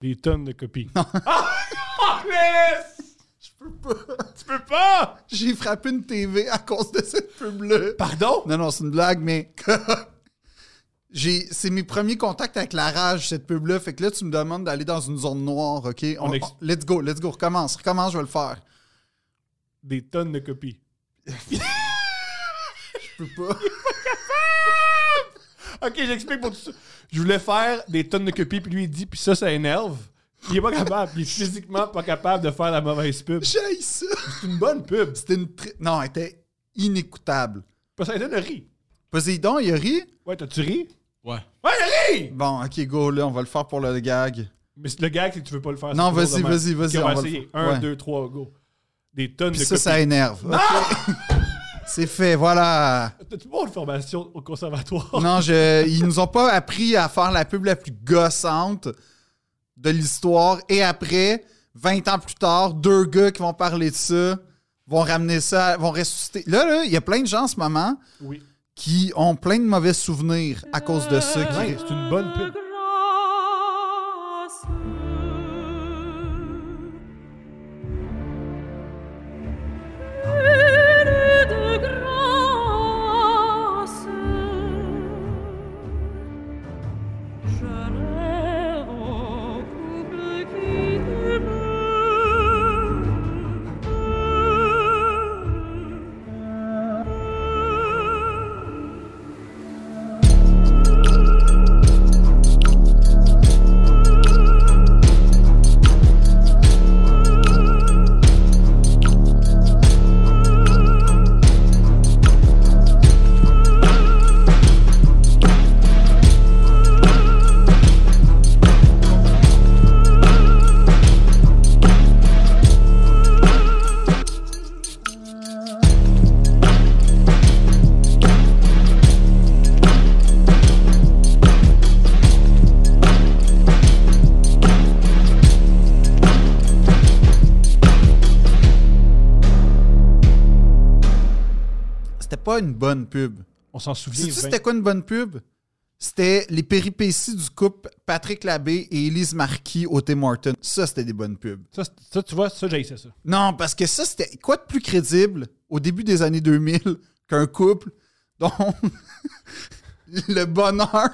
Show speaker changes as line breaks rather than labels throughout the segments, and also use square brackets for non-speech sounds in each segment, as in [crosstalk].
Des tonnes de copies. [laughs] Ah!
Oh, yes!
Je peux pas.
Tu peux pas!
J'ai frappé une TV à cause de cette pub-là.
Pardon?
Non, non, c'est une blague, mais [laughs] j'ai, c'est mes premiers contacts avec la rage, cette pub-là. Fait que là, tu me demandes d'aller dans une zone noire, OK? On-
On ex-
on- let's go, let's go, recommence, recommence, je vais le faire.
Des tonnes de copies.
Je peux [laughs] pas.
Ok, j'explique pour tout ça. Je voulais faire des tonnes de copies, puis lui, il dit, puis ça, ça énerve. Il est pas capable. Il est physiquement pas capable de faire la mauvaise pub.
J'ai ça.
C'est une bonne pub.
C'était une. tri- Non, elle était inécoutable.
Poseidon a ri.
Poséidon, il a ri?
Ouais, t'as-tu ri?
Ouais.
Ouais, il ri!
Bon, OK, go, là, on va le faire pour le gag.
Mais c'est le gag, c'est que tu veux pas le faire.
Non,
c'est toujours
vas-y,
de même.
vas-y, vas-y,
Ok, on va
on va le
essayer.
faire.
Un,
Ouais.
deux, trois, go. Des tonnes
Puis
de
ça,
copies.
ça énerve. OK. [laughs] C'est fait, voilà.
T'as-tu pas une formation au conservatoire?
Non, je, ils nous ont pas appris à faire la pub la plus gossante de l'histoire. Et après, 20 ans plus tard, deux gars qui vont parler de ça vont ramener ça, vont ressusciter. Là, là, il y a plein de gens en ce moment
Oui.
qui ont plein de mauvais souvenirs à cause de ça. qui-
Ouais, c'est une bonne pub.
C'était pas une bonne pub.
On s'en souvient. ben.
Sais-tu
vingt-
c'était quoi une bonne pub? C'était les péripéties du couple Patrick Labbé et Élise Marquis au Tim Hortons. Ça, c'était des bonnes pubs.
Ça, c'est- ça, tu vois, ça, j'haïssais ça.
Non, parce que ça, c'était quoi de plus crédible au début des années 2000 qu'un couple dont [laughs] le bonheur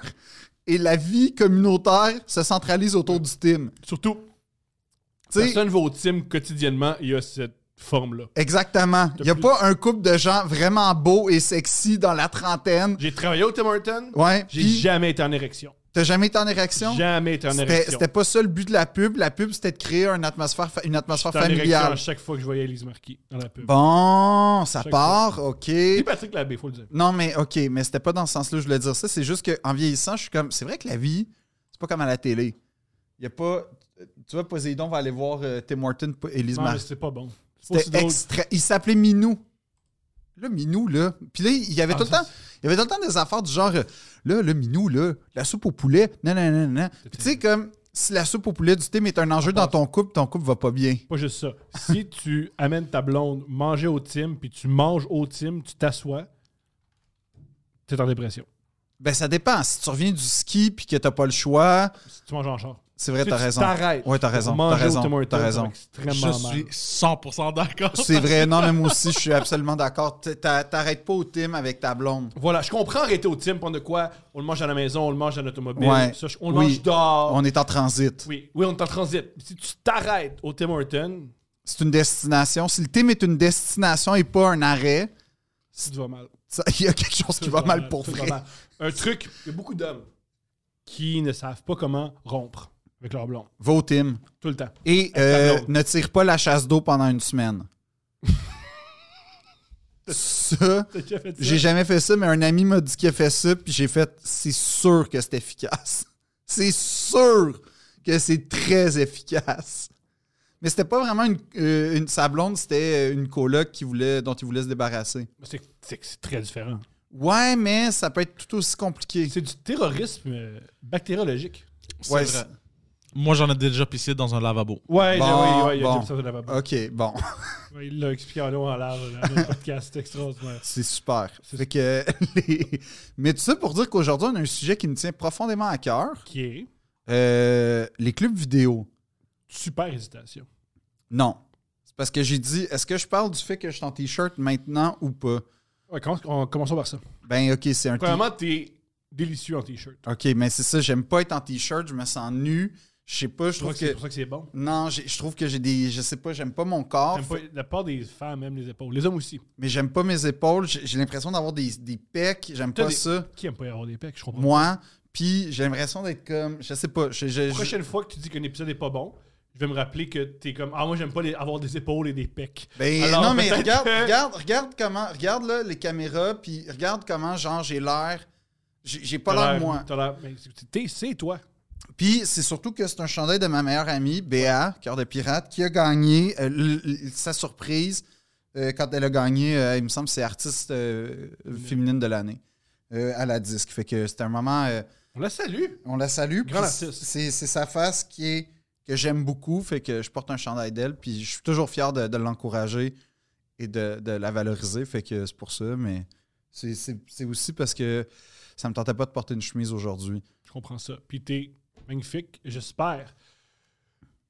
et la vie communautaire se centralisent autour du team.
Surtout,
Tu sais,
personne va au team quotidiennement, il y a cette forme-là.
exactement. Il n'y a
plus-
pas un couple de gens vraiment beaux et sexy dans la trentaine.
J'ai travaillé au Tim Hortons.
Ouais,
J'ai
puis
jamais été en érection.
t'as jamais été en érection?
Jamais été en
C'était
érection.
c'était pas ça le but de la pub. La pub, c'était de créer une atmosphère, fa- une atmosphère
J'étais en érection à
familiale.
chaque fois que je voyais Elise Marquis dans la pub.
Bon, ça
Chaque
part, OK.
Et Patrick Labbé, faut le dire.
Non, mais OK, mais c'était pas dans ce sens-là, je voulais dire ça. C'est juste qu'en vieillissant, je suis comme. C'est vrai que la vie, c'est pas comme à la télé. Il y a pas. Tu vois, Poséidon va aller voir euh, Tim Horton, Elise
Non, mais
Marquis.
c'est pas bon. C'est pas aussi
C'était
drôle.
extra. Il s'appelait Minou. Là, Minou, là. Puis là, il y avait
Ah,
tout le
ça,
temps. Il y avait tout le temps des affaires du genre euh, Là, le Minou, là, la soupe au poulet, non, non, non, non. Puis tu sais, comme si la soupe au poulet du Tim est un enjeu dans ton couple, ton couple va pas bien.
Pas juste ça. Si tu amènes ta blonde manger au team, puis tu manges au team, tu t'assois, t'es en dépression.
Ben, ça dépend. Si tu reviens du ski puis que t'as pas le choix,
Si tu manges en char.
c'est vrai,
Si
t'as
tu
raison.
t'arrêtes
Ouais, t'as
pour
raison. T'as
Manger
raison.
au Tim
T'as
Hortons, ça
raison.
va
Je
extrêmement mal.
suis 100% d'accord.
C'est vrai, non, même aussi, je suis absolument d'accord. T- t'a- T'arrêtes pas au team avec ta blonde.
Voilà, je comprends arrêter au team, on de quoi on le mange à la maison, on le mange à l'automobile,
Ouais.
ça, je- on le
Oui.
mange dehors.
On est en transit.
Ah. Oui, oui, on est en transit. Si tu t'arrêtes au Tim Horton,
C'est une destination. Si le team est une destination et pas un arrêt,
ça te va mal.
ça- [laughs] il y a quelque chose qui
Tout
va mal pour
tout
vrai.
va mal. Un truc, il y a beaucoup d'hommes qui ne savent pas comment rompre avec leur blonde.
Va au team.
Tout le temps.
Et
ta
euh,
blonde.
ne tire pas la chasse d'eau pendant
[laughs]
une semaine. ça,
T'as déjà fait ça?
j'ai jamais fait ça, mais un ami m'a dit qu'il a fait ça, puis j'ai fait c'est sûr que c'est efficace. [laughs] C'est sûr que c'est très efficace. Mais c'était pas vraiment une, euh, une sa blonde, c'était euh, une coloc qui voulait, dont il voulait se débarrasser.
C'est- C'est c'est très différent.
Ouais, mais ça peut être tout aussi compliqué.
C'est du terrorisme euh, bactériologique.
Ouais,
vrai. Moi, j'en ai déjà pissé dans un lavabo.
Ouais, oui,
Bon,
Euh. ouais, il y a
bon.
Jameson de la Baboune.
Ok, bon, [laughs]
Ouais, Il l'a expliqué en long en large là, [laughs] dans le podcast. C'est extraordinaire.
c'est super. Fait [laughs] que les- Mais tout ça pour dire qu'aujourd'hui, on a un sujet qui me tient profondément à cœur.
Qui est
Euh, les clubs vidéo.
Super hésitation.
Non. C'est parce que j'ai dit, est-ce que je parle du fait que je suis en t-shirt maintenant ou pas?
Ouais, commence- on- commençons par ça.
Ben, OK, c'est un t
Premièrement, t'es délicieux en t-shirt.
OK, mais c'est ça, j'aime pas être en t-shirt, je me sens nu. Je sais pas, je
Je crois
trouve
que c'est
que.
pour ça que c'est bon.
Non, j'ai- je trouve que j'ai des. Je sais pas, j'aime pas mon corps,
J'aime pas- la part des femmes aiment les épaules. Les hommes aussi.
mais j'aime pas mes épaules. J'ai j'ai l'impression d'avoir des, des pecs, j'aime
T'as
pas
des-
ça,
Qui aime pas avoir des pecs? Je comprends.
moi. Puis j'ai l'impression d'être comme. Je sais pas. je- je-
La
je-
prochaine fois que tu dis qu'un épisode est pas bon, je vais me rappeler que t'es comme Ah, moi, j'aime pas les- avoir des épaules et des pecs.
Ben,
Alors,
non, mais
peut-être
regarde,
que-
regarde, regarde comment. Regarde là, les caméras, puis regarde comment, genre, j'ai l'air. J'ai j'ai pas
T'as
l'air moi.
t'as l'air- mais c'est- t'es- C'est toi.
Puis c'est surtout que c'est un chandail de ma meilleure amie, Béa, cœur de pirate, qui a gagné euh, l- l- sa surprise euh, quand elle a gagné, euh, il me semble, c'est artiste euh, féminine de l'année euh, à la disque. Fait que c'était un moment. euh,
On la salue.
on la salue.
Grand
puis
artiste.
C'est c'est sa face qui est que j'aime beaucoup, fait que je porte un chandail d'elle, puis je suis toujours fier de, de l'encourager et de, de la valoriser, fait que c'est pour ça, mais c'est- c'est c'est aussi parce que ça me tentait pas de porter une chemise aujourd'hui.
Je comprends ça. Puis t'es magnifique, j'espère.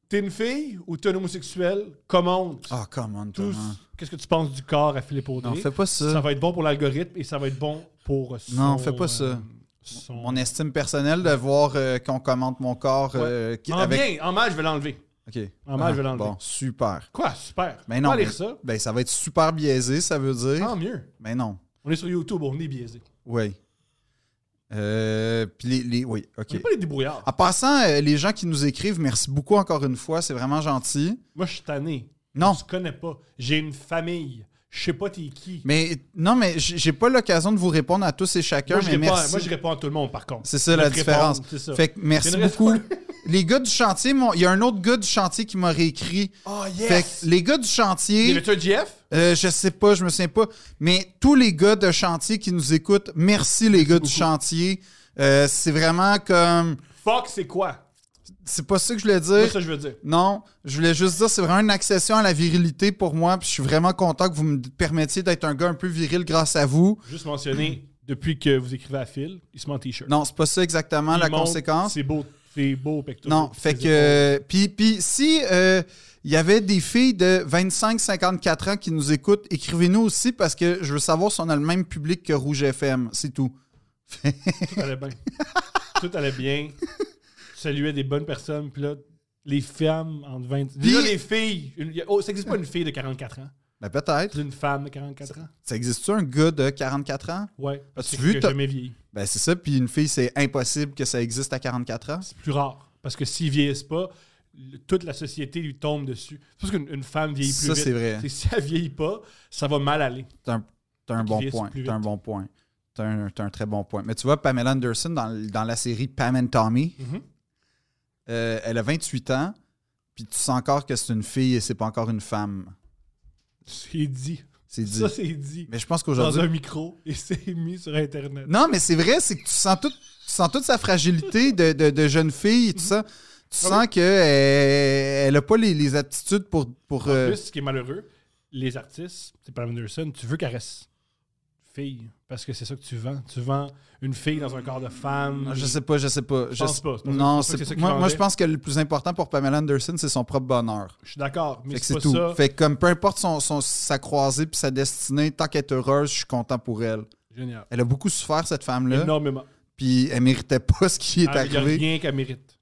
T'es une fille ou t'es un homosexuel? Commente.
Ah, come on,
Tous,
Thomas.
qu'est-ce que tu penses du corps à Philippe Audrey?
Non, fais pas ça.
Ça va être bon pour l'algorithme et ça va être bon pour son...
Non, fais pas ça.
euh, son-
mon estime personnelle de voir euh, qu'on commente mon corps
Ouais.
euh, qui-
En
avec.
bien, en mal, je vais l'enlever.
Ok.
En mal, je vais l'enlever.
Bon, super.
Quoi? Super.
Ben non,
On va lire
mais-
ça.
Ben, ça va être super biaisé, ça veut dire.
Tant mieux.
Mais non.
On est sur YouTube, on est biaisé.
Oui. Euh, Puis les, les- Oui,
On
ok.
n'est pas les débrouillards.
En passant, euh, les gens qui nous écrivent, merci beaucoup encore une fois, c'est vraiment gentil.
Moi, je suis tanné.
Non,
On se connaît pas. J'ai une famille. Je sais pas t'es qui.
mais non, mais j'ai j'ai pas l'occasion de vous répondre à tous et chacun,
moi, je
mais
réponds,
merci.
moi, je réponds à tout le monde, par contre.
C'est ça
Je
la
te
différence.
réponds, c'est ça.
Fait que merci
C'est une
beaucoup.
réponse.
Les gars du chantier, mon- il y a un autre gars du chantier qui m'a réécrit.
Oh,
Fait
yes!
que les gars du
Y
chantier.
avait-tu un GF?
Euh, je sais pas, je me souviens pas. Mais tous les gars de chantier qui nous écoutent, merci les gars du chantier. Euh, c'est vraiment comme.
Fuck, c'est quoi?
C'est pas ça que je voulais
C'est
dire.
ça que je veux dire.
Non, je voulais juste dire, c'est vraiment une accession à la virilité pour moi. Puis je suis vraiment content que vous me permettiez d'être un gars un peu viril grâce à vous.
Juste mentionner, depuis que vous écrivez à Phil, il se met en t-shirt.
Non, c'est pas ça exactement
Il
la
monte,
conséquence.
C'est beau, c'est beau, pectoraux.
Non, fait
ses
que. euh, Puis, puis si euh, il y avait des filles de 25-54 ans qui nous écoutent, écrivez-nous aussi parce que je veux savoir si on a le même public que Rouge FM. C'est tout.
épaules. Tout
[laughs]
allait bien. tout allait bien. Tu saluais des bonnes personnes, puis là, les femmes entre 20...
Puis-
Déjà, les filles... une- y a- oh, ça n'existe pas une fille de 44 ans.
Ben peut-être.
C'est une femme de 44 ans.
Ça existe-tu un gars de 44 ans?
Ouais.
As-tu
C'est
vu,
que
t'as-
jamais vieilli.
Ben c'est ça, puis une fille, c'est impossible que ça existe à 44 ans.
C'est plus rare. Parce que s'ils vieillissent pas, le- toute la société lui tombe dessus. C'est parce qu'une une femme vieillit plus
Ça,
vite.
c'est vrai.
C'est- Si elle vieillit pas, ça va mal aller.
T'as un, t'as un
Qui
bon
vieillissent
point.
plus
T'as un
vite.
bon point. T'as un, t'as un très bon point. Mais tu vois, Pamela Anderson, dans, l- dans la série Pam and Tommy,
Mhm.
euh, elle a 28 ans, puis tu sens encore que c'est une fille et c'est pas encore une femme.
C'est dit.
C'est dit.
Ça, c'est dit.
Mais je pense
Dans
qu'aujourd'hui...
un micro et c'est mis sur Internet.
Non, mais c'est vrai, c'est que tu sens, tout- tu sens toute sa fragilité de, de- de jeune fille et tout ça. Tu
Ah
sens qu'elle n'a pas les, les aptitudes pour... pour
En
euh,
plus, ce qui est malheureux, les artistes, c'est Pam Anderson, tu veux qu'elle reste fille. Parce que c'est ça que tu vends. Tu vends une fille dans un corps de femme.
Je sais pas, je sais pas. Je
pense
sais-
pas. C'est pour ça-
Non,
c'est pour ça que
c'est-
c'est ça qui
moi, moi,
vendait.
je pense que le plus important pour Pamela Anderson, c'est son propre bonheur.
Je suis d'accord, mais
Fait que
c'est
c'est
pas
tout.
ça.
Fait que comme peu importe son, son- sa croisée puis sa destinée, tant qu'elle est heureuse, je suis content pour elle.
Génial.
Elle a beaucoup souffert, cette femme-là,
Énormément. Ah,
puis elle méritait pas [laughs] ce qui est
Il n'y a
arrivé.
rien qu'elle mérite.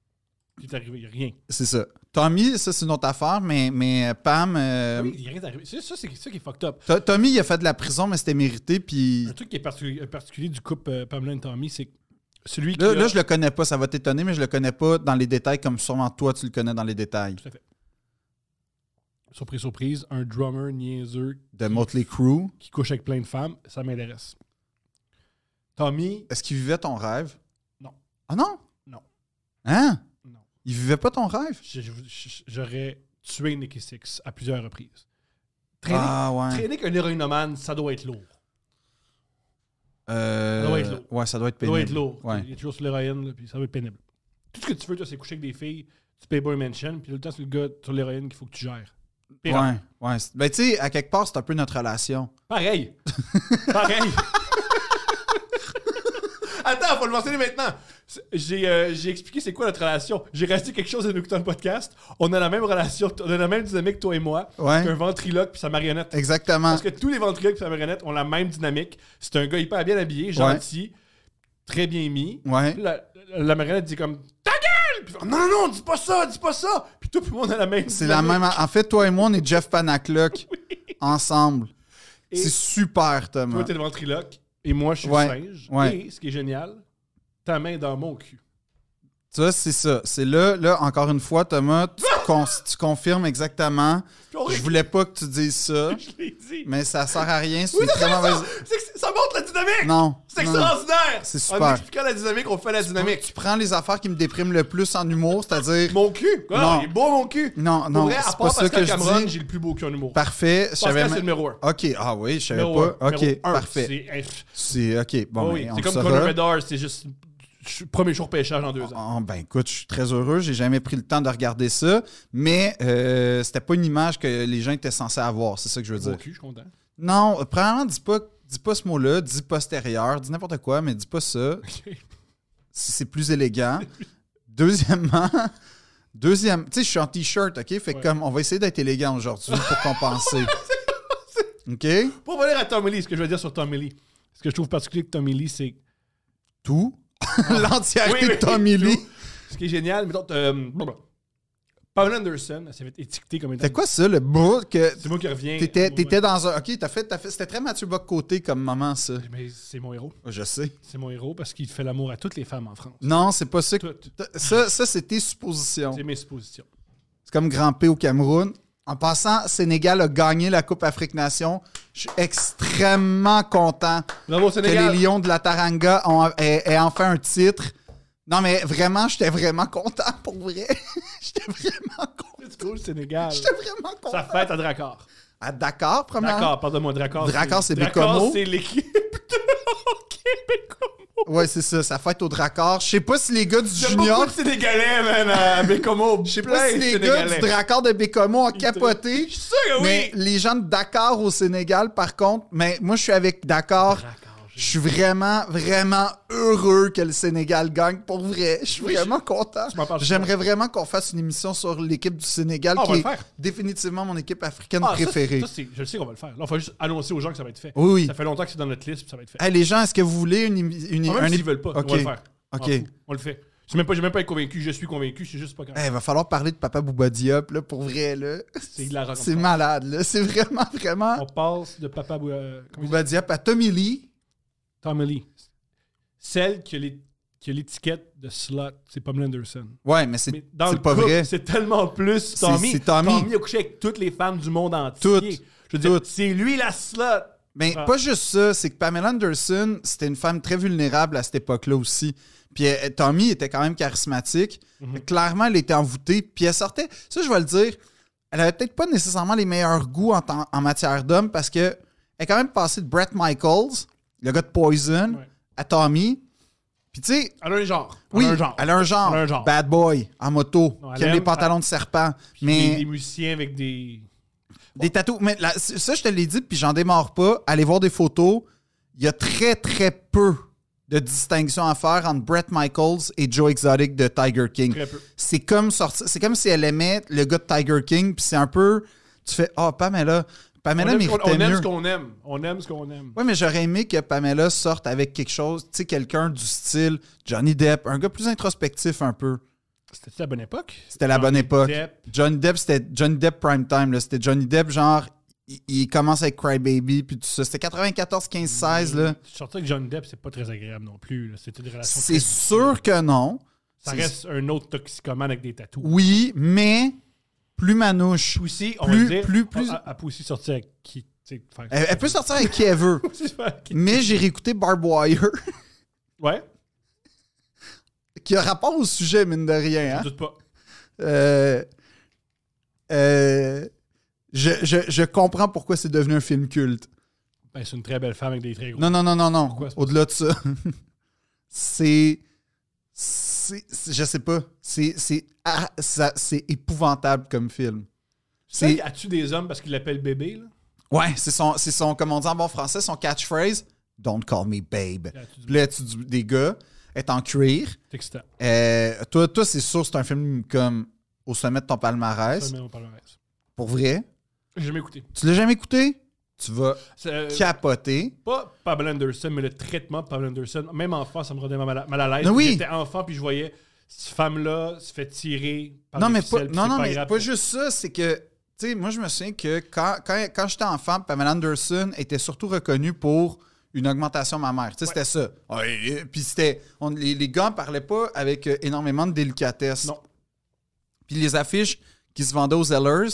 Il est arrivé, il n'y a rien.
C'est ça. Tommy, ça, c'est une autre affaire, mais, mais euh, Pam... euh,
Oui, il y a rien d'arrivé. C'est ça, c'est ça qui est fucked up.
To- Tommy, il a fait de la prison, mais c'était mérité, puis...
Un truc qui est particu- particulier du couple euh, Pamela et Tommy, c'est que celui qui.
Là,
a-
là, je le connais pas, ça va t'étonner, mais je le connais pas dans les détails comme sûrement toi, tu le connais dans les détails.
Tout à fait. Surprise, surprise, un drummer niaiseux
De Motley Crue.
qui couche avec plein de femmes, ça m'intéresse. Tommy,
Est-ce qu'il vivait ton rêve?
Non.
Ah non?
Non.
Hein?
non.
Il vivait pas ton rêve?
Je- je- je- J'aurais tué Nicky Six à plusieurs reprises. Traîner,
Ah ouais.
traîner qu'un héroïnomane, ça doit être lourd.
Euh,
Ça doit être lourd.
Ouais, ça doit être
Ça
pénible.
doit être lourd.
Ouais.
Il est toujours sur l'héroïne, là, puis ça va être pénible. Tout ce que tu veux, toi, c'est coucher avec des filles, tu payes pas un mansion, puis le temps, c'est le gars sur l'héroïne qu'il faut que tu gères. Pire
Ouais, ouais. C'est- Ben, tu sais, à quelque part, c'est
[laughs]
un peu notre relation.
Pareil. Pareil. [laughs] Attends, faut le mentionner maintenant. C'est- J'ai euh, j'ai expliqué c'est quoi notre relation. J'ai resté quelque chose en écoutant le podcast. On a la même relation, on a la même dynamique, toi et moi, Hein?
Ouais.
qu'un ventriloque puis sa marionnette.
Exactement.
Parce que tous les ventriloques et sa marionnette ont la même dynamique. C'est un gars hyper bien habillé, gentil, très bien mis.
Ouais.
Puis La, la marionnette dit comme Ta gueule! Puis, il fait, non, non, non, dis pas ça, dis pas ça! Puis tout le monde a la même.
C'est la
dynamique.
même. En fait, toi et moi, on est Jeff
[laughs]
Panaclock ensemble.
Et-
C'est super, Thomas.
Toi, t'es le ventriloque et moi, je suis
Ouais,
le singe.
ouais.
Et ce qui est génial, ta main est dans mon cul.
Ça, c'est ça. C'est là, là, encore une fois, Thomas,
[laughs]
tu, con- tu confirmes exactement.
Puis on
Je
rit,
voulais pas que tu
[laughs]
dises ça,
je l'ai dit.
mais ça sert à rien. C'est
Oui,
une
t'as
très mauvaise.
raison! C'est que c'est- Ça montre la dynamique!
Non.
C'est
non.
extraordinaire!
C'est
En
super.
expliquant la dynamique, on fait la
Tu
dynamique.
prends les affaires qui me dépriment le plus en humour, c'est-à-dire.
Mon cul! quoi,
Non.
Il est beau, mon cul!
Non,
Pour
non,
vrai, à
c'est
part
pas ça
Pascal
que
Cameron,
je dis.
j'ai le plus beau cul en humour.
Parfait, je savais
Pascal, c'est le
même.
numéro 1.
Ok, ah oui, je savais
Numéro
pas.
un,
Ok,
numéro un,
parfait.
C'est F.
C'est ok, bon,
oui,
ben, on
c'est
le
comme
saura.
Conor Bedard, c'est juste je- premier jour pêchage en deux ans.
Ah, ben écoute, je suis très heureux, j'ai jamais pris le temps de regarder ça, mais euh, c'était pas une image que les gens étaient censés avoir, c'est ça que je veux
Beau
dire.
cul, je suis content. [laughs]
Non, euh, premièrement, dis pas, dis pas ce mot-là, dis postérieur, dis n'importe quoi, mais dis pas ça. Si C'est plus élégant. [laughs] Deuxièmement, deuxième, tu sais, je suis en t-shirt, ok? Fait que
Ouais.
comme on va essayer d'être élégant aujourd'hui pour
[laughs]
compenser. ok?
Pour revenir à Tommy Lee, ce que je veux dire sur Tommy Lee, ce que je trouve particulier avec Tommy Lee, c'est
Tout. [laughs] L'entièreté
Ah. Oui, oui,
de Tommy
tout.
Lee.
[laughs] ce qui est génial. Mais donc, euh, blablabla. Pamela Anderson, elle s'est fait étiqueter comme étant.
C'était quoi ça, le bout que
C'est moi qui reviens. Ouais,
t'étais, t'étais dans un. Ok, t'as fait, t'as fait- C'était très Mathieu Bock-Côté comme moment, ça.
ouais. Mais c'est mon héros.
Je sais.
C'est mon héros parce qu'il fait l'amour à toutes les femmes en France.
Non, c'est pas ça. que-
Toutes.
Ça, ça c'est tes suppositions.
C'est mes suppositions.
C'est comme Grand P au Cameroun. En passant, Sénégal a gagné la Coupe Afrique Nation. Je suis extrêmement content
Bravo,
que
Sénégal.
les Lions de la Taranga ont- aient, aient enfin un titre. Non, mais vraiment, j'étais vraiment content pour vrai. [laughs] j'étais vraiment content.
[laughs] C'est cool, Sénégal.
J'étais vraiment content.
Ça fête à Drakkar.
À Dakar, premièrement.
Drakkar, pardonne-moi, Drakkar.
Drakkar, c'est
Drakkar,
Bécomo.
c'est l'équipe [laughs] de Bécomo.
Ouais, c'est ça. Ça fête au Dracar. Je sais pas si les gars du
Il y a beaucoup
Junior.
de Sénégalais, man, à Bécomo. Je sais
Je sais pas si les gars du Dracar de Bécomo ont capoté.
Je suis sûr que
Mais
oui.
les gens de Dakar au Sénégal, par contre, mais moi, je suis avec Dakar.
Drakkar,
Je suis vraiment, vraiment heureux que le Sénégal gagne. Pour vrai, je suis
Oui,
vraiment content.
m'en parles
J'aimerais vraiment qu'on fasse une émission sur l'équipe du Sénégal,
Ah, on
qui
va
est
le faire.
définitivement mon équipe africaine
Ah, ça,
préférée.
ça, c'est- je le sais qu'on va le faire. Là, on va juste annoncer aux gens que ça va être fait.
Oui, oui.
Ça fait longtemps que c'est dans notre liste, puis ça va être fait.
Hey, les gens, est-ce que vous voulez une... émi- une
Même
un
s'ils
ép-
veulent pas,
Ok.
on va le faire. On
Ok.
s'en fout, On le fait. Je suis même pas, j'ai même pas été convaincu. Je suis convaincu. C'est juste pas grave.
Hey, Eh, va falloir parler de Papa Bouba Diop, là, pour vrai, là.
C'est hilarant comme
C'est
ça.
malade, là. C'est vraiment, vraiment...
On passe de Papa Bou- euh, comment il
Bouba Diop à Tommy Lee.
s'appelle? Tommy Lee. Celle qui a l'é- qui a l'étiquette de slot, c'est Pamela Anderson.
Ouais, mais c'est
Mais dans
c'est
le
pas
couple,
vrai.
C'est tellement plus
C'est-
Tommy.
c'est Tommy.
a couché avec toutes les femmes du monde entier.
Toutes.
Je veux dire,
Toutes.
c'est lui la slot.
Mais
Ah.
pas juste ça, c'est que Pamela Anderson, c'était une femme très vulnérable à cette époque-là aussi. Puis euh, Tommy était quand même charismatique.
Mhm.
Clairement, elle était envoûtée. Puis elle sortait. Ça, je vais le dire, elle avait peut-être pas nécessairement les meilleurs goûts en, temps- en matière d'homme parce que elle est quand même passée de Brett Michaels, le gars de Poison,
Ouais.
à Tommy. Puis tu sais,
Elle a un genre. Elle
oui,
a un genre.
elle a un genre.
Elle a un genre.
Bad boy, en moto,
Non, elle
qui aime les
aime-
pantalons de serpent.
Des,
Mais
des musiciens avec des.
des tatous. Mais la- ça, je te l'ai dit, puis j'en démarre pas. Allez voir des photos. Il y a très, très peu de distinction à faire entre Brett Michaels et Joe Exotic de Tiger King.
Très peu.
C'est comme sorti- c'est comme si elle aimait le gars de Tiger King, puis c'est un peu. Tu fais Ah, Pamela.
On
Pamela
aime, ce qu'on-
méritait
on aime
mieux.
ce qu'on aime. On aime ce qu'on aime.
Oui, mais j'aurais aimé que Pamela sorte avec quelque chose, tu sais, quelqu'un du style Johnny Depp, un gars plus introspectif un peu.
C'était la bonne époque.
C'était la bonne époque.
Ah, Depp.
Johnny Depp, c'était Johnny Depp prime time. là. C'était Johnny Depp, genre, il, il commence avec Crybaby, puis tout ça. C'était 94, 15, 16, là.
Sortir avec John Depp, c'est pas très agréable non plus. là. C'était des relations.
C'est
très-
sûr que non.
Ça
C'est-
reste un autre toxicomane avec des tatous.
Oui, mais plus manouche.
Poussy, on
Plus-
va dire. ah,
plus- plus- Eh.
À, à Poussy sortir avec qui tu sais, faire- [laughs]
Elle, elle peut sortir avec qui elle veut. Mais j'ai réécouté Barb Wire, [laughs]
Ouais,
qui a rapport au sujet, mine de rien. hein.
je doute pas.
Euh, euh, je, je, je comprends pourquoi c'est devenu un film culte.
Ben, c'est une très belle femme avec des très gros.
Non, non, non, non, non.
Pourquoi c'est pas
Au-delà de ça, [laughs] c'est. c'est- c'est- Je sais pas. C'est c'est- ah, ça- c'est épouvantable comme film.
C'est
C'est.
as-tu des hommes parce qu'ils l'appellent bébé là
Ouais, c'est son, c'est son. Comme on dit en bon français, son catchphrase Don't call me babe.
Là, tu dis-
Puis là, tu dis- des gars, est en cuir.
C'est excitant.
Euh, toi, toi c'est sûr, c'est un film comme au sommet de ton palmarès.
Seulement au palmarès.
Pour vrai.
J'ai jamais écouté.
Tu l'as jamais écouté? Tu vas
C'est, euh,
capoter.
pas Pablo Anderson, mais le traitement de Pablo Anderson. Même enfant, ça me rendait mal à, mal à l'aise.
Mais oui.
J'étais enfant, puis je voyais cette femme-là se fait tirer par
Non,
des
mais pas,
ficelles, puis
non,
c'est
non, mais
grave.
pas juste ça, c'est que, tu sais, moi, je me souviens que quand, quand, quand j'étais enfant, Pamela Anderson était surtout reconnue pour une augmentation mammaire. Tu sais, c'était ça. Ah, et- et- Puis c'était. on- Les, les gars ne parlaient pas avec euh, énormément de délicatesse.
Non.
Puis les affiches qui se vendaient aux Zellers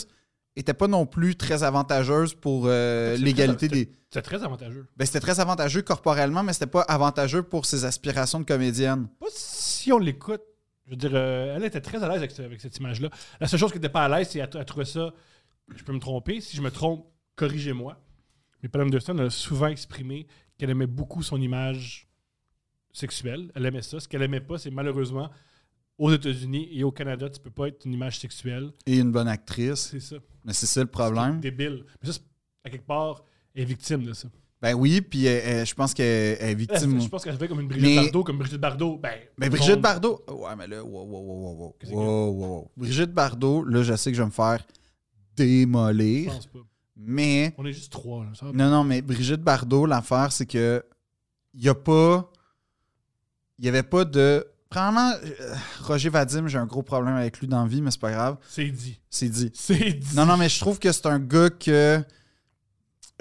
n'étaient pas non plus très avantageuses pour euh,
C'est
l'égalité
très-
des.
C'est très avantageux.
Ben, c'était très avantageux corporellement, mais c'était pas avantageux pour ses aspirations de comédienne.
Pas si on l'écoute. Je veux dire, euh, elle était très à l'aise avec, ce- avec cette image-là. La seule chose qui n'était pas à l'aise, c'est qu'elle trouvait ça. Je peux me tromper. Si je me trompe, corrigez-moi. Mais Pam Anderson a souvent exprimé qu'elle aimait beaucoup son image sexuelle. Elle aimait ça. Ce qu'elle aimait pas, c'est malheureusement aux États-Unis et au Canada, tu peux pas être une image sexuelle.
Et une bonne actrice.
C'est ça.
Mais c'est ça le problème.
Débile. Mais ça, c'est- à quelque part, elle est victime de ça.
Ben oui, puis euh, euh, je pense qu'elle elle est victime.
Je pense qu'elle se fait comme une Brigitte
Mais-
Bardot, comme Brigitte Bardot. Ben,
Mais Brigitte
on-
Bardot. Ouais, mais là, wow, wow, wow, wow,
Qu'est-ce
wow, wow, wow, wow. Brigitte Bardot, là, je sais que je vais me faire
Je
démolir.
pense pas.
Mais
On est juste trois. Là. Ça va
non, non, mais Brigitte Bardot, l'affaire, c'est que il n'y a pas. Il n'y avait pas de. Premièrement, euh, Roger Vadim, j'ai un gros problème avec lui dans la vie, mais c'est pas grave.
C'est dit.
C'est dit.
C'est dit.
Non, non, mais je trouve que c'est un gars que.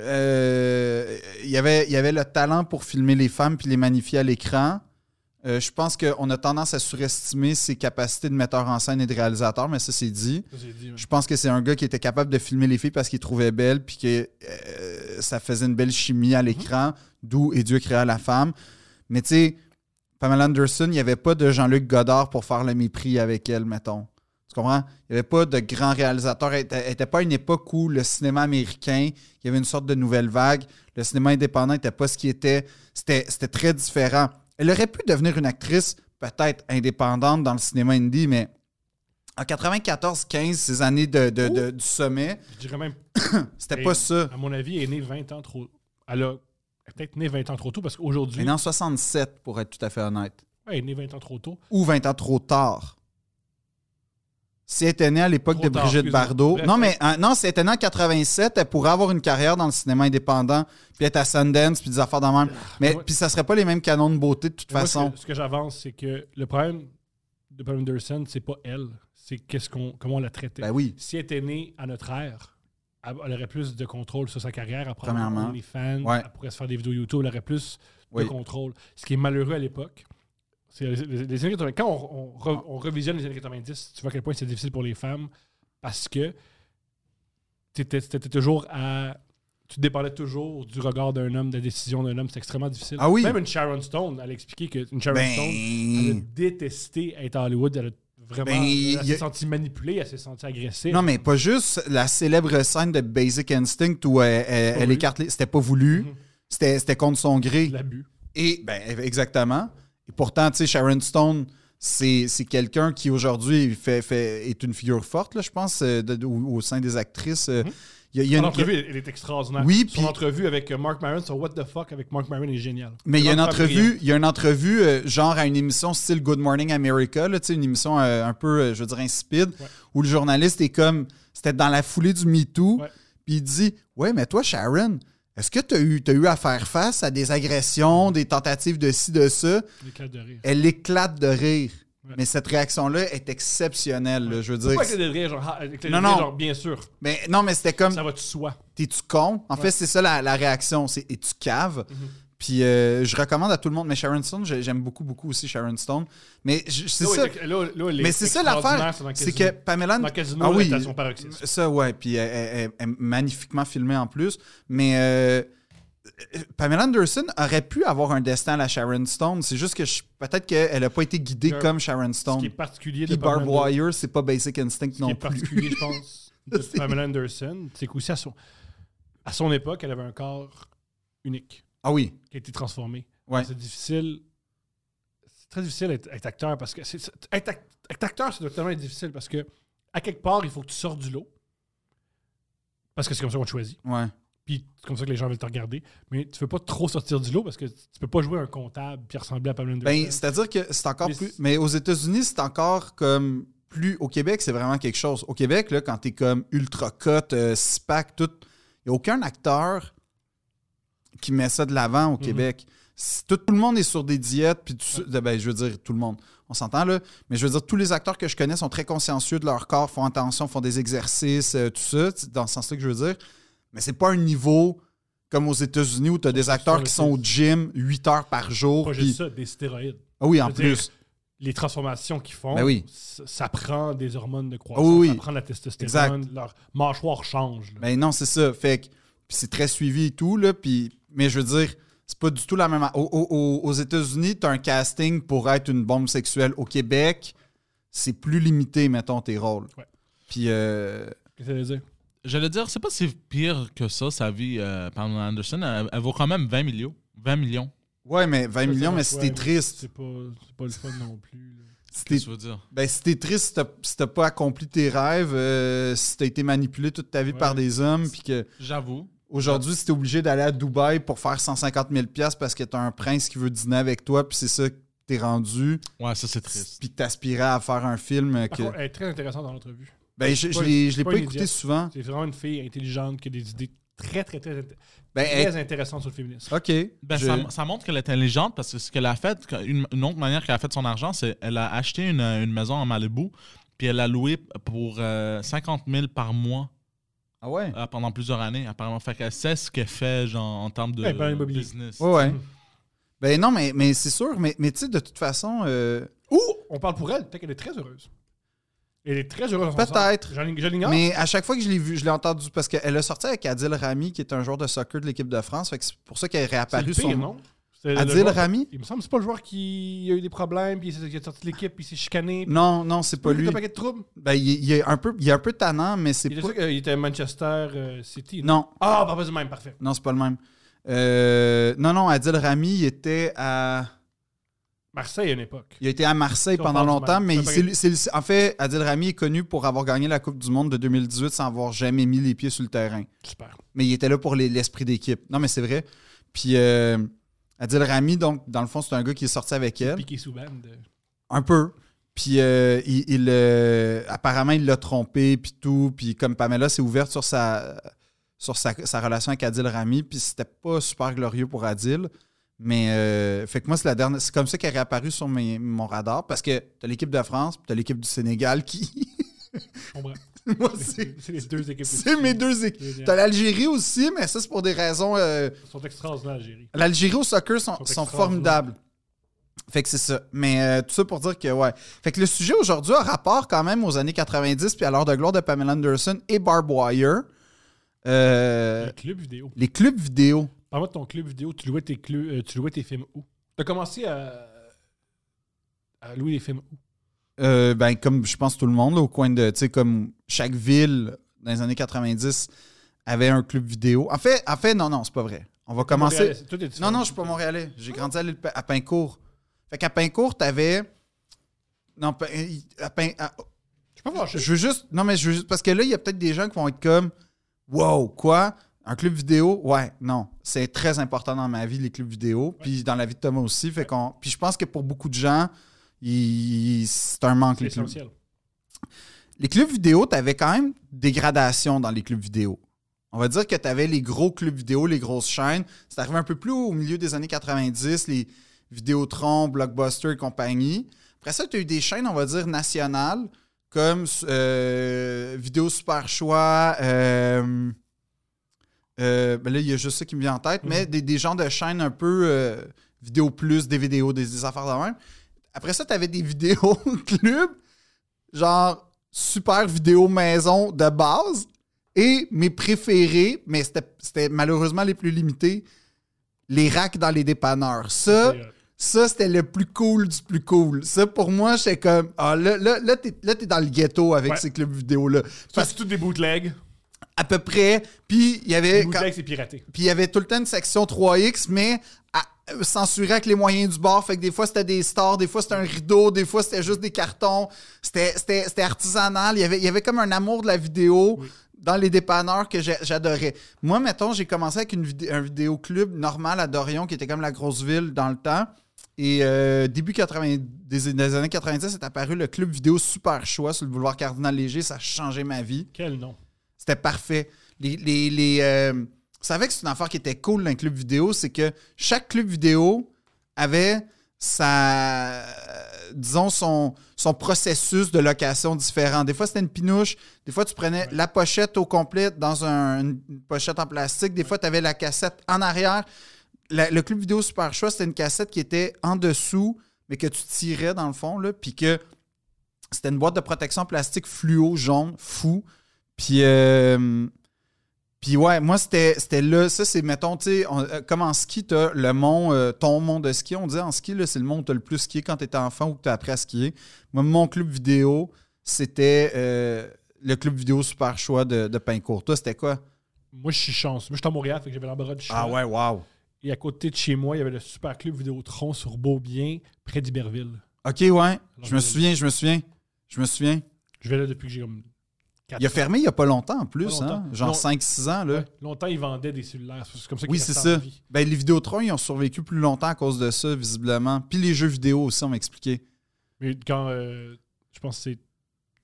euh, il, y avait, il y avait le talent pour filmer les femmes puis les magnifier à l'écran. Euh, je pense qu'on a tendance à surestimer ses capacités de metteur en scène et de réalisateur, mais ça, c'est dit.
Ça, c'est dit, ouais.
Je pense que c'est un gars qui était capable de filmer les filles parce qu'il trouvait belles puis que euh, ça faisait une belle chimie à l'écran, d'où et Dieu créa la femme. Mais tu sais, Pamela Anderson, il n'y avait pas de Jean-Luc Godard pour faire le mépris avec elle, mettons. Tu comprends? Il n'y avait pas de grand réalisateur. Elle n'était pas à une époque où le cinéma américain, il y avait une sorte de nouvelle vague. Le cinéma indépendant n'était pas ce qui était. C'était c'était très différent. Elle aurait pu devenir une actrice peut-être indépendante dans le cinéma indie, mais en 94-15, ces années de, de- de- du sommet,
Je dirais même,
c'était
Et-
pas ça.
à mon avis, elle est née 20 ans trop. Elle a elle est peut-être née 20 ans trop tôt parce qu'aujourd'hui,
Elle est en 67, pour être tout à fait honnête.
ouais, elle est née 20 ans trop tôt.
Ou 20 ans trop tard. Si elle était née à l'époque
Trop
de
tard,
Brigitte
excuse-moi.
Bardot.
Bref,
non, mais euh, non, si elle était née en 87, elle pourrait avoir une carrière dans le cinéma indépendant, puis être à Sundance, puis des affaires dans le même. Mais
ouais.
puis ça serait pas les mêmes canons de beauté de toute
Ah, Moi, ce
façon.
que- ce que, j'avance, c'est que le problème de Pam Anderson, c'est pas elle, c'est qu'est-ce qu'on, comment on la traitait.
Ben oui.
Si elle était née à notre ère, elle elle aurait plus de contrôle sur sa carrière. Elle pourrait
Premièrement.
avoir des fans,
Ouais.
elle pourrait se faire des vidéos YouTube, elle aurait plus
Oui.
de contrôle. Ce qui est malheureux à l'époque, c'est les, les- les années 90. Quand on, on re- on revisionne les années 90, tu vois à quel point c'est difficile pour les femmes parce que tu étais, toujours à. Tu dépendais toujours du regard d'un homme, de la décision d'un homme. C'est extrêmement difficile.
Ah oui.
Même une Sharon Stone, elle a expliqué qu'une Sharon Stone, elle a
Ben.
détesté être à Hollywood. Elle a vraiment.
Ben,
elle
y a-
s'est sentie manipulée, elle s'est sentie agressée.
Non, mais pas juste la célèbre scène de Basic Instinct où euh, elle, elle- elle
voulu.
écarte les. C'était pas voulu.
Mhm.
C'était c'était contre son gré.
L'abus.
Et ben exactement. Et pourtant, tu sais, Sharon Stone, c'est c'est quelqu'un qui aujourd'hui fait, fait- est une figure forte, là, je pense, euh, de- de- au, au sein des actrices. euh, Il y a- il y a
Son
une-
Mhm. entrevue, elle, elle est extraordinaire.
Oui,
Son
puis-
entrevue avec euh, Mark Maron sur What the Fuck avec Mark Maron est géniale.
mais il y a une
Grande femme brillante.
entrevue, il y a une entrevue euh, genre à une émission style Good Morning America, là, tu sais, une émission euh, un peu, euh, je veux dire, insipide,
Ouais.
où le journaliste est comme, c'était dans la foulée du MeToo,
Ouais.
puis il dit, ouais, mais toi, Sharon, est-ce que tu as, eu à faire face à des agressions, des tentatives de ci, de ça?
L'éclat de rire.
elle éclate de rire.
Ouais.
Mais cette réaction-là est exceptionnelle, là, je veux dire.
Pas avec les rires, genre, ah, avec les
Non,
rires,
non.
genre, bien sûr,
Mais non, mais c'était comme,
ça va de soi.
t'es-tu con? En
Ouais. Mhm.
fait, c'est ça la, la réaction, c'est et tu caves. Puis euh, je recommande à tout le monde, mais Sharon Stone, j'ai- j'aime beaucoup, beaucoup aussi Sharon Stone. Mais je- c'est
Là,
ça.
Ah elle est- là, là, elle est
Mais c'est ça
extraordinaire,
l'affaire,
dans
c'est que
Casino.
Pamela.
Dans Casino,
Ah
elle
oui.
est à son paroxysme.
Ça, ouais, puis elle, elle- elle- elle est magnifiquement filmée en plus. Mais euh, euh, Pamela Anderson aurait pu avoir un destin à la Sharon Stone. C'est juste que je- peut-être qu'elle n'a pas été guidée
Euh,
comme Sharon
Ce qui est
Stone.
particulier de
Puis Barb
Pamela-
Wire, c'est pas Basic Instinct
Ce qui
non
est
plus.
particulier, je pense, de
[laughs] C'est-
Pamela Anderson, c'est qu'aussi à son, à son époque, elle avait un corps unique
Ah oui.
qui a été transformé.
Ouais.
C'est difficile. C'est très difficile d'être être acteur parce que. c'est- c'est- Être, act- être acteur, c'est totalement difficile parce que, à quelque part, il faut que tu sortes du lot. Parce que c'est comme ça qu'on te choisit.
Ouais.
Puis Puis c'est comme ça que les gens veulent te regarder. Mais tu veux pas trop sortir du lot parce que tu peux pas jouer un comptable puis ressembler à Pamela Anderson.
Ben, c'est-à-dire que c'est encore
Mais
plus.
c'est-
Mais aux États-Unis, c'est encore comme plus. Au Québec, c'est vraiment quelque chose. Au Québec, là, quand t'es comme ultra cut, euh, six-pack, tout. Il n'y a aucun acteur qui met ça de l'avant au Québec. Si tout, tout le monde est sur des diètes, puis tout- ben, je veux dire, tout le monde. On s'entend là. Mais je veux dire, tous les acteurs que je connais sont très consciencieux de leur corps, font attention, font des exercices, euh, tout ça, tu- dans ce sens-là que je veux dire. Mais c'est pas un niveau comme aux États-Unis où tu as des acteurs qui sont au gym 8 heures par jour.
pas
puis-
juste ça, des stéroïdes.
ah oui, en
Je veux dire,
plus.
Les transformations qu'ils font,
Ben oui.
ça, ça prend des hormones de croissance,
Ah oui, Ben
ça
oui.
prend de la testostérone, leur mâchoire change. là.
Mais non, c'est ça. Fait que puis c'est très suivi et tout, là. Puis, mais je veux dire, c'est pas du tout la même. au- au- au- aux États-Unis, t'as un casting pour être une bombe sexuelle. Au Québec, c'est plus limité, mettons, tes rôles.
Ouais.
Puis, euh,
Qu'est-ce que ça veut dire?
J'allais dire, c'est pas si pire que ça, sa vie, euh, Pamela Anderson. Elle, elle vaut quand même 20 millions. 20 millions.
ouais, mais 20
Ça, c'est
millions,
pas-
mais si
ouais,
t'es
mais
triste,
C'est pas, c'est pas le fun non plus. là.
si t'es
Qu'est-ce que tu veux dire?
Ben, si t'es triste, si t'as- si t'as pas accompli tes rêves, euh, si t'as été manipulé toute ta vie
Ouais.
par des hommes, puis que
J'avoue.
aujourd'hui, si t'es obligé d'aller à Dubaï pour faire 150 000 pièces parce que t'as un prince qui veut dîner avec toi, puis c'est ça que t'es rendu,
Ouais, ça, c'est triste.
puis que t'aspirais à faire un film
Par
que...
contre, elle est très intéressante dans l'entrevue.
Ben, je, je
Ah, pas-
l'ai, je l'ai
pas
pas,
une
écouté
idiote.
souvent.
C'est vraiment une fille intelligente qui a des idées très, très, très, int-
Ben, Ah.
très intéressantes sur le féminisme.
elle- OK.
Ben,
je-
ça, ça montre qu'elle est intelligente parce que ce qu'elle a fait, que- une, une autre manière qu'elle a fait son argent, c'est qu'elle a acheté une, une maison en Malibu, puis elle l'a louée pour euh, 50 000 par mois
Ah ouais?
euh, pendant plusieurs années, apparemment. Fait qu'elle sait ce qu'elle fait genre, en termes de
Ouais, plan immobilier.
business.
Ouais, ouais.
Mhm.
Ben non, mais, mais c'est sûr, mais, mais tu sais, de toute façon, euh,
Ou on parle pour elle, peut-être qu'elle est très heureuse. Elle est très heureuse. dans son
Peut-être.
sens. J'en- Je l'ignore.
mais à chaque fois que je l'ai vu, je l'ai entendu parce qu'elle a sorti avec Adil Rami, qui est un joueur de soccer de l'équipe de France. Fait que c'est pour ça qu'elle est
C'est
réapparue
le pire,
son
non? C'est le
Adil
joueur-
Rami?
Il me semble que c'est pas le joueur qui a eu des problèmes, puis il s'est- il est sorti de l'équipe, puis il s'est chicané. puis
Non, non, c'est pas
Il a eu
lui.
un paquet de troubles.
Ben, il, il est un peu, il est un peu tannant, mais c'est
Il était
pas.
sûr qu'il était à Manchester euh, City.
Non,
Ah, bah, pas du même, parfait.
non, c'est pas le même. Euh, non, non, Adil Rami, il était à,
Marseille à une époque.
il a été à Marseille
Si on
pendant
parle du
longtemps,
même.
mais
C'est
il-
pas
c'est le- c'est le- en fait, Adil Rami est connu pour avoir gagné la Coupe du Monde de 2018 sans avoir jamais mis les pieds sur le terrain.
Super.
Mais il était là pour les- l'esprit d'équipe. Non, mais c'est vrai. Puis euh, Adil Rami, donc, dans le fond, c'est un gars qui est sorti avec elle.
Piqué sous bande. euh,
Un peu. Puis euh, il, il, euh, apparemment, il l'a trompé, puis tout. Puis comme Pamela s'est ouverte sur sa, sur sa, sa relation avec Adil Rami, puis c'était pas super glorieux pour Adil. Mais euh, fait que moi, c'est la dernière. C'est comme ça qu'elle est réapparue sur mes- mon radar parce que t'as l'équipe de France, puis t'as l'équipe du Sénégal qui. [laughs]
Je comprends.
moi, c'est.
C'est les deux équipes.
C'est mes deux équipes. T'as l'algérie aussi, mais ça, c'est pour des raisons. euh,
Ils sont extraordinaires, Algérie.
L'Algérie au soccer sont,
Sont
sont
extraordinaires.
formidables. Fait que c'est ça. Mais euh, tout ça pour dire que, ouais. Fait que le sujet aujourd'hui a rapport quand même aux années 90 puis à l'heure de gloire de Pamela Anderson et Barb Wire. Euh,
Le club vidéo.
les clubs vidéo.
Parle-moi de ton club vidéo. Tu louais tes, clu- euh, tu louais tes films où T'as commencé à... à louer les films où
Euh, ben, comme je pense tout le monde, là, au coin de. Tu sais, comme chaque ville dans les années 90 avait un club vidéo. En fait, en fait non, non, c'est pas vrai. On va commencer.
Montréalais, tout est différent.
Non, non, je suis pas Montréalais. J'ai grandi à, l'île Pa- à Pincourt. Fait qu'à Pincourt, t'avais. Non, Pa- à Pin- à-
Je suis pas fâché.
Je veux juste. Non, mais je veux juste. Parce que là, il y a peut-être des gens qui vont être comme Wow, quoi? Un club vidéo? Ouais, non. C'est très important dans ma vie, les clubs vidéo. Puis dans la vie de Thomas aussi. Fait qu'on. Puis je pense que pour beaucoup de gens, il- c'est un manque,
C'est
les clubs.
essentiel.
Les clubs vidéo, tu avais quand même des gradations dans les clubs vidéo. On va dire que tu avais les gros clubs vidéo, les grosses chaînes. C'est arrivé un peu plus haut, au milieu des années 90, les Vidéotron, Blockbuster et compagnie. Après ça, tu as eu des chaînes, on va dire, nationales, comme euh, Vidéo Super Choix. euh, euh, ben là, il y a juste ça qui me vient en tête, mais des, des genres de chaînes un peu euh, Vidéo Plus, des vidéos, des, des affaires de même. Après ça, tu avais des [laughs] vidéos clubs, genre super vidéo maison de base. Et mes préférés, mais c'était- c'était malheureusement les plus limités, les racks dans les dépanneurs. Ça,
C'est, euh,
ça, c'était le plus cool du plus cool. Ça, pour moi, j'étais comme. Ah, là, là, là, t'es, là, t'es dans le ghetto avec
Ouais.
ces clubs vidéo-là.
Ça,
Parce
c'est tout des bootlegs.
à peu près. Puis, il y avait.
Les
quand-
bootlegs, c'est piraté.
puis il y avait tout le temps une section 3X, mais à- euh, censurée avec les moyens du bord. Fait que des fois, c'était des stars, des fois, c'était un rideau, des fois, c'était juste des cartons. C'était- C'était c'était artisanal. Il y, avait, il y avait comme un amour de la vidéo. dans les dépanneurs que j'ai- j'adorais. Moi, mettons, j'ai commencé avec une vidé- un vidéoclub normal à Dorion, qui était comme la grosse ville dans le temps. Et euh, début 80 des, des années 90, est apparu le club vidéo Super Choix sur le boulevard Cardinal Léger. Ça a changé ma vie.
Quel nom?
C'était parfait. Les, les, les, euh, vous savez que c'est une affaire qui était cool d'un club vidéo, c'est que chaque club vidéo avait sa, euh, disons, son, son processus de location différent. Des fois, c'était une pinouche. Des fois, tu prenais la pochette au complet dans un- une pochette en plastique. Des fois, tu avais la cassette en arrière. La- le club vidéo Super Choix, c'était une cassette qui était en dessous, mais que tu tirais dans le fond, là, puis que c'était une boîte de protection plastique fluo jaune, fou. Puis, euh, puis ouais, moi, c'était c'était là. Ça, c'est, mettons, tu sais, on- euh, comme en ski, t'as le mont, euh, ton mont de ski. On dit en ski, là, c'est le mont où t'as le plus skié quand t'étais enfant ou que t'as appris à skier. Moi, mon club vidéo, c'était euh, le club vidéo super choix de, de Pincourt. Toi, c'était quoi?
Moi, je suis chance. Moi, je suis à Montréal, fait que j'avais l'embarras du choix.
Ah wow.
Et à côté de chez moi, il y avait le super club Vidéotron sur Beaubien, près d'Iberville.
OK, ouais. Je me souviens, je me souviens. Je me souviens.
Je vais là depuis que j'ai comme.
Il a fermé il y a pas longtemps en plus,
Pas
hein?
longtemps.
Genre
Non.
5-6 ans, là.
Ouais. Longtemps, ils vendaient des cellulaires. C'est comme ça qu'ils
Oui, c'est
restaient en
ça.
vie.
Ben, les Vidéotrons, ils ont survécu plus longtemps à cause de ça, visiblement. Puis les jeux vidéo aussi, on m'a expliqué.
Mais quand. euh, je pense que c'est.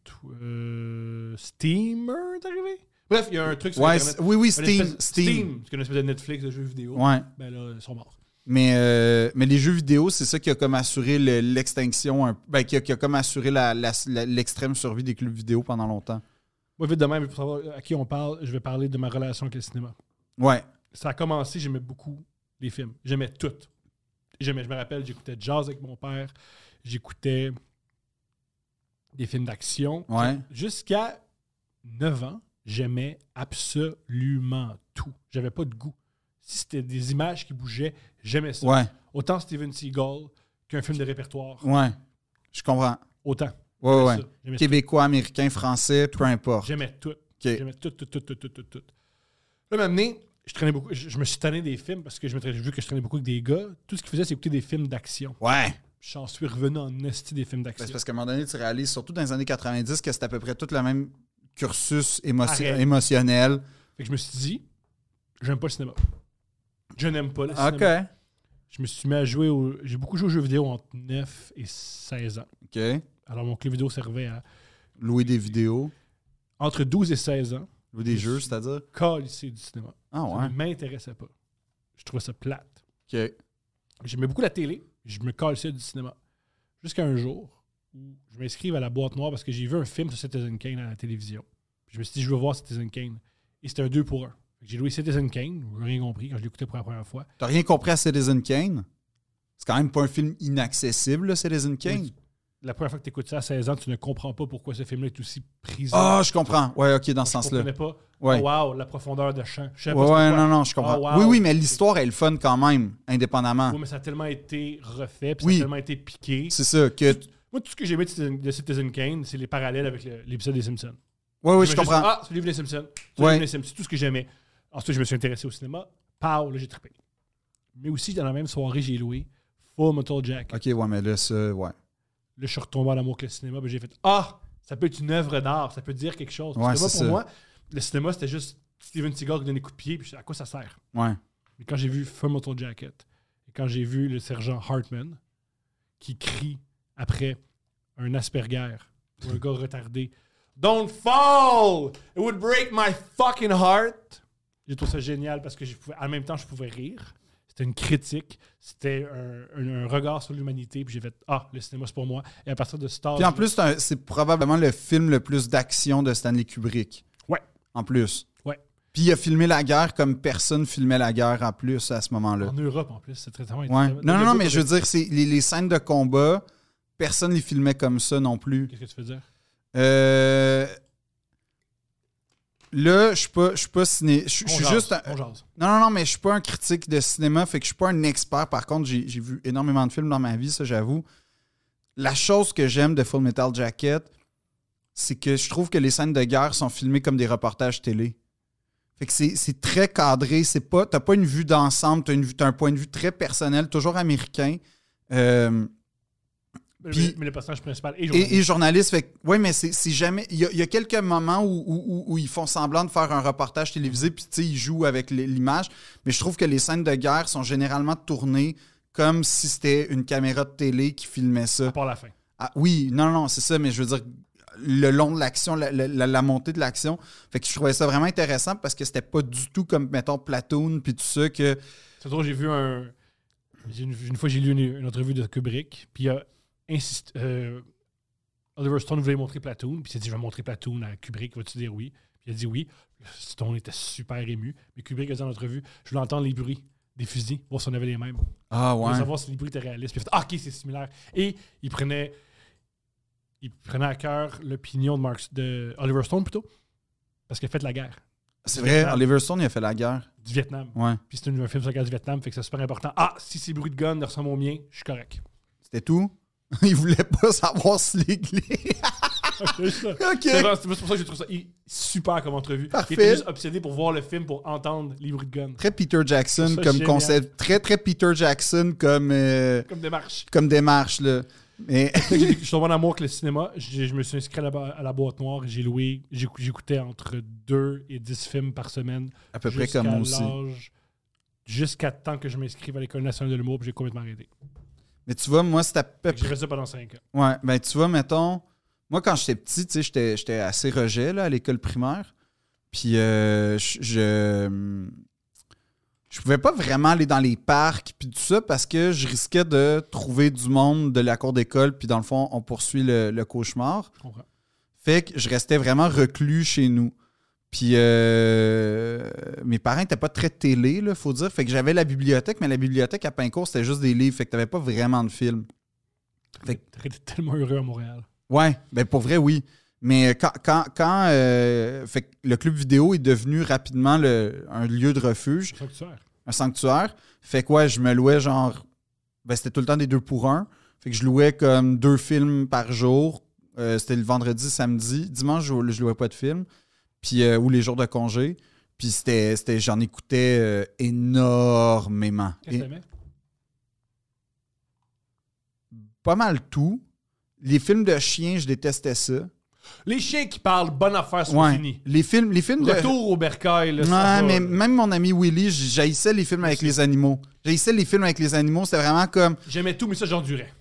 tout- euh, Steamer est arrivé? Bref, il y a un truc sur
Ouais,
Internet.
c- oui, oui,
Une
Steam.
espèce-
Steam.
C'est une espèce de Netflix de jeux vidéo.
Ouais.
Ben là, ils sont morts.
Mais, euh, mais les jeux vidéo, c'est ça qui a comme assuré le- l'extinction, un- ben, qui a, qui a comme assuré la- la- la- l'extrême survie des clubs vidéo pendant longtemps.
Moi, vite de même, pour savoir à qui on parle, je vais parler de ma relation avec le cinéma.
Ouais.
ça a commencé, j'aimais beaucoup les films. J'aimais tout. J'aimais, je me rappelle, j'écoutais jazz avec mon père, j'écoutais des films d'action.
Ouais.
Jusqu'à 9 ans, j'aimais absolument tout. J'avais pas de goût. Si c'était des images qui bougeaient, j'aimais ça.
Ouais.
Autant Steven Seagal qu'un film de répertoire.
Ouais. Je comprends.
Autant.
Ouais, ouais.
J'aimais ça. J'aimais ça.
Québécois, américain, français, peu importe.
J'aimais tout.
Ok.
J'aimais tout, tout, tout, tout, tout, tout, tout. Là, m'amener, je traînais beaucoup. Je, je me suis tanné des films parce que je m'étais vu que je traînais beaucoup avec des gars. Tout ce qu'ils faisaient, c'est écouter des films d'action.
Ouais.
J'en suis revenu en esti des films
Ben,
d'action.
c'est parce qu'à un moment donné, tu réalises, surtout dans les années 90, que c'est à peu près tout le même cursus émotion-
Arrête.
émotionnel.
Fait que je me suis dit, j'aime pas le cinéma. Je n'aime pas le
OK.
cinéma. Je me suis mis à jouer au. J'ai beaucoup joué aux jeux vidéo entre 9 et 16 ans.
OK.
Alors, mon club vidéo servait à.
Louer des vidéos,
Entre 12 et 16 ans,
louer des jeux, c'est-à-dire.
calisser du cinéma.
Ah
Ça
ouais.
ne m'intéressait pas. Je trouvais ça plate.
OK.
J'aimais beaucoup la télé. Je me calçais du cinéma. Jusqu'à un jour où je m'inscrive à la boîte noire parce que j'ai vu un film sur Citizen Kane à la télévision. Puis je me suis dit, je veux voir Citizen Kane. Et c'était un 2 pour 1. J'ai loué Citizen Kane. J'ai rien compris quand je l'écoutais pour la première fois.
T'as rien compris à Citizen Kane? C'est quand même pas un film inaccessible, là, Citizen Kane.
Oui. La première fois que tu écoutes ça à 16 ans, tu ne comprends pas pourquoi ce film-là est aussi prisant.
Ah, je comprends. Ouais, ok, dans ce
je ne
sens-là.
comprenais pas.
Ouais.
Oh, wow, la profondeur de champ. Je savais pas
Ouais, ouais,
c'était quoi.
non, non, je comprends.
Ah, wow.
Oui, oui, mais l'histoire, elle est le fun quand même, indépendamment.
Ouais, mais ça a tellement été refait, puis
Oui.
ça a tellement été piqué.
C'est ça que.
Moi, tout ce que j'ai aimé de Citizen- de Citizen Kane, c'est les parallèles avec le- l'épisode des Simpsons.
Ouais, oui, je
J'avais
comprends.
juste, ah, c'est le livre des Simpsons. C'est le
Ouais.
livre des Simpsons. C'est tout ce que j'aimais. Ensuite, je me suis intéressé au cinéma. Pow, là, j'ai trippé. Mais aussi, dans la même soirée, j'ai loué Full Metal Jack.
Ok, ouais, mais là, ça, ouais.
Là, je suis retombé à l'amour que le cinéma. puis j'ai fait Ah, ça peut être une œuvre d'art. Ça peut dire quelque chose. Le
Ouais,
cinéma,
c'est
pour
ça.
moi, le cinéma, c'était juste Steven Seagal qui donnait des coups de pied. Puis je sais, à quoi ça sert
Ouais.
Mais quand j'ai vu Full Metal Jacket et quand j'ai vu le sergent Hartman qui crie après un Asperger ou un gars retardé Don't fall! It would break my fucking heart! J'ai trouvé ça génial parce que je pouvais, en même temps, je pouvais rire. C'était une critique, c'était un, un- un regard sur l'humanité. Puis j'ai fait Ah, le cinéma, c'est pour moi. Et à partir de Star.
Puis en plus, c'est un- c'est probablement le film le plus d'action de Stanley Kubrick.
Ouais.
En plus.
Ouais.
Puis il a filmé la guerre comme personne filmait la guerre en plus à ce moment-là.
En Europe, en plus, c'est très, très
Ouais. Non, non, non, mais je veux dire, c'est les, les scènes de combat, personne les filmait comme ça non plus.
Qu'est-ce que tu veux dire?
Euh, Là, je suis pas, je suis pas ciné. Je je
On
suis
jase,
juste. un-
on jase.
Non, non, non, mais je suis pas un critique de cinéma, fait que je suis pas un expert. Par contre, j'ai j'ai vu énormément de films dans ma vie, ça j'avoue. La chose que j'aime de Full Metal Jacket, c'est que je trouve que les scènes de guerre sont filmées comme des reportages télé. Fait que c'est c'est très cadré, c'est pas. T'as pas une vue d'ensemble, t'as une vue- t'as un point de vue très personnel, toujours américain. Euh,
Mais-
Puis-
mais le personnage principal est journaliste.
Et, et journaliste, fait que- ouais, mais c'est c'est jamais. Il y, a- il y a quelques moments où, où- où- où ils font semblant de faire un reportage télévisé, puis tu sais, ils jouent avec l- l'image. Mais je trouve que les scènes de guerre sont généralement tournées comme si c'était une caméra de télé qui filmait ça.
à part la fin.
Ah, oui, non, non, c'est ça, mais je veux dire, le long de l'action, la, la- la- la montée de l'action. Fait que je trouvais ça vraiment intéressant parce que c'était pas du tout comme, mettons, Platoon, puis tout ça, que.
C'est drôle, j'ai vu un. j'ai Une, une fois, j'ai lu une, une entrevue de Kubrick, puis il a insisté. euh, Oliver Stone voulait montrer Platoon, puis il s'est dit Je vais montrer Platoon à Kubrick, vas-tu dire oui Puis il a dit oui. Stone était super ému, mais Kubrick a dit en entrevue Je voulais entendre les bruits des fusils, voir si on avait les mêmes.
Ah,
pour
ouais.
savoir si les bruits étaient réalistes. Puis il a fait, ah, ok, c'est similaire. Et il prenait, il prenait à cœur l'opinion de, Marx- de Oliver Stone plutôt, parce qu'il a fait la guerre
C'est vrai, Oliver Stone, il a fait la guerre.
du Vietnam.
Ouais.
Puis c'est un, un film sur la guerre du Vietnam, fait que c'est super important. Ah, si ces bruits de gun ressemblent aux miens, je suis correct. [laughs]
C'était tout. [laughs] Il voulait pas savoir si l'église.
C'est ça.
OK.
C'est vraiment- c'est pour ça que je trouve ça hi- super comme entrevue. Il
Parfait.
était juste obsédé pour voir le film, pour entendre les bruits de gun. [laughs]
Très Peter
Je
Jackson
trouve ça
comme
génial.
concept. Très, très Peter Jackson comme, euh,
Comme démarche.
comme démarche, là. Mais [laughs]
Fait que j'ai- Je suis tombé en amour avec le cinéma. J'ai- Je me suis inscrit à la, bo- à la boîte noire. J'ai loué, j'écou- j'écoutais entre 2 et 10 films par semaine.
à peu près
Jusqu'à
comme moi aussi.
l'âge- Jusqu'à temps que je m'inscrive à l'École nationale de l'humour, puis j'ai complètement arrêté.
Mais tu vois, moi, c'est à peu
Fait que J'ai
près...
fait ça pendant 5 ans.
Ouais, ben tu vois, mettons... Moi, quand j'étais petit, tu sais, j'étais- j'étais assez rejet, là, à l'école primaire. Puis euh, je... je- je pouvais pas vraiment aller dans les parcs puis tout ça parce que je risquais de trouver du monde de la cour d'école puis dans le fond on poursuit le- le cauchemar.
Je comprends.
Fait que je restais vraiment reclus chez nous. Puis euh, mes parents n'étaient pas très télé, là, faut dire. Fait que j'avais la bibliothèque, mais la bibliothèque à Pincourt, c'était juste des livres. Fait que t'avais pas vraiment de films. Fait que-
T'aurais été tellement heureux à Montréal.
Ouais, ben pour vrai, oui. Mais quand, quand, quand, euh, fait que le club vidéo est devenu rapidement le- un lieu de refuge,
C'est pour ça que tu sers.
un sanctuaire. Fait quoi, je me louais genre. Ben, c'était tout le temps des deux pour un. Fait que je louais comme deux films par jour. Euh, c'était le vendredi, samedi. Dimanche, je, je louais pas de films. Puis, euh, ou les jours de congé. Puis c'était, c'était- j'en écoutais euh, énormément.
Qu'est-ce que
Et
t'aimais?
pas mal tout. Les films de chiens, je détestais ça.
Les chiens qui parlent, bonne affaire, c'est
Ouais.
fini.
Les films, les films de.
Retour au bercail. Là,
Ouais,
ça va,
mais
là.
même mon ami Willy, j- j'haïssais les films avec les animaux. J'haïssais les films avec les animaux. C'était vraiment comme.
J'aimais tout, mais ça, j'endurais.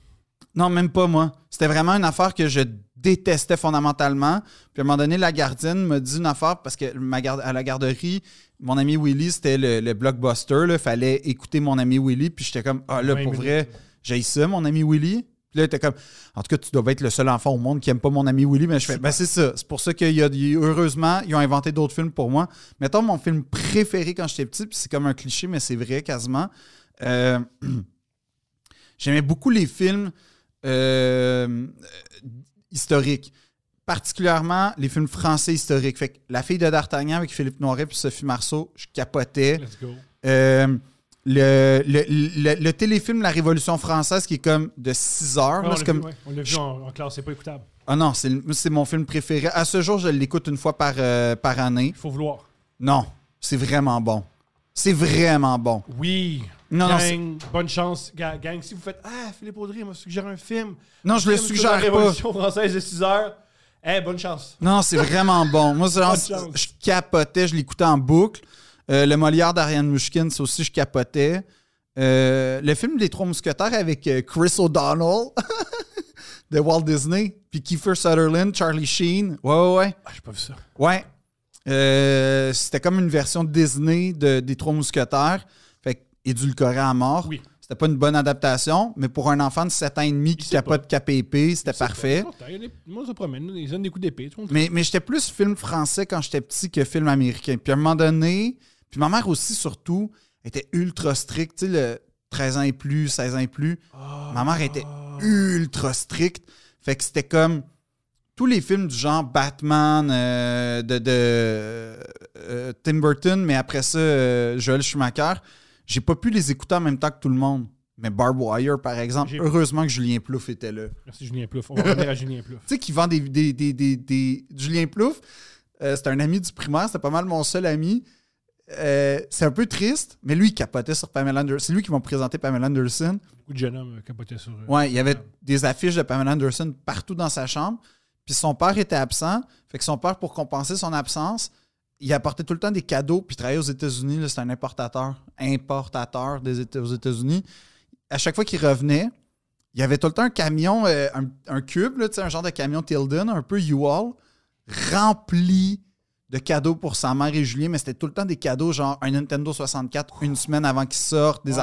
Non, même pas moi. C'était vraiment une affaire que je détestais fondamentalement. Puis à un moment donné, la gardienne m'a dit une affaire parce que ma gar- à la garderie, mon ami Willy, c'était le, le blockbuster. Il fallait écouter mon ami Willy. Puis j'étais comme, ah là,
Ouais,
pour
mais-
vrai, j'ai ça, mon ami Willy. Puis là, t'es comme, en tout cas, tu dois être le seul enfant au monde qui aime pas mon ami Willy. Mais je fais, ben c'est ça. C'est pour ça qu'il y a, il- heureusement, ils ont inventé d'autres films pour moi. Mettons mon film préféré quand j'étais petit, puis c'est comme un cliché, mais c'est vrai quasiment. Euh, [clears throat] J'aimais beaucoup les films euh, euh, historiques, particulièrement les films français historiques. Fait que La fille de D'Artagnan avec Philippe Noiret puis Sophie Marceau, je capotais.
Let's go.
Euh, le, le, le- le téléfilm La Révolution française qui est comme de 6 heures.
Ouais,
là,
on
c'est
l'a
comme-
vu, Ah, ouais. On l'a vu en, en classe, c'est pas écoutable.
Ah non, c'est le- c'est mon film préféré. À ce jour, je l'écoute une fois par, euh, par année.
Il faut vouloir.
Non, c'est vraiment bon. C'est vraiment bon.
Oui.
Non, non, c'est-
gang, bonne chance. Ga- Gang, si vous faites Ah, Philippe Audry m'a suggéré un film.
non je le
Film sur
suggère
La
pas.
Révolution française de 6 heures. Eh, bonne chance.
Non, c'est vraiment bon. Moi, c'est genre,
Pas de chance.
je capotais, je l'écoutais en boucle. Euh, le Molière d'Ariane Mouchkine, ça aussi, je capotais. Euh, le film des Trois Mousquetaires avec euh, Chris O'Donnell [laughs] de Walt Disney, puis Kiefer Sutherland, Charlie Sheen. Ouais, ouais, ouais.
Ah, j'ai pas vu ça.
Ouais. Euh, C'était comme une version Disney de, des Trois Mousquetaires. Fait que, édulcoré à mort.
Oui.
C'était pas une bonne adaptation, mais pour un enfant de 7 ans et demi qui
sait
capote KPP, c'était parfait.
Content, il y a des- Moi, ça promène. Ils donnent des coups d'épée. tout le monde.
Mais, mais j'étais plus film français quand j'étais petit que film américain. Puis à un moment donné, puis ma mère aussi, surtout, était ultra stricte. Tu sais, le 13 ans et plus, 16 ans et plus,
Ah.
ma mère était ultra stricte. Fait que c'était comme tous les films du genre Batman euh, de, de, euh, Tim Burton, mais après ça, euh, Joel Schumacher. J'ai pas pu les écouter en même temps que tout le monde. Mais Barb Wire, par exemple,
J'ai-
heureusement que Julien Plouffe était là
Merci, Julien Plouf. On va revenir à Julien Plouf.
tu sais, qui vend des, des, des, des, des- Julien Plouf, euh, c'est un ami du primaire, c'était pas mal mon seul ami. euh, c'est un peu triste, mais lui, il capotait sur Pamela Anderson. C'est lui qui m'a présenté Pamela Anderson.
Beaucoup de jeunes hommes euh, capotaient sur. euh,
Ouais, il y avait des affiches de Pamela Anderson partout dans sa chambre. Puis son père était absent. Fait que son père, pour compenser son absence, il apportait tout le temps des cadeaux. Puis il travaillait aux États-Unis. là, C'était un importateur. Importateur des Éta- aux États-Unis. À chaque fois qu'il revenait, il y avait tout le temps un camion, euh, un, un cube, là, tu sais, un genre de camion Tilden, un peu U-Haul, rempli de cadeaux pour sa mère et Julien. Mais c'était tout le temps des cadeaux, genre un Nintendo 64 une semaine avant qu'il sorte,
Ah,
des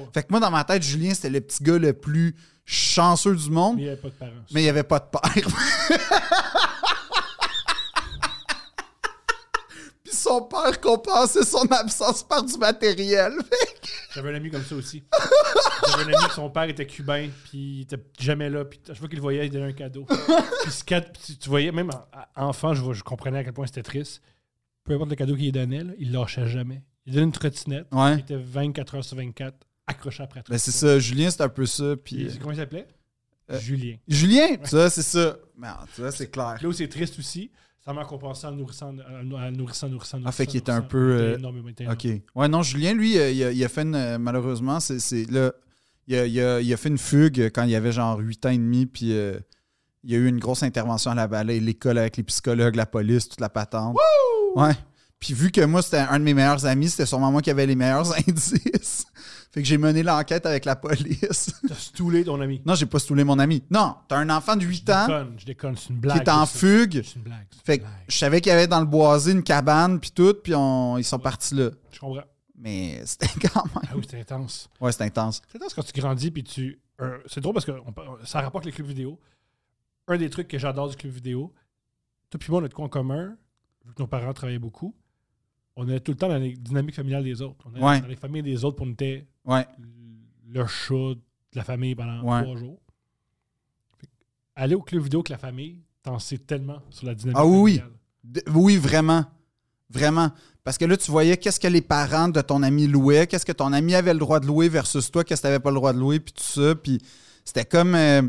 Wow!
fait que moi, dans ma tête, Julien, c'était le petit gars le plus chanceux du monde,
Mais il n'y avait pas de parents.
mais il n'y avait pas de père. [laughs] Puis son père compensait son absence par du matériel. [laughs]
J'avais un ami comme ça aussi. J'avais un ami, son père était cubain, puis il était jamais là. Puis à chaque fois qu'il le voyait, il donnait un cadeau. Puis ce cade- puis tu- tu voyais, même en- en- enfant, je, vois- je comprenais à quel point c'était triste. Peu importe le cadeau qu'il lui donnait, là, il lâchait jamais. Il donnait une trottinette. Il
Ouais.
était 24 heures sur 24 accroché après
Ben, c'est ça, Julien, c'est un peu ça. Puis...
Puis, comment il s'appelait?
Euh,
Julien.
Julien, ça, c'est ça. Merde, ça, c'est clair.
Puis là où c'est triste aussi, ça m'a compensé en le nourrissant, en le nourrissant, nourrissant,
Ah, fait qu'il était
nourrissant.
un peu,
Il était
euh,
énormément, il était
OK. Ouais, non, Julien, lui, euh, il a, il a fait une, euh, malheureusement, c'est, c'est- là, il, a, il a- il a fait une fugue quand il avait genre 8 ans et demi, puis euh, il y a eu une grosse intervention à la balai, l'école avec les psychologues, la police, toute la patente. Ouais. Puis vu que moi, c'était un de mes meilleurs amis, c'était sûrement moi qui avais les meilleurs [laughs] indices. fait que j'ai mené l'enquête avec la police. [laughs]
énorme. T'as stoulé ton ami.
non, j'ai pas stoulé mon ami. Non, t'as un enfant de 8
Je
ans
déconne, je déconne, c'est une
qui
blague.
est en
ça.
fugue.
C'est une blague. c'est une
Fait que
blague.
je savais qu'il y avait dans le boisé une cabane, puis tout, puis on- ils sont partis là.
Je comprends.
Mais [laughs] c'était quand même...
Ah oui, c'est intense.
Ouais, c'est intense.
C'est intense quand tu grandis puis tu. euh, c'est drôle parce que on par- ça rapporte les clubs vidéo. Un des trucs que j'adore du club vidéo, toi puis moi, notre coin commun, vu que nos parents travaillaient beaucoup, on était tout le temps dans les dynamiques familiales des autres. On était
Ouais.
dans les familles des autres, puis on était
Ouais.
le chat de la famille pendant
Ouais.
trois jours. Fait que aller au club vidéo avec la famille, t'en sais tellement sur la dynamique
Ah oui, oui.
familiale.
De- oui, vraiment. Vraiment. Parce que là, tu voyais qu'est-ce que les parents de ton ami louaient, qu'est-ce que ton ami avait le droit de louer versus toi, qu'est-ce que tu n'avais pas le droit de louer, puis tout ça. Puis c'était comme. euh,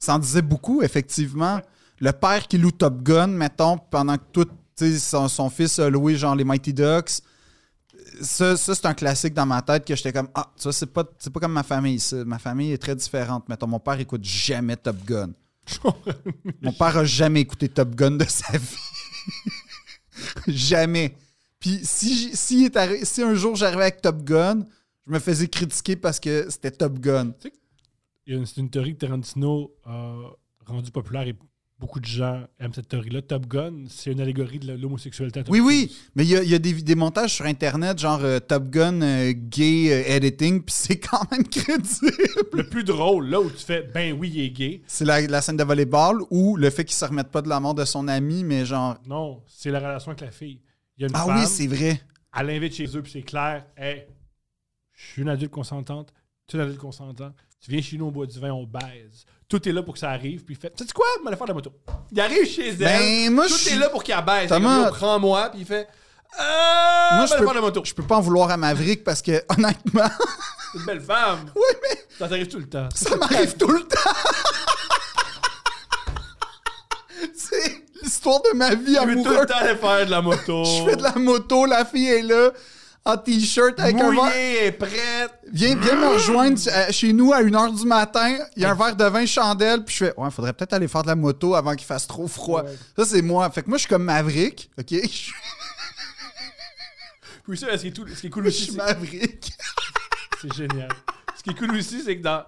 ça en disait beaucoup, effectivement. Le père qui loue Top Gun, mettons, pendant que tout, tu sais, son, son fils a loué genre les Mighty Ducks. Ça, ça, c'est un classique dans ma tête que j'étais comme Ah, ça, c'est pas, c'est pas comme ma famille. ça. Ma famille est très différente. Mettons, mon père écoute jamais Top Gun. Mon père a jamais écouté Top Gun de sa vie. jamais. Puis si, j'- si, il est arri- si un jour j'arrivais avec Top Gun, je me faisais critiquer parce que c'était Top Gun.
Il y a une- C'est une théorie que Tarantino a rendue populaire et beaucoup de gens aiment cette théorie-là. Top Gun, c'est une allégorie de la- l'homosexualité. à Tom
Oui, oui,
Cruise.
mais il y a, il y a des, des montages sur Internet, genre euh, Top Gun euh, gay euh, editing, puis c'est quand même [laughs] crédible.
Le plus drôle, là où tu fais, ben oui, il est gay.
C'est la, la scène de volleyball ou le fait qu'il se remette pas de la mort de son ami, mais genre.
Non, c'est la relation avec la fille. Il y a une
Ah
femme,
oui, c'est vrai.
elle l'invite chez eux, puis c'est clair, hey, je suis une adulte consentante, tu es une adulte consentante, tu viens chez nous, on boit du vin, on baise. Tout est là pour que ça arrive, puis il fait, tu sais quoi, on va aller faire de la moto. Il arrive chez elle,
Ben, moi,
tout
je
est
suis-
là pour qu'il la baise.
Thomas-
Il dit, Yo, prends-moi, puis il fait, ah,
Moi,
moi,
je
je
peux-
faire de la moto.
Je peux pas en vouloir à Maverick parce que, honnêtement, [laughs]
C'est une belle femme.
oui, mais
Ça t'arrive tout le temps.
Ça m'arrive tout le temps. C'est l'histoire de ma vie
Tu veux tout le
amoureuse.
temps aller faire
[laughs]
de la moto.
Je fais de la moto, la fille est là, en t-shirt avec un verre.
Mouillée, elle est prête.
Viens, viens me rejoindre euh, chez nous à 1h du matin. Il y a un verre de vin chandelle. Puis je fais, ouais, faudrait peut-être aller faire de la moto avant qu'il fasse trop froid.
Ouais.
Ça, c'est moi. Fait que moi, je suis comme Maverick. OK? [laughs] Je suis,
Puis ça, ce qui est, tout- ce qui est cool
je
aussi, [laughs]
suis
c'est-
Maverick.
c'est génial. Ce qui est cool aussi, c'est que dans.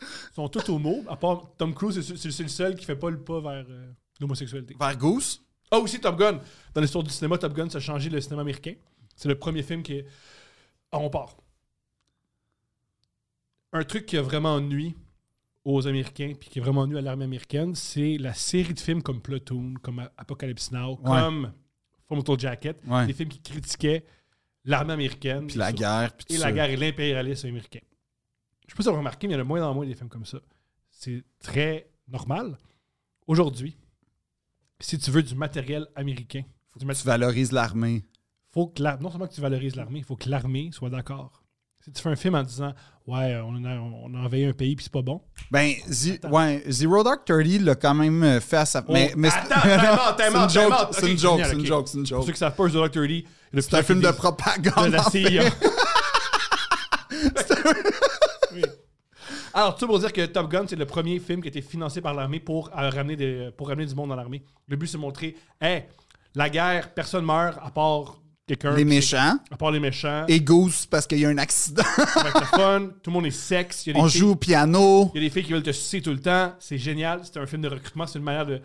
Ils sont tous homo, à part Tom Cruise, c'est- c'est c'est le seul qui fait pas le pas vers euh, l'homosexualité.
Verre gousse.
Ah, aussi Top Gun. Dans l'histoire du cinéma, Top Gun, ça a changé le cinéma américain. C'est le premier film qui est. Ah, on part. Un truc qui a vraiment ennui aux Américains, puis qui est vraiment ennui à l'armée américaine, c'est la série de films comme Platoon, comme A- Apocalypse Now, comme Full Metal Jacket,
Ouais.
des films qui critiquaient l'armée américaine.
Puis la
sur-
guerre. Puis tout
et
ça.
la guerre et l'impérialisme américain. Je sais pas si vous avez remarqué, mais il y en a de moins en moins des films comme ça. C'est très normal. Aujourd'hui, si tu veux du matériel américain, faut du
Tu valorises l'armée.
faut que la- non seulement que tu valorises l'armée, il faut que l'armée soit d'accord. Si tu fais un film en disant Ouais, on a, on a envahi un pays puis c'est pas bon.
Ben, Zi- ouais, Zero Dark Thirty l'a quand même euh, fait à sa. Mais, mais c'est-
Oh, Attends, time out,
[laughs] c'est
time
une
out, time
joke,
out.
c'est
Ok,
une joke,
génial,
c'est une
ok.
joke, c'est une
Pour
joke.
ceux qui savent pas, The Doctor Lee, le
Oh. C'est un film de
de
propagande.
la
en fait.
CIA. [laughs] Oui. Alors, tout ça pour dire que Top Gun, c'est le premier film qui a été financé par l'armée pour, euh, ramener des- pour ramener du monde dans l'armée. Le but, c'est de montrer, hey, la guerre, personne meurt à part quelqu'un.
Les
qui-
méchants.
À part les méchants.
Et Goose parce qu'il y a
[laughs]
un accident.
Ça va être le fun. Tout le monde est sexe. Il y a des
On
filles-
joue au piano.
Il y a des filles qui veulent te sucer tout le temps. C'est génial. C'est un film de recrutement. C'est une manière de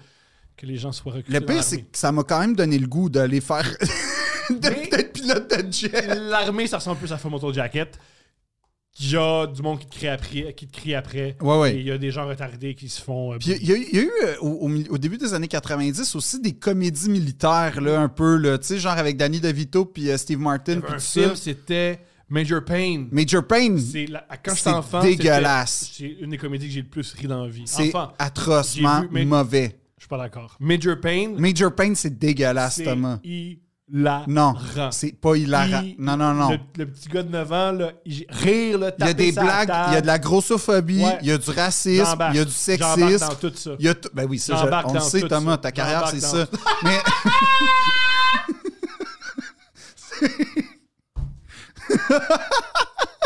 que les gens soient recrutés.
Le
dans
pire, c'est
l'armée.
que ça m'a quand même donné le goût d'aller faire. [laughs]
Mais-
de- d'être pilote de jet.
L'armée, ça ressemble plus à Full Jacket. Il y a du monde qui te crie après. Qui te crie après
Ouais, ouais.
Et il y a des gens retardés qui se font. euh,
Puis il y, a eu- il y a eu euh, au, au mi- au début des années 90 aussi des comédies militaires, là, un peu, là, tu sais, genre avec Danny DeVito puis euh, Steve Martin. Puis
un
tout
film,
ça.
c'était Major Payne.
Major Payne,
C'est la- quand
C'est
j'étais enfant,
dégueulasse.
c'était- C'est une des comédies que j'ai le plus ri dans la vie.
c'est
Enfant,
atrocement
j'ai vu, mais-
mauvais.
je suis pas d'accord. Major Payne,
Major Payne, c'est dégueulasse,
c'est
Thomas.
hilarant.
Non, c'est pas hilarant.
Il-
Non, non, non.
Le, le petit gars de 9 ans, là, il rire, là,
Il y a des blagues, il y a de la grossophobie,
Ouais.
il y a du racisme, il y a du sexisme.
dans tout ça.
Il y a tout- Ben oui, ça, je-
J'embarque
on le
dans
sait,
tout
Thomas,
ça.
ta carrière, c'est
J'embarque
ça.
dans
Mais. [laughs]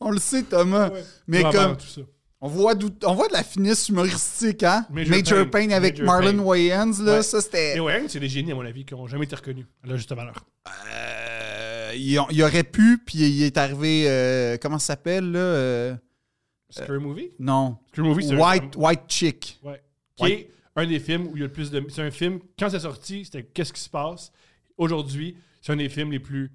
on le sait, Thomas.
Ouais.
Mais
J'embarque
comme.
dans tout ça.
On voit, d'où- on voit de la finesse humoristique, hein? Major,
Major
Payne,
Payne.
avec
Major
Marlon
Payne.
Wayans, là,
Ouais.
ça c'était.
Et ouais, c'est des génies, à mon avis, qui n'ont jamais été reconnus à leur juste valeur.
Euh, il, il aurait pu, puis il est arrivé. euh, comment ça s'appelle, là? euh,
Screw Movie?
non.
Screw Movie, c'est un-
White, White Chick.
Ouais. Qui est un des films où il y a le plus de. C'est un film, quand c'est sorti, c'était Qu'est-ce qui se passe? Aujourd'hui, c'est un des films les plus.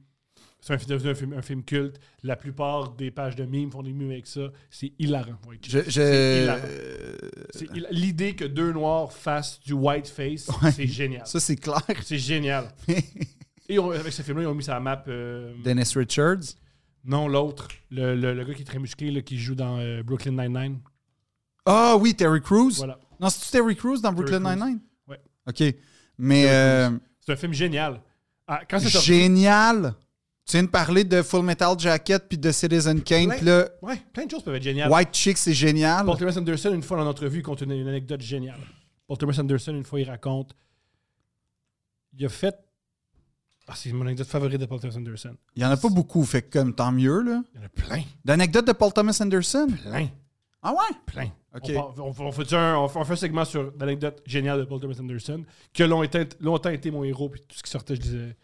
C'est un, c'est devenu un film, un film culte. La plupart des pages de mimes font des mimes avec ça. C'est hilarant. White Chick.
Je, je-
C'est hilarant.
euh,
C'est hila- L'idée que deux noirs fassent du whiteface,
Ouais.
c'est génial.
ça, c'est
[laughs]
clair.
C'est génial.
[laughs]
Et on- avec ce film-là, ils ont mis sa map. euh,
Dennis Richards.
non, l'autre. Le, le- le gars qui est très musclé, là, qui joue dans euh, Brooklyn Nine-Nine.
Ah oui, Terry Crews.
Voilà.
Non, c'est-tu Terry Crews dans Brooklyn
Crews.
Nine-Nine?
Ouais.
OK. Mais euh,
C'est un film génial. Ah, quand c'est sorti.
génial. Tu viens de parler de Full Metal Jacket puis de Citizen Kane.
Plein-
Puis là,
Ouais, plein de choses peuvent être géniales.
White Chick, c'est génial.
Paul Thomas Anderson, une fois dans l'entrevue, il compte une, une anecdote géniale. Paul Thomas Anderson, une fois, il raconte. Il a fait. Ah, c'est mon anecdote favorite de Paul Thomas Anderson.
Il y en a pas beaucoup, fait que comme tant mieux, là.
Il y en a plein,
D'anecdotes de Paul Thomas Anderson?
plein,
Ah ouais?
plein.
Ok.
On, part- on- on fait un, on fait- on fait un segment sur l'anecdote géniale de Paul Thomas Anderson, qui a long été- longtemps été mon héros, puis tout ce qui sortait, je disais.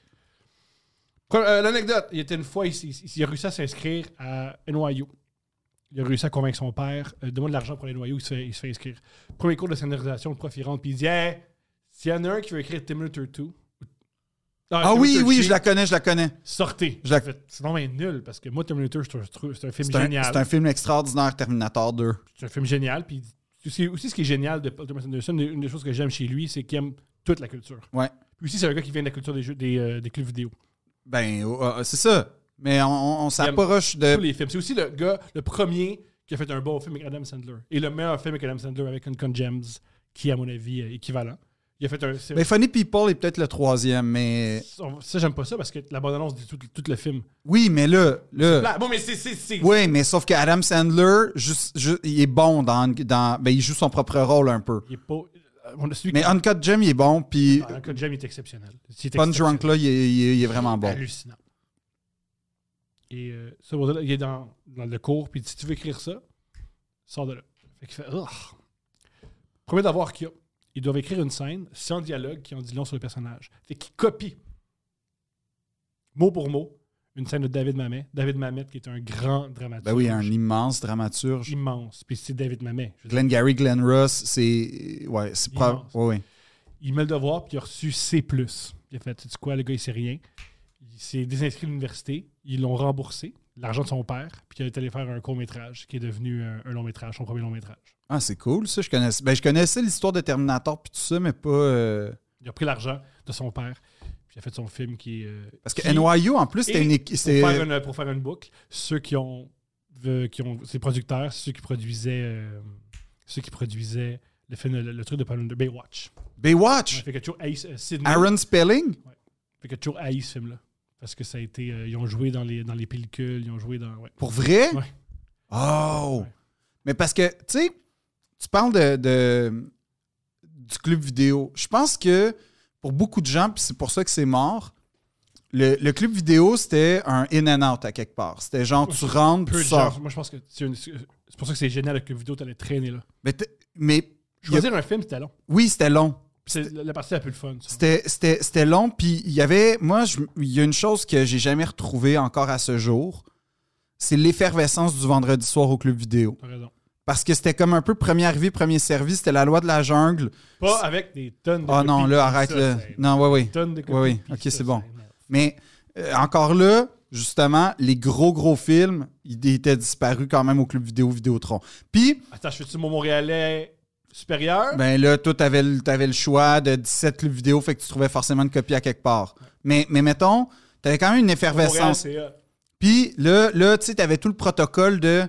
Pre- euh, l'anecdote, il était une fois, il, s- il s- il a réussi à s'inscrire à NYU. Il a réussi à convaincre son père, euh, demande de l'argent pour NYU, il se, fait, il se fait inscrire. Premier cours de scénarisation, le prof il rentre, puis il dit Hey, s'il y en a un qui veut écrire Terminator 2, ou-
Ah
Terminator
oui, oui,
G,
je la connais, je la connais.
Sortez.
je la-
J'ai fait, C'est non, mais nul, parce que moi, Terminator, je trouve- je trouve- c'est un film
C'est un,
génial
c'est un film extraordinaire, Terminator 2.
c'est un film génial. Puis c'est aussi ce qui est génial de Paul Thomas Anderson, une des choses que j'aime chez lui, c'est qu'il aime toute la culture.
Ouais.
Puis aussi, c'est un gars qui vient de la culture des, jeux, des, euh, des clubs vidéo.
Ben, euh, euh, c'est ça. Mais on, on s'approche
Tous
de.
les films. C'est aussi le gars, le premier qui a fait un bon film avec Adam Sandler. Et le meilleur film avec Adam Sandler avec Uncut Gems, qui, à mon avis, est équivalent. Il a fait un. c'est-
Mais Funny People est peut-être le troisième, mais.
on- Ça, j'aime pas ça parce que la bande-annonce dit tout, tout le film.
Oui, mais là, là.
Là, bon, mais c'est. c'est- c'est-
Oui, mais sauf que Adam Sandler, juste- juste- il est bon dans, dans- ben, il joue son propre rôle un peu.
Il est pas. euh, on a celui
Mais
qui-
Uncut Gem, il est bon, puis
Ah, Uncut Gems, il est exceptionnel. Il est
Punch
exceptionnel.
Drunk là, il est, il est- il est vraiment bon.
hallucinant. Et euh, ça, pour dire, là, il est dans, dans le cours, puis il dit, si tu veux écrire ça, sors de là. Fait qu'il fait, Ugh. Premier d'avoir qu'il y a, ils doivent écrire une scène sans dialogue qui en dit long sur le personnage. Fait qu'il copie, mot pour mot, une scène de David Mamet. David Mamet, qui est un grand dramaturge.
Ben oui, un immense dramaturge.
immense. Puis c'est David Mamet. Je veux dire,
Glenn Gary, Glenn Ross, c'est ouais, c'est probable.
Immense.
Ouais, ouais.
il met le devoir, puis il a reçu C. Il a fait, tu sais quoi, le gars, il sait rien. Il s'est désinscrit de l'université. Ils l'ont remboursé, l'argent de son père, puis il est allé faire un court-métrage qui est devenu un, un long-métrage, son premier long-métrage.
Ah, c'est cool ça. Je connaissais, ben, je connaissais l'histoire de Terminator puis tout ça, mais pas euh,
Il a pris l'argent de son père, puis il a fait son film qui est. euh,
parce que
qui-
NYU en plus c'était
Et
une équi-
pour
c'est-
faire, une, pour faire une boucle, ceux qui ont. euh, qui ont ces producteurs, ceux qui produisaient. euh, ceux qui produisaient le, film, le, le truc de Paul- de Baywatch.
Baywatch.
Fait que toujours haïs- euh, Sydney.
Aaron Spelling.
Fait que toujours haïs ce film-là. Parce que ça a été. euh, ils ont joué dans les, dans les pellicules, ils ont joué dans. ouais.
Pour vrai?
Ouais.
Oh!
Ouais.
Mais parce que, tu sais, tu parles de, de- du club vidéo. Je pense que pour beaucoup de gens, puis c'est pour ça que c'est mort, le, le club vidéo, c'était un in-and-out à quelque part. C'était genre, tu rentres,
Peu
tu
de gens.
sors.
Moi, je pense que c'est une- c'est pour ça que c'est génial que vidéo, t'allais traîner là.
Mais, t'es- mais
Choisir un film, c'était long.
oui, c'était long.
Puis c'est- la partie la plus le fun. ça.
C'était- C'était c'était long, puis il y avait. Moi, je- il y a une chose que j'ai jamais retrouvée encore à ce jour c'est l'effervescence du vendredi soir au club vidéo.
T'as raison.
Parce que c'était comme un peu premier arrivé, premier servi, c'était la loi de la jungle.
Pas avec des tonnes de.
Ah non,
copies,
là,
puis
arrête
ça,
là.
c'est-
Non, ouais, oui.
tonnes de copies,
oui,
puis
ok,
ça,
c'est bon.
énorme.
Mais euh, encore là, justement, les gros, gros films, ils étaient disparus quand même au club vidéo Vidéotron. Puis,
Attends, je suis-tu mon Montréalais supérieur?
ben là, toi, t'avais, le- t'avais le choix de 17 clubs vidéo, fait que tu trouvais forcément une copie à quelque part. Mais, mais mettons, t'avais quand même une
Montréal,
effervescence.
c'est euh,
Puis là, là tu sais, t'avais tout le protocole de.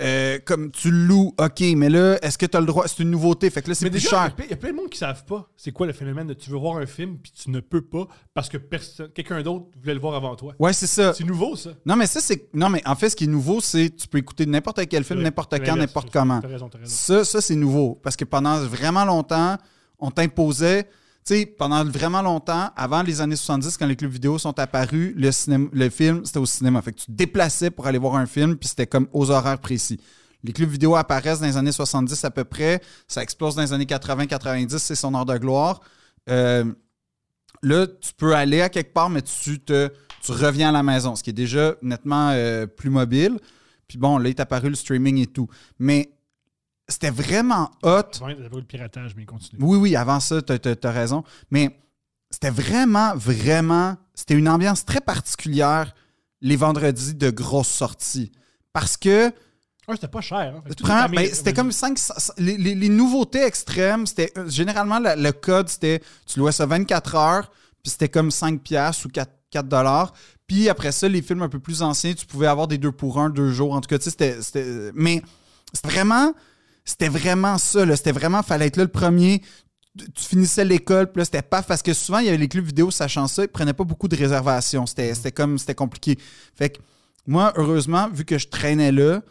euh, comme tu le loues, ok, mais là, est-ce que t'as le droit? C'est une nouveauté, fait que là, c'est
Mais
plus
déjà,
cher.
Il y a plein de monde qui savent pas c'est quoi le phénomène de tu veux voir un film puis tu ne peux pas parce que personne, quelqu'un d'autre voulait le voir avant toi.
Ouais, c'est ça.
C'est nouveau, ça.
Non, mais ça, c'est. Non, mais en fait, ce qui est nouveau, c'est tu peux écouter n'importe quel film,
Ouais,
n'importe
c'est
quand,
l'inverse,
n'importe
c'est ça.
comment.
T'as raison, t'as raison.
Ça, ça c'est nouveau. Parce que pendant vraiment longtemps, on t'imposait. Tu sais, pendant vraiment longtemps, avant les années 70, quand les clubs vidéo sont apparus, le, cinéma, le film, c'était au cinéma. Fait que tu te déplaçais pour aller voir un film, puis c'était comme aux horaires précis. Les clubs vidéo apparaissent dans les années 70 à peu près. Ça explose dans les années 80-90, c'est son heure de gloire. Euh, là, tu peux aller à quelque part, mais tu, te, tu reviens à la maison, ce qui est déjà nettement euh, plus mobile. Puis bon, là, il est apparu le streaming et tout. Mais c'était vraiment hot.
Avant, il y avait eu le piratage, mais il continue.
Oui, oui, avant ça, t'as as, raison. Mais c'était vraiment, vraiment. C'était une ambiance très particulière les vendredis de grosses sorties. Parce que
Ah, c'était pas cher. hein. Fait que toute la
Première-
famille
ben,
était
c'était
revenue.
comme 5 les, les- les nouveautés extrêmes, c'était euh, généralement la- le code c'était tu louais ça 24 heures, puis c'était comme 5 piastres ou 4 4 dollars. Puis après ça, les films un peu plus anciens, tu pouvais avoir des deux pour un, deux jours. En tout cas, tu sais, c'était- c'était. Mais c'était vraiment. C'était vraiment ça, là. C'était vraiment, fallait être là le premier. Tu tu finissais l'école, puis là, c'était paf. Parce que souvent, il y avait les clubs vidéo, sachant ça, ils prenaient pas beaucoup de réservations. C'était c'était comme, c'était compliqué. Fait que moi, heureusement, vu que je traînais là,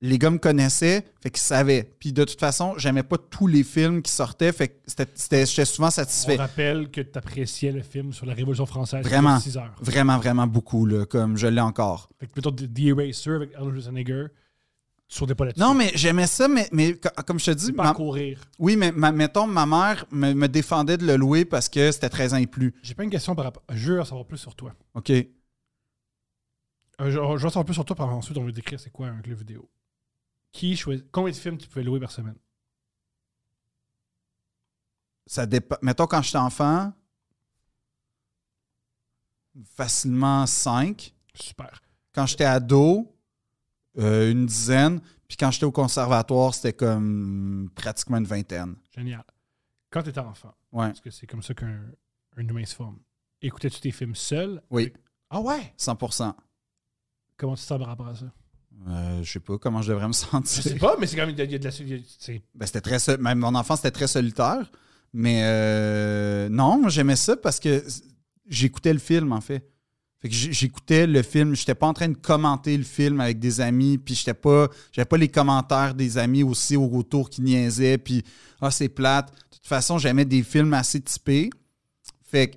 les gars me connaissaient, fait qu'ils savaient. Puis de toute façon, j'aimais pas tous les films qui sortaient, fait que c'était- c'était- j'étais souvent
On
satisfait.
rappelle que tu appréciais le film sur la Révolution française.
Vraiment.
6 heures.
Vraiment, vraiment beaucoup, là, comme je l'ai encore.
Fait que mettons The The Eraser avec Arnold Schwarzenegger, tu sautais pas là-dessus.
Non, mais j'aimais ça, mais, mais co- comme je te dis,
C'est pas
ma-
à courir.
oui, mais ma- mettons, ma mère me, me défendait de le louer parce que c'était 13 ans et plus.
J'ai pas une question par rapport. Je veux en savoir plus sur toi.
OK.
Euh, je, je veux en savoir plus sur toi, par ensuite, on veut décrire c'est quoi un club vidéo. Qui choisit. Combien de films tu pouvais louer par semaine
Ça dépend. Mettons, quand j'étais enfant, facilement 5.
Super.
Quand j'étais ado, euh, une dizaine. Puis quand j'étais au conservatoire, c'était comme pratiquement une vingtaine.
Génial. Quand tu étais enfant,
Ouais.
parce que c'est comme ça qu'un un humain se forme, écoutais-tu tes films seul
Oui,
Avec- Ah ouais
100
Comment tu te sens par rapport à ça
euh, Je sais pas comment je devrais me [laughs]
Je
sentir.
sais pas, mais c'est quand même. Il y a- il y a de la. il y a- c'est-
Ben, c'était très sol- même mon enfance c'était très solitaire mais euh, non moi, j'aimais ça parce que c- j'écoutais le film en fait fait que j- j'écoutais le film j'étais pas en train de commenter le film avec des amis puis j'étais pas j'avais pas les commentaires des amis aussi au autour qui niaisaient puis ah c'est plate de toute façon j'aimais des films assez typés fait que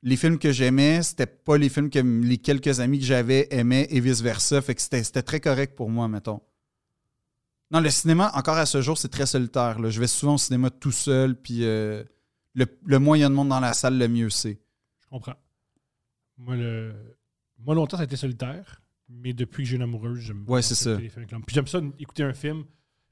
les films que j'aimais, c'était pas les films que m- les quelques amis que j'avais aimaient et vice-versa. Fait que c'était c'était très correct pour moi, mettons. Non, le cinéma, encore à ce jour, c'est très solitaire. là. Je vais souvent au cinéma tout seul, puis euh, le, le moins il y a de monde dans la salle, le mieux c'est.
Je comprends. Moi, le... Moi, longtemps, ça a été solitaire, mais depuis que j'ai une amoureuse, j'aime
Ouais, c'est
écouter
ça.
les films avec l'homme. Puis j'aime ça, écouter un film,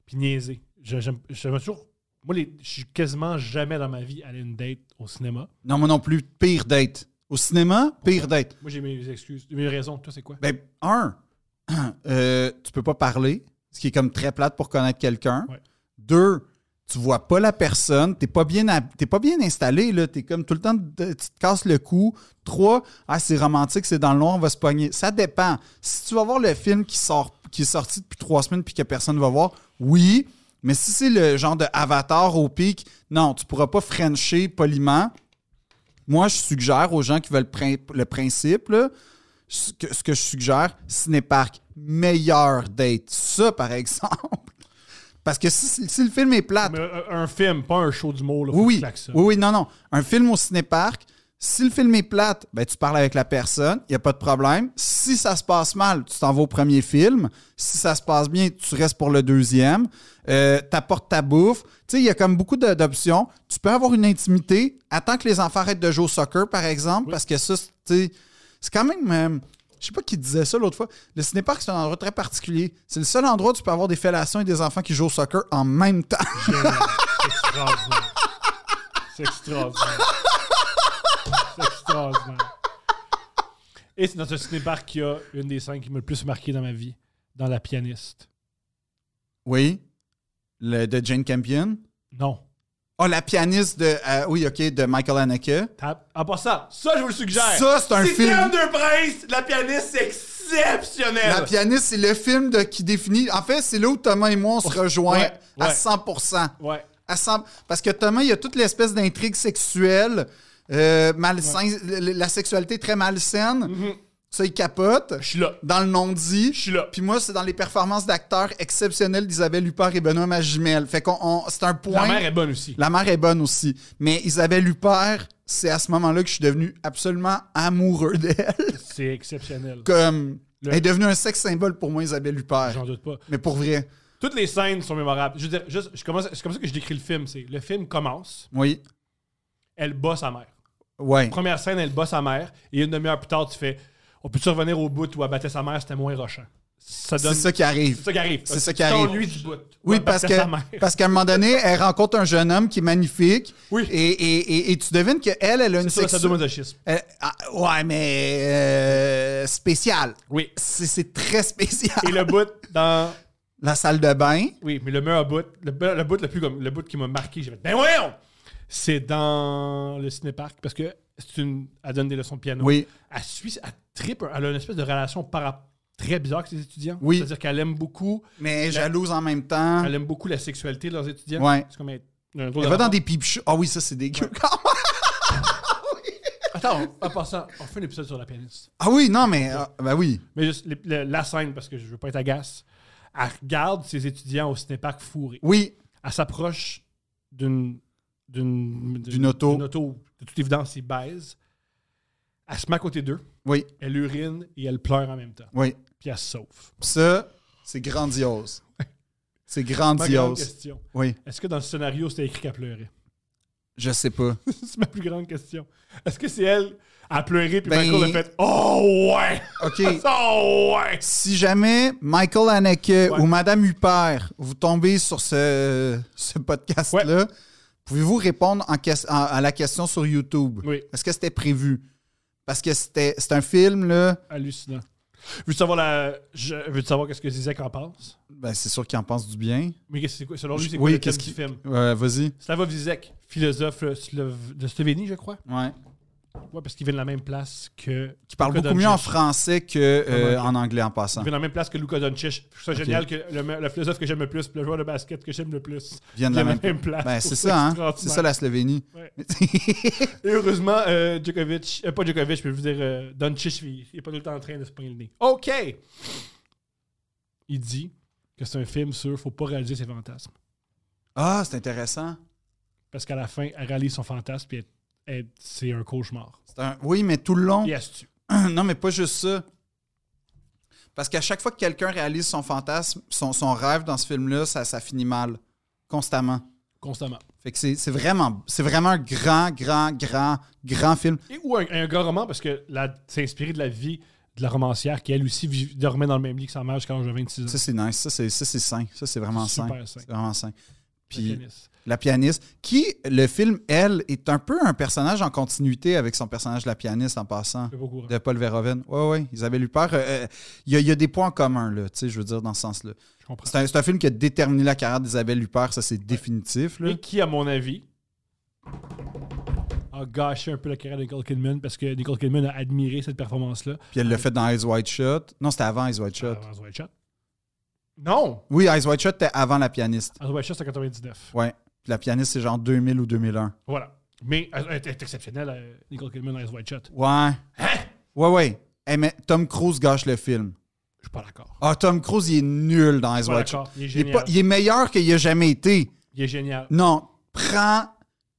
puis niaiser. Je- J'aime j'aime toujours. Moi, les- je suis quasiment jamais dans ma vie allé à une date au cinéma.
Non, moi non plus, pire date. Au cinéma, pire date.
Moi, j'ai mes excuses, mes raisons. Toi, c'est quoi?
Ben, un, [clears throat] euh, tu peux pas parler, ce qui est comme très plate pour connaître quelqu'un.
Ouais.
Deux, tu vois pas la personne, t'es pas bien, hab- t'es pas bien installé, là. T'es comme tout le temps, de- tu te casses le cou. Trois, ah, c'est romantique, c'est dans le noir, on va se pogner. Ça dépend. Si tu vas voir le film qui sort, qui est sorti depuis trois semaines puis que personne va voir, oui. Mais si c'est le genre de Avatar au pic, non, tu pourras pas frencher poliment. Moi, je suggère aux gens qui veulent prin- le principe, là, ce que, ce que je suggère, Cinépark, meilleur date. Ça, par [laughs] exemple. Parce que si, si le film est plate,
Mais un, un film, pas un show d'humour. là, faut que tu
oui, oui,
claques ça.
oui, oui, non, non. Un film au cinéparc, si le film est plate, ben, tu parles avec la personne, il n'y a pas de problème. Si ça se passe mal, tu t'en vas au premier film. Si ça se passe bien, tu restes pour le deuxième. Euh, T'apportes ta bouffe. Tu sais, il y a comme beaucoup de- d'options. Tu peux avoir une intimité. Attends que les enfants arrêtent de jouer au soccer, par exemple, parce que ça, c'est- tu sais, c'est quand même... euh, je sais pas qui disait ça l'autre fois. Le cinéparc, c'est un endroit très particulier. C'est le seul endroit où tu peux avoir des fellations et des enfants qui jouent au soccer en même temps.
Génial. C'est extraordinaire. C'est extraordinaire. C'est extraordinaire. Et c'est dans ce cinépark qu'il y a une des scènes qui m'a le plus marqué dans ma vie, dans La pianiste.
Oui. Le, de Jane Campion.
Non.
Oh, la pianiste de. euh, oui, OK, de Michael Haneke.
T'as- En passant, ça, je vous le suggère.
Ça, c'est un
Si
film.
t'aimes deux princes, La pianiste, c'est exceptionnel.
La pianiste, c'est le film de, qui définit. En fait, c'est là où Thomas et moi, on se rejoint
ouais,
à
ouais.
100
ouais.
À 100 Parce que Thomas, il y a toute l'espèce d'intrigue sexuelle, euh, malsain, la- la sexualité très malsaine. Ça, il capote.
Je suis là.
Dans le non-dit.
Mm-hmm. Je suis là.
Puis moi, c'est dans les performances d'acteurs exceptionnelles d'Isabelle Huppert et Benoît Magimel. Fait qu'on. on- C'est un
La
point.
mère est bonne aussi.
La mère est bonne aussi. Mais Isabelle Huppert, c'est à ce moment-là que je suis devenu absolument amoureux d'elle. [laughs]
C'est exceptionnel.
Comme,
Le-
Elle est devenue un sexe symbole pour moi, Isabelle Huppert.
J'en doute pas.
Mais pour vrai,
Toutes les scènes sont mémorables. Je veux dire, juste, je commence, c'est comme ça que je décris le film. C'est le film commence,
oui.
elle bat sa mère.
Ouais.
Première scène, elle bat sa mère, et une demi-heure plus tard, tu fais On peut-tu revenir au bout où elle battait sa mère, c'était moins rochant. Ça
C'est
donne.
ça qui
C'est
arrive.
ça qui arrive.
C'est ça qui
Sors
arrive.
lui du bout. où
Oui,
elle
parce
battait
que
sa mère.
parce qu'à un moment donné, elle rencontre un jeune homme qui est magnifique.
Oui.
Et, et- et- et tu devines qu'elle, elle a une
C'est ça,
sexu-
ça masochisme.
Elle- ah, ouais, mais euh, spéciale.
Oui.
C'est, c'est très [laughs] spécial.
Et le bout dans.
La salle de bain.
Oui, mais le meilleur bout, le, be- le bout le plus comme. Le bout qui m'a marqué, j'ai fait Ben voyons C'est dans le cinépark, parce que c'est une. Elle donne des leçons de piano.
Oui.
elle suit, elle tripe, elle a une espèce de relation para- très bizarre avec ses étudiants.
Oui.
C'est-à-dire qu'elle aime beaucoup,
Mais jalouse en même temps.
elle aime beaucoup la sexualité de leurs étudiants.
Ouais.
C'est comme un, un drôle
Elle
de
va dans
rapport.
des pipe shows. Ah oui, ça, c'est dégueu quand même.
Attends, en passant, on fait un épisode sur la pianiste.
Ah oui, non, mais. ah, ben oui.
Mais juste le- le- la scène, parce que je veux pas être agace, elle regarde ses étudiants au cinépark fourrés.
Oui.
Elle s'approche d'une d'une
D'une auto.
d'une auto. De toute évidence, ils baise. Elle se met à côté d'eux,
Oui.
elle urine et elle pleure en même temps.
Oui.
Puis elle se sauve.
Ça, c'est grandiose. C'est
Ma grande
grandiose.
question.
Oui.
Est-ce que dans le scénario, c'était écrit qu'elle pleurait? [laughs]
Je sais pas.
C'est ma plus grande question. Est-ce que c'est elle à pleurer puis
Ben-
Michael a fait Oh ouais!
OK.
Oh ouais!
Si jamais Michael Haneke ou Madame Huppert, vous tombez sur ce, ce podcast-là, pouvez-vous répondre en ques- en- à la question sur YouTube?
Oui.
Est-ce que c'était prévu? Parce que c'était c'est un film, là.
Hallucinant. Veux-tu savoir la. je- Veux-tu savoir qu'est-ce que Zizek en pense?
Ben, c'est sûr qu'il en pense du bien.
Mais qu'est-ce que c'est quoi? Selon lui, c'est quoi
Oui,
le thème
qu'est-ce
du
qui.
film?
Ouais, Vas-y.
Slavov Zizek, philosophe euh, slov- de Slovénie, je crois.
Ouais.
Ouais, parce qu'il vient de la même place que.
Qui parle beaucoup mieux en français que euh,
Ouais, ouais.
en anglais en passant.
Il vient de la même place que Luka Doncic. Je trouve ça génial que le, me- le philosophe que j'aime le plus, le joueur de basket que j'aime le plus,
Viennent de la même-
place.
Ben, c'est
Je trouve
ça, hein? C'est
extraordinaire.
ça la Slovénie.
Ouais. Et heureusement, euh, Djokovic, euh, pas Djokovic, je peux vous dire, euh, Doncic, il n'est pas tout le temps en train de se pogner le nez. OK! Il dit que c'est un film sur faut pas réaliser ses fantasmes.
[laughs] Ah, c'est intéressant.
Parce qu'à la fin, elle réalise son fantasme et c'est un cauchemar.
C'est un- Oui, mais tout le long.
Et elle se tue.
[clears throat] Non, mais pas juste ça. Parce qu'à chaque fois que quelqu'un réalise son fantasme, son, son rêve dans ce film-là, ça, ça finit mal. Constamment.
constamment.
Fait que c'est c'est vraiment, c'est vraiment un grand, grand, grand, grand film.
Et ou un, un grand roman, parce que la- c'est inspiré de la vie de la romancière qui, elle aussi, vit- dormait dans le même lit que sa mère jusqu'à l'âge de 26 ans.
Ça, c'est nice. Ça, c'est ça, c'est sain. Ça, c'est vraiment sain.
Super sain.
C'est vraiment sain.
La
Puis
pianiste.
la pianiste, qui, le film, elle, est un peu un personnage en continuité avec son personnage, la pianiste, en passant.
Je suis pas au courant.
De Paul Verhoeven. Ouais, ouais. Isabelle Huppert. euh, euh, Il y, a- il y a des points en commun, là. Tu sais, je veux dire, dans ce sens-là.
Je comprends.
C'est un, c'est un film qui a déterminé la carrière d'Isabelle Huppert, ça c'est définitif. Là.
Et qui, à mon avis, a gâché un peu la carrière de Nicole Kidman parce que Nicole Kidman a admiré cette performance-là.
Puis elle l'a fait dans Eyes Wide Shut. Non, c'était avant Eyes Wide Shut.
Avant The White Shot. Non!
Oui, Eyes Wide Shut, c'était avant La Pianiste.
Avant The White Shot, c'est en 99.
Ouais. Puis La Pianiste, c'est genre 2000 ou 2001.
Voilà. Mais elle elle est exceptionnelle, euh, Nicole Kidman dans The White Shot.
Ouais. Ouais, ouais. Hey, mais Tom Cruise gâche le film.
Je suis pas d'accord.
Ah, Tom Cruise, il est nul dans
Je
Ice
suis pas
Watch.
d'accord. Il est
Il est,
génial.
pas- il est meilleur qu'il a jamais été.
Il est génial.
Non, prends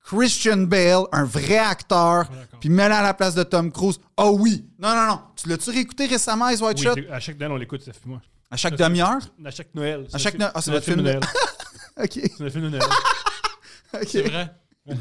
Christian Bale, un vrai acteur,
Ah, D'accord.
puis mets-le à la place de Tom Cruise. Oh oui! Non, non, non. Tu l'as-tu réécouté récemment, Ice White
Oui,
Shot?
je l'ai- à chaque Noël, on l'écoute, ça fait moi.
À chaque
ça, c'est-
demi-heure? [laughs]
À chaque Noël.
À chaque
notre-
Noël. Ah, c'est
notre
votre film de- OK.
C'est notre film de Noël.
C'est vrai.
[laughs] Ah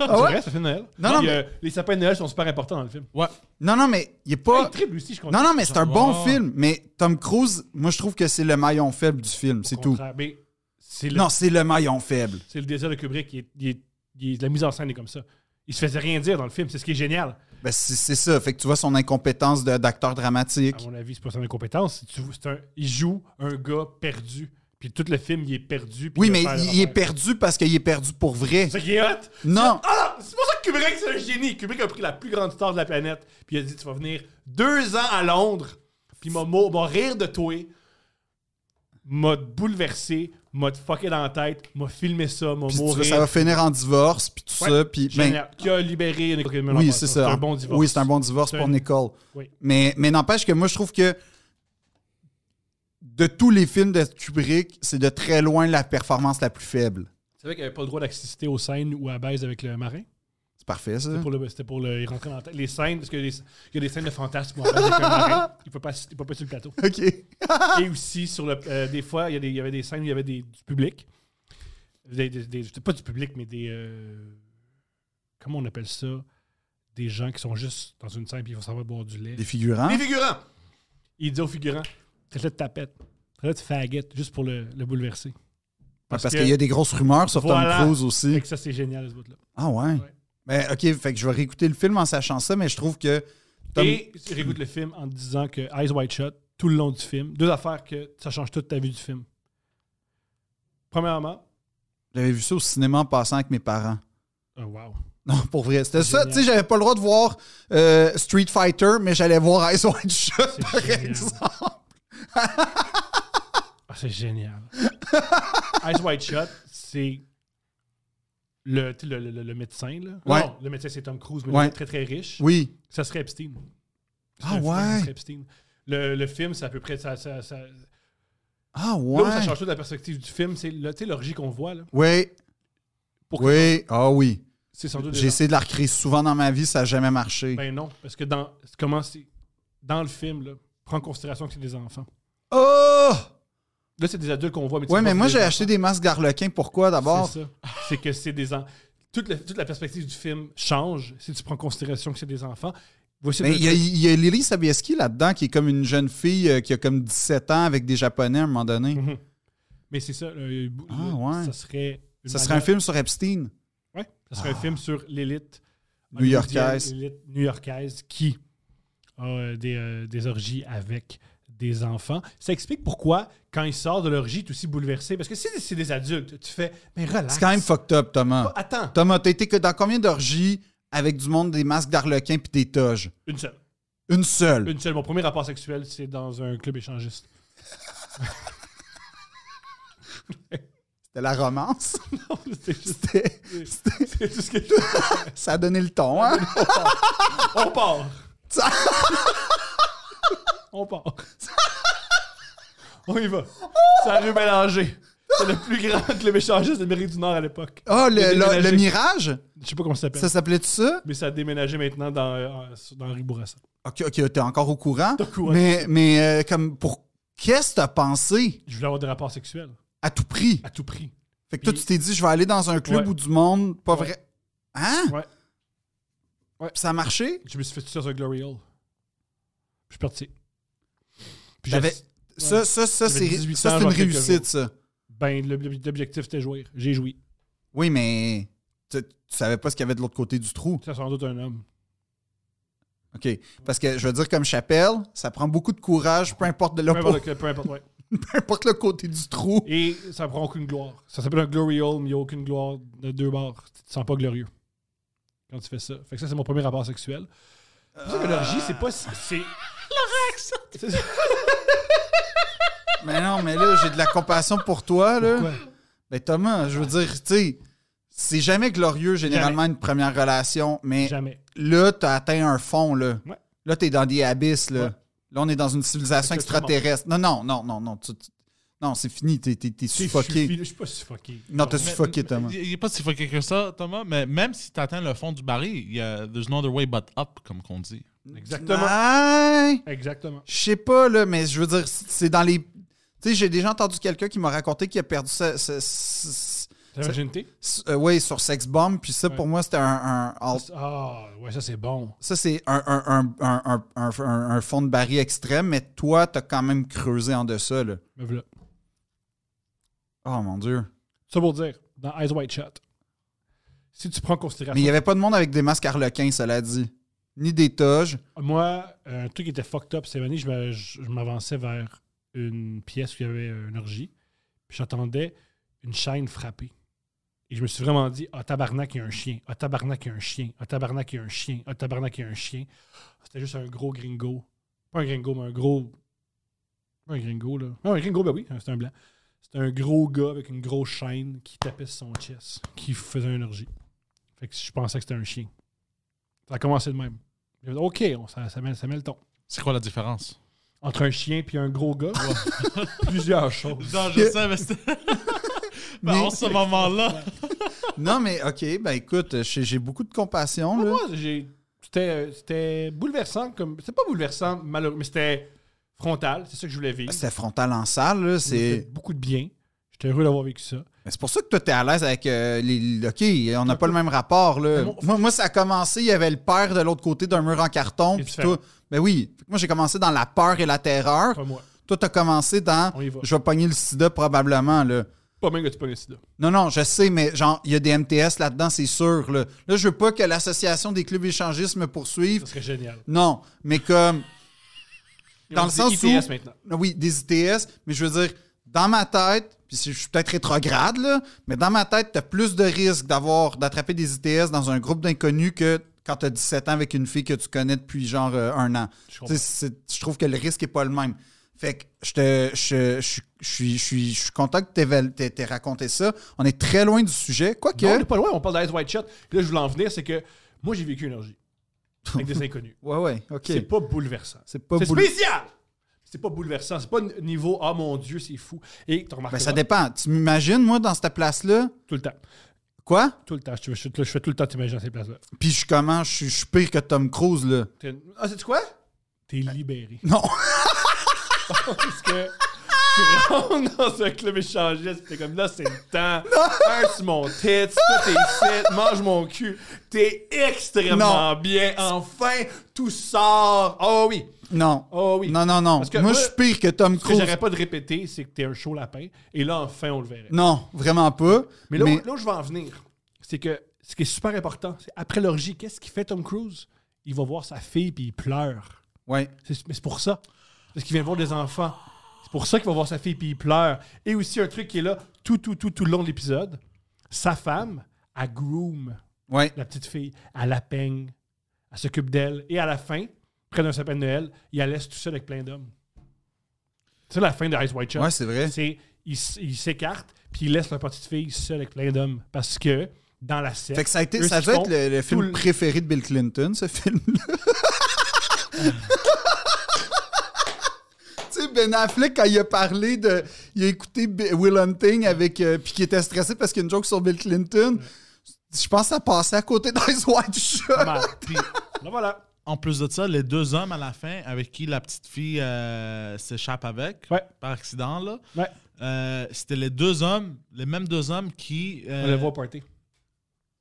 C'est
ouais?
vrai, ça fait Noël.
Non, non,
Puis, euh, Les sapins de Noël sont super importants dans le film.
Ouais.
Non, non, mais il est pas.
Hey, Triple aussi, je comprends.
Ah Non, non, mais c'est un bon
Oh.
film. Mais Tom Cruise, moi, je trouve que c'est le maillon faible du film, c'est tout.
Mais c'est le,
Non, c'est le maillon faible.
c'est le désir de Kubrick. Il est- il est- il est- la mise en scène est comme ça. Il se faisait rien dire dans le film. C'est ce qui est génial.
Ben, c'est c'est ça. Fait que tu vois son incompétence de- d'acteur dramatique.
À mon avis, c'est pas son incompétence. Tu- c'est un- il joue un gars perdu. Puis tout le film, il est perdu. puis
oui,
il va
mais
faire
il,
le
il est
revers.
perdu parce qu'il est perdu pour vrai.
C'est ça qui est hot.
Non,
Ah, c'est pour ça que Kubrick, c'est un génie. Kubrick a pris la plus grande star de la planète, puis il a dit Tu vas venir deux ans à Londres, puis m'a m'a- m'a rire de toi, m'a bouleversé, m'a te fucké dans la tête, m'a filmé ça, m'a
puis tu-
mourir.
ça va finir en divorce, puis tout
Ouais,
ça. Puis, ben,
Génial. Qui a libéré Nicole Kidman en
oui,
passant.
c'est ça.
C'est un bon divorce.
Oui, c'est un bon divorce
C'est
pour
un-
Nicole.
Oui.
Mais, mais n'empêche que moi, je trouve que de tous les films de Kubrick, c'est de très loin la performance la plus faible.
Tu savais qu'il n'avait pas le droit d'assister aux scènes ou à la baise avec le marin
C'est parfait, ça.
C'était pour le. C'était pour le. Il rentrait dans la tête. Les scènes, parce qu'il y, a des- il y a des scènes de fantasme où à la baise avec le marin. Il ne peut pas assister- il peut pas être sur le plateau.
[laughs] OK.
Et aussi, sur le, euh, des fois, il y, a des- il y avait des scènes où il y avait des- du public. Des- des- des- pas du public, mais des. euh, comment on appelle ça Des gens qui sont juste dans une scène et ils vont savoir boire du lait.
Des figurants.
Des figurants Il dit aux figurants traite-le de tapette, traite-le de faggot, juste pour le, le bouleverser.
Mm. Parce,
que-
qu'il y a des grosses rumeurs sur
Voilà.
Tom Cruise
Fait
aussi.
que ça, c'est génial, ce bout-là.
Ah ouais.
Ouais.
Ben, OK, fait que je vais réécouter le film en sachant ça, mais je trouve que Tom-
Et tu réécoutes le film en te disant que Eyes Wide Shut, tout le long du film, deux affaires que ça change toute ta vie du film. Premièrement,
j'avais vu ça au cinéma en passant avec mes parents.
oh, wow.
Non, pour vrai. C'était ça,
Génial.
tu sais, j'avais pas le droit de voir euh, Street Fighter, mais j'allais voir Ice White Shot,
C'est
par
génial.
exemple.
Ah, c'est génial. Ice White Shot, c'est le, tu sais, le, le- le- le médecin. Là.
Ouais.
Non, le médecin, c'est Tom Cruise, mais
Ouais.
il est très très riche.
Oui.
Ça serait Epstein.
Ah
Le film, ça
ouais.
serait Epstein. Le, le film, c'est à peu près. Ça, ça- ça-
Ah
Là où
ouais.
ça change tout de la perspective du film, c'est le- tu sais, l'orgie qu'on voit. Là.
Oui.
Pour
oui. Ah oui.
C'est sans doute. des
J'ai essayé de la recréer souvent dans ma vie, ça n'a jamais marché.
Ben non, parce que dans, comment c'est- dans le film, là, prends en considération que c'est des enfants.
oh!
Là, c'est des adultes qu'on voit. Mais tu
Ouais,
sais
mais
pas
moi,
que c'est
j'ai
des
acheté des masques garlequins. Pourquoi d'abord?
C'est ça. C'est que c'est des enfants. Toute la, toute la perspective du film change si tu prends en considération que c'est des enfants. Voici
Mais
le
Ben, il y, a-
truc.
il y a Lily Sabieski là-dedans, qui est comme une jeune fille euh, qui a comme 17 ans avec des Japonais à un moment donné.
Mhm. Mais c'est ça. le- le-
Ah, ouais.
Ça serait. une
Ça serait un
manière-
film Ah. sur Epstein.
Ouais, ça serait un film sur l'élite
New-Yorkaise.
hollywoodienne, l'élite new-yorkaise qui a euh, des, euh, des orgies avec des enfants. Ça explique pourquoi, quand il sort de l'orgie, tu es aussi bouleversé. Parce que si c'est des adultes, tu fais. Mais relax.
C'est quand même fucked up, Thomas.
Attends,
Thomas, t'as été que dans combien d'orgies avec du monde des masques d'arlequins puis des toges?
une seule.
Une seule.
Une seule. Mon premier rapport sexuel, c'est dans un club échangiste. [laughs]
C'était la romance. [laughs]
C'est juste-
C'était-
C'est tout ce que je-
Ça a donné le ton, hein?
On part. On part. On y va. Ça rue Bélanger. C'est le plus grand club échangiste de Mairie du Nord à l'époque.
Ah, oh, le,
J'ai
le- le
déménagé. Ben.
mirage?
Je sais pas comment ça s'appelle.
Ça s'appelait-tu ça?
Mais ça a déménagé maintenant dans, euh, en- dans Henri Bourassa.
Ok, ok, t'es encore au courant.
T'es au courant.
Mais, mais euh, comme pour qu'est-ce que t'as pensé
Je voulais avoir des rapports sexuels.
à tout prix?
À tout prix.
Fait que toi,
Puis-
tu t'es dit, je vais aller dans un club
Ouais.
où du monde, pas
Ouais.
vrai. Hein?
Ouais. Ouais.
Puis Ça a marché?
Je me suis fait tout ça sur Glory Hall. Je suis parti. Puis
T'avais-
j'ai-
Ça, ça, ça,
J'avais
c'est
18
ça,
ans,
c'est une
genre quelques
réussite,
jours.
ça.
Ben, l'ob- l'objectif, c'était jouir. J'ai joui.
Oui, mais tu, tu savais pas ce qu'il y avait de l'autre côté du trou.
Ça, sans doute un homme.
OK. Parce que je veux dire, comme Chapelle, ça prend beaucoup de courage, peu importe, de là,
Peu importe, le club, peu importe, ouais.
[laughs] peu importe le côté
[laughs]
du trou.
Et ça prend aucune gloire. Ça s'appelle un glory hole, mais il n'y a aucune gloire de deux bords. Tu te sens pas glorieux quand tu fais ça. Fait que ça, c'est mon premier rapport sexuel. C'est pour ça que l'orgie, c'est pas. si- C'est. C'est ça.
Mais non, mais là, j'ai de la compassion pour toi, là.
Pourquoi?
Ben Thomas, je veux dire, tu sais, c'est jamais glorieux, généralement, une première relation, mais
Jamais.
là, t'as atteint un fond, là.
Ouais.
Là, t'es dans des abysses, là.
Ouais.
Là, on est dans une civilisation
Fait que t'es
extraterrestre. Non, non, non, non, non. tu- tu- non, c'est fini. T'es, t'es- t'es suffoqué.
Je suis pas suffoqué.
Non, t'as
Mais-
suffoqué,
mais-
Thomas.
Il n'est pas si fucké que ça, Thomas, mais même si tu atteins le fond du baril, il y a there's no other way but up, comme qu'on dit.
Exactement.
Ouais.
Exactement.
Je sais pas, là, mais je veux dire, c'est dans les. Tu sais, j'ai déjà entendu quelqu'un qui m'a raconté qu'il a perdu sa, sa- sa-
La virginité?
sa- euh, ouais, sur Sex Bomb, puis ça,
Ouais.
pour moi, c'était un. un- un-
Ah, ouais, ça, c'est bon.
ça, c'est un, un- un- un- un- un- un- un fond de baril extrême, mais toi, t'as quand même creusé en deçà, là.
Me voilà.
Oh mon Dieu.
Ça pour dire, dans Eyes White Shot, si tu prends en considération.
Mais il n'y avait pas de monde avec des masques arlequins, cela dit. Ni des toges.
Moi, euh, un truc qui était fucked up cette année, je me- je je m'avançais vers une pièce où il y avait une orgie. Puis j'entendais une chaîne frapper. Et je me suis vraiment dit, ah tabarnak, il y a un chien. Ah tabarnak, il y a un chien. Ah tabarnak, il y a un chien. Ah tabarnak, il y a un chien. Ah, C'était juste un gros gringo. Pas un gringo, mais un gros. Pas un gringo, là. Non, un gringo, ben oui, c'était un blanc. C'était un gros gars avec une grosse chaîne qui tapait sur son chest, qui faisait une orgie. Fait que je pensais que c'était un chien. Ça a commencé de même. J'ai dit, OK, on- ça, ça met, ça met le ton.
C'est quoi la différence?
Entre un chien et un gros gars, [laughs] plusieurs choses.
Non, je sais, mais [laughs] c'était.
Mais-
en ce moment-là.
Non, mais OK, ben écoute, j'ai j'ai beaucoup de compassion, là.
Moi, j'ai- c'était euh, c'était bouleversant. comme C'était pas bouleversant, malheureux, mais c'était frontal. C'est ça que je voulais vivre.
C'était frontal en salle, là.
Ça m'a fait
Ah, C'est
beaucoup de bien. J'étais heureux d'avoir vécu ça.
Mais c'est pour ça que toi, t'es à l'aise avec euh, les. OK, on n'a pas le même rapport, là.
Mais mon-
Moi, moi, ça a commencé, il y avait le père de l'autre côté d'un mur en carton.
C'est
Puis
différent.
toi, ben oui. Fait que Moi, j'ai commencé dans la peur et la terreur.
Pas moi.
Toi, t'as commencé dans.
On y va.
Je vais pogner le sida probablement, là.
Pas même que tu pognes le sida.
Non, non, je sais, mais genre, il y a des MTS là-dedans, c'est sûr. Là. là, je veux pas que l'Association des clubs échangistes me poursuive.
Ça serait génial.
Non, mais comme. Dans
On
le
dit
sens
ITS
où-
maintenant.
Ah Oui, des ITS, mais je veux dire, dans ma tête, puis si je suis peut-être rétrograde, là, mais dans ma tête, t'as plus de risques d'avoir d'attraper des ITS dans un groupe d'inconnus que quand t'as 17 ans avec une fille que tu connais depuis genre euh, un an.
Je
Tu
comprends.
sais, c'est- Je trouve que le risque est pas le même. Fait que je te- je- je suis- je suis- je suis je suis content que t'aies- t'aies t'aies raconté ça. On est très loin du sujet. Quoique.
Non, on est pas loin, on parle d'Ice White Shot. Là, je voulais en venir, c'est que moi, j'ai vécu une orgie avec
[laughs]
des inconnus.
Ouais, ouais, ok.
C'est pas bouleversant.
C'est pas
C'est
boule-
spécial! C'est pas bouleversant. C'est pas n- niveau Ah mon Dieu, c'est fou. Et tu remarques
Ben, ça dépend. Tu m'imagines, moi, dans cette place-là,
tout le temps.
quoi?
Tout le temps. Je, te- je te- je fais tout le temps t'imaginer dans ces places-là.
Puis je comment? Je suis- je suis pire que Tom Cruise, là.
T'es- Ah, c'est quoi? T'es libéré.
Non.
[laughs] Parce que tu rentres dans un club échangiste, t'es comme là, c'est le temps. Hearse sur mon tits, tout est set, mange mon cul. T'es extrêmement bien. Enfin, tout sort. Oh oui.
Non.
Oh oui.
Non, non, non.
Parce que moi,
moi, je suis pire que Tom
Ce que
Cruise.
j'aurais pas de répéter, c'est que t'es un chaud lapin. Et là, enfin, on le verrait.
Non, vraiment pas.
Mais là, où- là où je vais en venir, c'est que ce qui est super important, c'est après l'orgie, qu'est-ce qu'il fait Tom Cruise? Il va voir sa fille puis il pleure.
ouais.
C'est- Mais c'est pour ça. Parce qu'il vient voir des enfants. C'est pour ça qu'il va voir sa fille puis il pleure. Et aussi un truc qui est là tout, tout, tout, tout le long de l'épisode. Sa femme, elle groom
Ouais.
la petite fille. Elle la peigne. Elle s'occupe d'elle. Et à la fin, près d'un sapin de Noël, il la laisse tout seul avec plein d'hommes. C'est ça la fin de Ice White Shot.
Ouais, c'est vrai.
C'est il, s- il s'écarte puis il laisse leur petite fille seule avec plein d'hommes parce que dans la scène
Fait que ça a été,
Eux,
ça
ce
doit
qu'ils
être le, le
tout
film
le-
préféré de Bill Clinton, ce film-là. [laughs] Tu sais, Ben Affleck, quand il a parlé de. Il a écouté B- Will Hunting avec. euh, puis qui était stressé parce qu'il y a une joke sur Bill Clinton. Je pense que ça passait à côté [laughs] d'Ice White
Ah,
Shot.
Puis, là, voilà.
En plus de ça, les deux hommes à la fin avec qui la petite fille euh, s'échappe avec,
Ouais.
par accident, là,
Ouais,
euh, c'était les deux hommes, les mêmes deux hommes qui. euh,
on le voit party.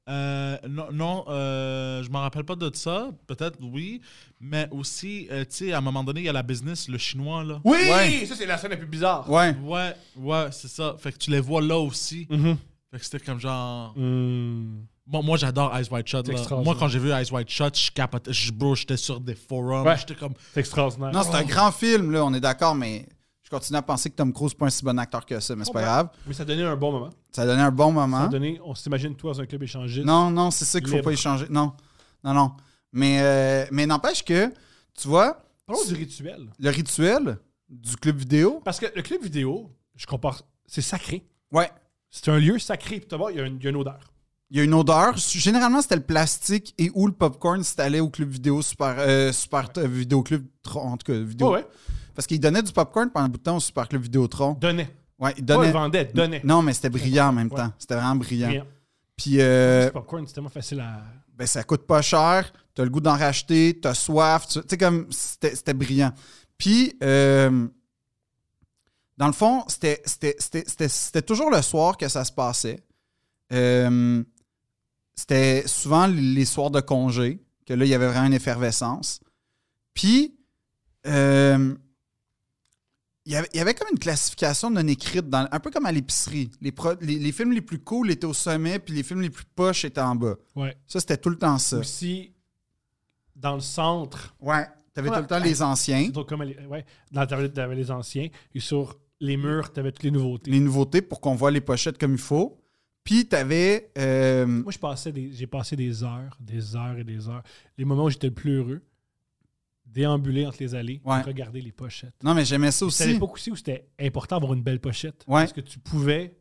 Euh, non, non euh, je m'en rappelle pas de ça. Peut-être oui. Mais aussi, euh, tu sais, à un moment donné, il y a la business, le chinois, là.
Oui,
Ouais.
ça c'est la scène la plus bizarre.
Ouais.
Ouais, ouais, c'est ça. Fait que tu les vois là aussi.
Mhm.
Fait que c'était comme genre.
Hmm.
Bon, moi, j'adore Ice White Shot.
C'est
là.
extraordinaire.
Moi, quand j'ai vu Ice White Shot, je capotais. Je, bro, j'étais sur des forums.
Ouais.
J'étais comme.
C'est extraordinaire.
Non, c'est un grand film, là, on est d'accord, mais je continue à penser que Tom Cruise n'est pas un si bon acteur que ça, mais c'est pas
Ouais.
grave.
Mais ça donnait un bon moment.
Ça a donné un bon
Ça
moment.
donnait, on s'imagine toi dans un club échangiste.
Hein? Non, non, c'est ça qu'il faut
Libre.
pas échanger. Non, non, non. Mais, euh, mais n'empêche que, tu vois,
Parlons du rituel.
le rituel du club vidéo,
Parce que le club vidéo, je compare, c'est sacré.
ouais,
C'est un lieu sacré. Puis d'abord, il y, a une- il y a une odeur.
Il y a une odeur. Généralement, c'était le plastique et ou le popcorn si t'allais au club vidéo super. euh, super euh, vidéoclub. Tron- En tout cas, vidéo.
Ouais, ouais.
Parce qu'ils donnaient du popcorn pendant un bout de temps au super club Vidéotron.
Donnait.
Ouais, ils
Pas
donnaient.
le vendait, donnait.
non, mais c'était brillant en même
Ouais.
temps. C'était vraiment brillant.
Rien.
Puis euh,
Le popcorn, c'est tellement facile à.
ben, ça coûte pas cher, t'as le goût d'en racheter, t'as soif, tu tu sais, comme c'était c'était brillant. Puis, euh, dans le fond, c'était- c'était c'était- c'était- c'était toujours le soir que ça se passait. Euh, c'était souvent les soirs de congé, que là, il y avait vraiment une effervescence. Puis, euh, il y, avait, il y avait comme une classification non écrite, dans, un peu comme à l'épicerie. Les, pro- les- les films les plus cools étaient au sommet, puis les films les plus poches étaient en bas.
Ouais.
Ça, c'était tout le temps ça.
Aussi, dans le centre,
Ouais. T'avais
Ouais.
tout le temps les anciens,
donc comme elle- ouais, dans la tablette, t'avais les anciens, et sur les murs, t'avais toutes les nouveautés.
les nouveautés pour qu'on voit les pochettes comme il faut. Puis t'avais. euh,
Moi, je passais des- j'ai passé des heures, des heures et des heures. Les moments où j'étais le plus heureux, déambuler entre les allées,
Ouais.
regarder les pochettes.
Non, mais j'aimais ça
C'était à
aussi.
l'époque aussi où c'était important d'avoir une belle pochette.
Ouais.
Parce que tu pouvais.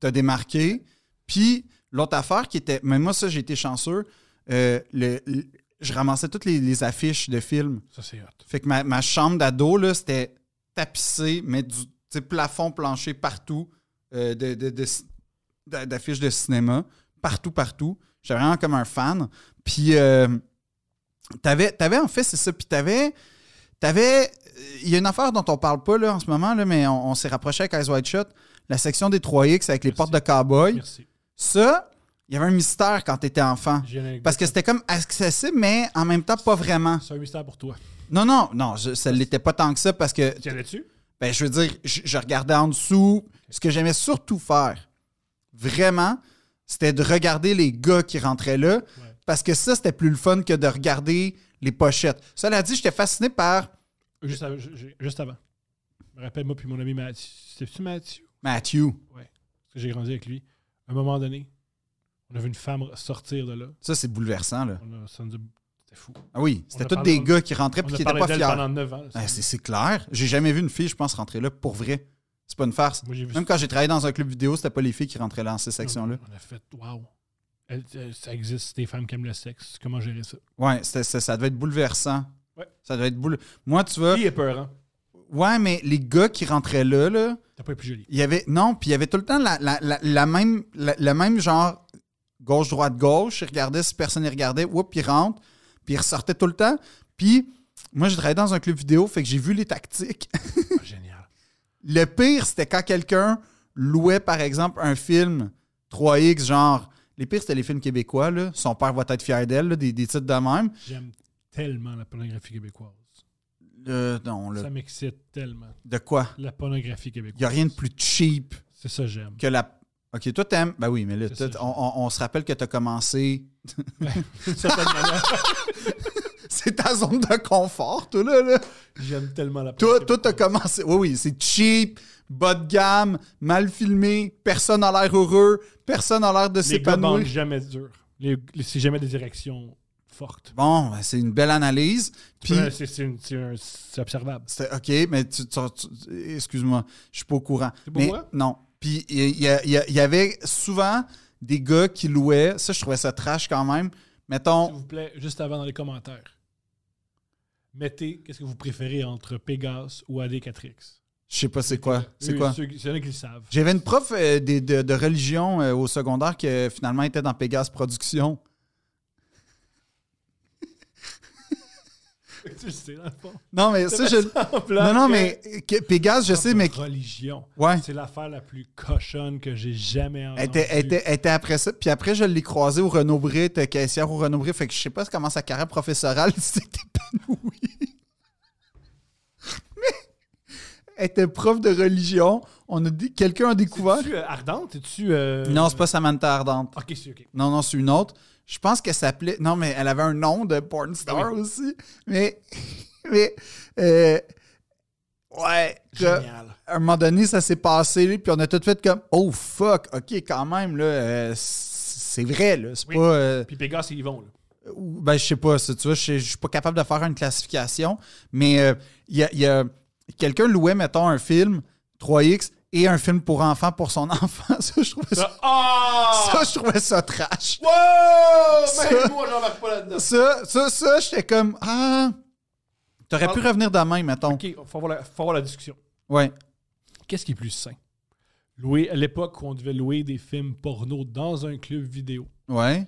T'as démarqué. Puis l'autre affaire qui était. Mais moi, ça, j'ai été chanceux. euh, le- le- je ramassais toutes les, les affiches de films.
Ça, c'est hot.
Fait que ma, ma chambre d'ado, là, c'était tapissé, mais du tu sais, plafond, plancher, partout, euh, de- de- de- d'a- d'affiches de, cinéma, partout, partout. J'étais vraiment comme un fan. Puis, euh, t'avais, t'avais, en fait, c'est ça. Puis, t'avais. T'avais. Il y a une affaire dont on parle pas là, en ce moment, là, mais on, on s'est rapproché avec Eyes Wide Shut, la section des 3X avec les
Merci.
portes de cowboy.
Merci.
Ça, il y avait un mystère quand t'étais enfant.
J'ai une anecdote.
Parce que c'était comme accessible, mais en même temps, pas vraiment.
C'est un mystère pour toi.
Non, non, non, je- ça ne l'était pas tant que ça parce que,
Tu y allais-tu?
ben, je veux dire, je, je regardais en dessous. Ce que j'aimais surtout faire, vraiment, c'était de regarder les gars qui rentraient là parce que ça, c'était plus le fun que de regarder les pochettes. Cela dit, j'étais fasciné par
Juste, avant- ju- ju- juste avant. Je me rappelle, moi puis mon ami Mathieu. C'était-tu Mathieu?
Matthew.
Parce que j'ai grandi avec lui. À un moment donné, on a vu une femme sortir de là.
Ça, c'est bouleversant, là.
On a, ça nous a- C'était fou.
Ah oui, c'était
a
tous
parlé-
des
on-
gars qui rentraient
on
puis
a
qui n'étaient
parlé
pas
d'elle
fiers.
pendant 9 ans. là.
Ah, c'est c'est clair. J'ai jamais vu une fille, je pense, rentrer là pour vrai. C'est pas une farce.
Moi, j'ai vu
Même quand j'ai travaillé dans un club vidéo, c'était pas les filles qui rentraient dans ces sections-là.
On a fait, waouh. Elle- elle- Ça existe, des femmes qui aiment le sexe. Comment gérer ça?
Ouais, c'était- ça, ça devait être bouleversant.
Ouais.
Ça devait être boule. Moi, tu vois.
Qui est peur, hein?
Ouais, mais les gars qui rentraient là, là,
T'as pas été plus jolie.
il y avait. Non, puis il y avait tout le temps la, la- la- la même, la- le même genre gauche, droite, gauche. Ils regardaient si personne les regardait. Oups, ils rentrent. Puis ils ressortaient tout le temps. Puis moi, j'ai travaillé dans un club vidéo, fait que j'ai vu les tactiques. [laughs]
Ah, génial.
Le pire, c'était quand quelqu'un louait, par exemple, un film 3X, genre. Les pires, c'était les films québécois, là. Son père va être fier d'elle, là, des, des titres de même.
J'aime tellement la pornographie québécoise.
Euh, non, là.
Ça m'excite tellement.
De quoi?
La pornographie
Il
québécoise.
n'y a rien de plus cheap
C'est ça,
[laughs]
j'aime.
que la. Ok, toi, t'aimes. Ben oui, mais là,
C'est
toi,
ça,
on, on- on se rappelle que t'as commencé. [laughs]
Certainement,
C'est ta zone de confort, toi, là. là.
J'aime tellement la
Toi,
pornographie
toi, t'as
québécoise.
commencé. Oui, oui, c'est cheap, bas de gamme, mal filmé, personne n'a l'air heureux, personne n'a l'air de
Les gars bandent
s'épanouir.
jamais dur. Les- les- C'est jamais des érections fortes.
Bon, ben, c'est une belle analyse. Puis,
Ouais, c'est- c'est une- c'est un- c'est observable.
c'était OK, mais tu. tu- tu- Excuse-moi, je suis pas au courant.
T'es pas au
Mais
courant?
non. Puis, il y, a- il y a- il y avait souvent des gars qui louaient. Ça, je trouvais ça trash quand même. Mettons.
S'il vous plaît, juste avant dans les commentaires, mettez qu'est-ce que vous préférez entre Pégase ou AD4X.
Je sais pas c'est quoi. C'est
Eux,
quoi?
ceux qui- C'est là qu'ils le savent. [laughs]
J'avais une prof euh, des- de, de religion euh, au secondaire qui euh, finalement était dans Pégase Productions.
tu le sais, dans le fond.
Non, mais ça, je. Non, non, mais que- Pégase, je sais, mais.
Religion.
Ouais.
C'est l'affaire la plus cochonne que j'ai jamais entendue.
Elle était, elle était- elle était après ça. Puis après, je l'ai croisée au Renaud Bré, était caissière au Renaud Bré. Fait que je sais pas comment sa carrière professorale [laughs] s'est épanouie. [laughs] Mais elle était prof de religion. On a dit, quelqu'un a découvert.
Es-tu euh, ardente? Es-tu... euh,
Non, c'est pas Samantha Ardente.
OK, c'est OK.
Non, non, c'est une autre. Je pense qu'elle s'appelait. Non, mais elle avait un nom de porn star aussi. Mais. [laughs] Mais. euh, ouais. que-
Génial.
à un moment donné, ça s'est passé, là, puis on a tout de suite comme. Oh fuck, ok, quand même, là. euh, c'est vrai, là. C'est
Oui.
pas. euh,
Puis Pégase, ils y vont. là.
ou- ben, je sais pas, ça, tu vois, je sais- je suis pas capable de faire une classification, mais euh, il y a, il y a- quelqu'un louait, mettons, un film 3X et un film pour enfants pour son [laughs] enfant. Ça, je trouvais ça,
Ah!
ça, je trouvais ça trash.
Wow!
Ça-
Même moi, j'en marque pas là-dedans.
Ça, ça, ça, j'étais comme Ah, t'aurais pu revenir demain, mettons.
Ah. OK, faut avoir la, faut avoir la discussion.
Ouais.
Qu'est-ce qui est plus sain? Louer, à l'époque où on devait louer des films porno dans un club vidéo,
Ouais.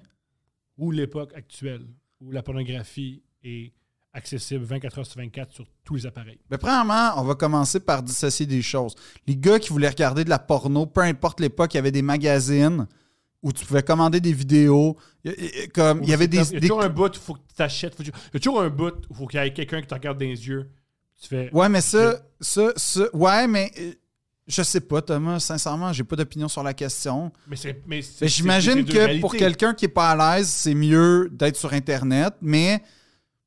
ou l'époque actuelle où la pornographie est accessible 24 heures sur 24 sur tous les appareils.
Mais premièrement, on va commencer par dissocier des choses. Les gars qui voulaient regarder de la porno, peu importe l'époque, il y avait des magazines où tu pouvais commander des vidéos. Il y- il- Comme, il y avait des.
Il y a
des-
toujours un bout où faut que tu t'achètes. faut que tu- Il y a toujours un bout où faut qu'il y ait quelqu'un qui te regarde dans les yeux. Tu fais.
Ouais, mais ça, ça, ça. Ouais, mais euh, je sais pas, Thomas. Sincèrement, j'ai pas d'opinion sur la question.
Mais c'est. mais c'est- c'est-
Mais J'imagine
c'est deux
que pour
réalités.
quelqu'un qui est pas à l'aise, c'est mieux d'être sur Internet, mais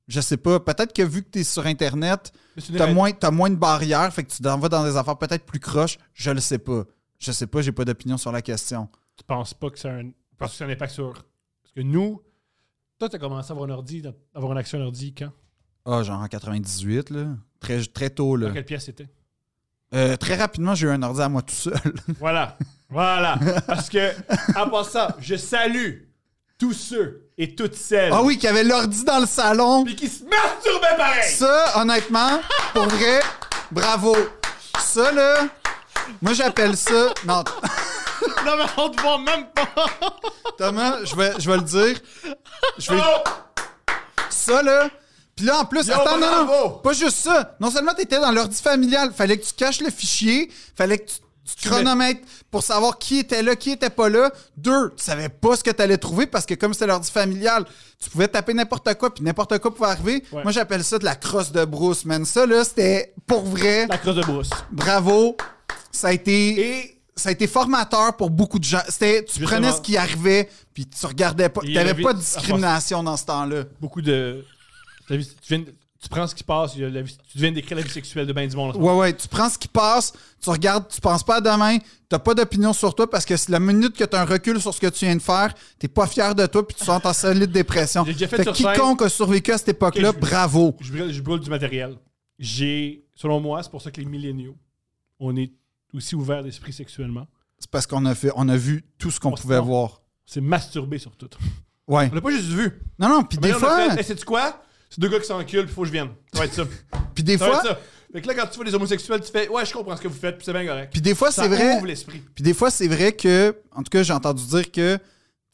je sais pas. Peut-être que vu que tu es sur Internet,
Mais c'est une
t'as
réalité.
moins, t'as moins de barrières, fait que tu t'en vas dans des affaires peut-être plus croches. Je le sais pas. Je sais pas, j'ai pas d'opinion sur la question.
Tu penses pas que ça a un, parce que ça a un impact sur. Parce que nous, toi, tu as commencé à avoir un ordi, dans- avoir une action à un ordi quand
Ah, genre en 98, là. Très, très tôt, là.
Dans quelle pièce c'était
Euh, très rapidement, j'ai eu un ordi à moi tout seul.
Voilà. Voilà. Parce que, en passant, je salue tous ceux et toutes celles
[laughs] ah oui, qu'il y avait l'ordi dans le salon.
puis qui se masturbaient pareil.
Ça, honnêtement, pour vrai, bravo. Ça, là, moi, j'appelle ça... Non,
Non, mais on te voit même pas!
Thomas, je vais, je vais le dire. Je vais...
Oh!
Ça, là... Puis là, en plus, attends, non, non,
bravo!
pas juste ça. Non seulement t'étais dans l'ordi familial, fallait que tu caches le fichier, fallait que tu, tu te chronomètres pour savoir qui était là, qui était pas là. Deux, tu savais pas ce que t'allais trouver parce que comme c'était l'ordi familial, tu pouvais taper n'importe quoi puis n'importe quoi pouvait arriver.
Ouais.
Moi, j'appelle ça de la crosse de brousse, man. Ça, là, c'était pour vrai.
La crosse de brousse.
Bravo. Ça a été... Ça a été formateur pour beaucoup de gens. C'était, tu
Justement.
prenais ce qui arrivait, puis tu regardais pas.
Il
T'avais
avait-
pas de discrimination dans ce temps-là.
Beaucoup de. la vie- tu, viens de- tu prends ce qui se passe, il y a la vie- tu viens d'écrire la vie sexuelle de ben du monde.
Ouais, ouais, tu prends ce qui passe, tu regardes, tu penses pas à demain, t'as pas d'opinion sur toi parce que c'est la minute que t'as un recul sur ce que tu viens de faire, t'es pas fier de toi puis tu sens en solide dépression.
J'ai déjà fait
Fait que
sur scène.
quiconque a survécu à cette époque-là,
Ok, je-
bravo.
Je brûle, je brûle du matériel. J'ai, selon moi, c'est pour ça que les milléniaux, on est aussi ouverts d'esprit sexuellement.
C'est parce qu'on a fait, on a vu tout ce qu'on
On se
pouvait
sent.
voir.
C'est masturbé sur tout.
Ouais.
On n'a pas juste vu.
Non, non, puis des
Maintenant, on a
fois,
fait, Hey, sais-tu quoi? C'est deux gars qui s'enculent, il faut que je vienne. Ça va être ça.
puis des
Ça va
fois,
être ça. Fait que là, quand tu vois des homosexuels, tu fais Ouais, je comprends ce que vous faites, puis c'est bien correct.
puis des fois,
Ça
c'est vrai.
ouvre l'esprit.
Puis des fois, c'est vrai que, en tout cas, j'ai entendu dire que,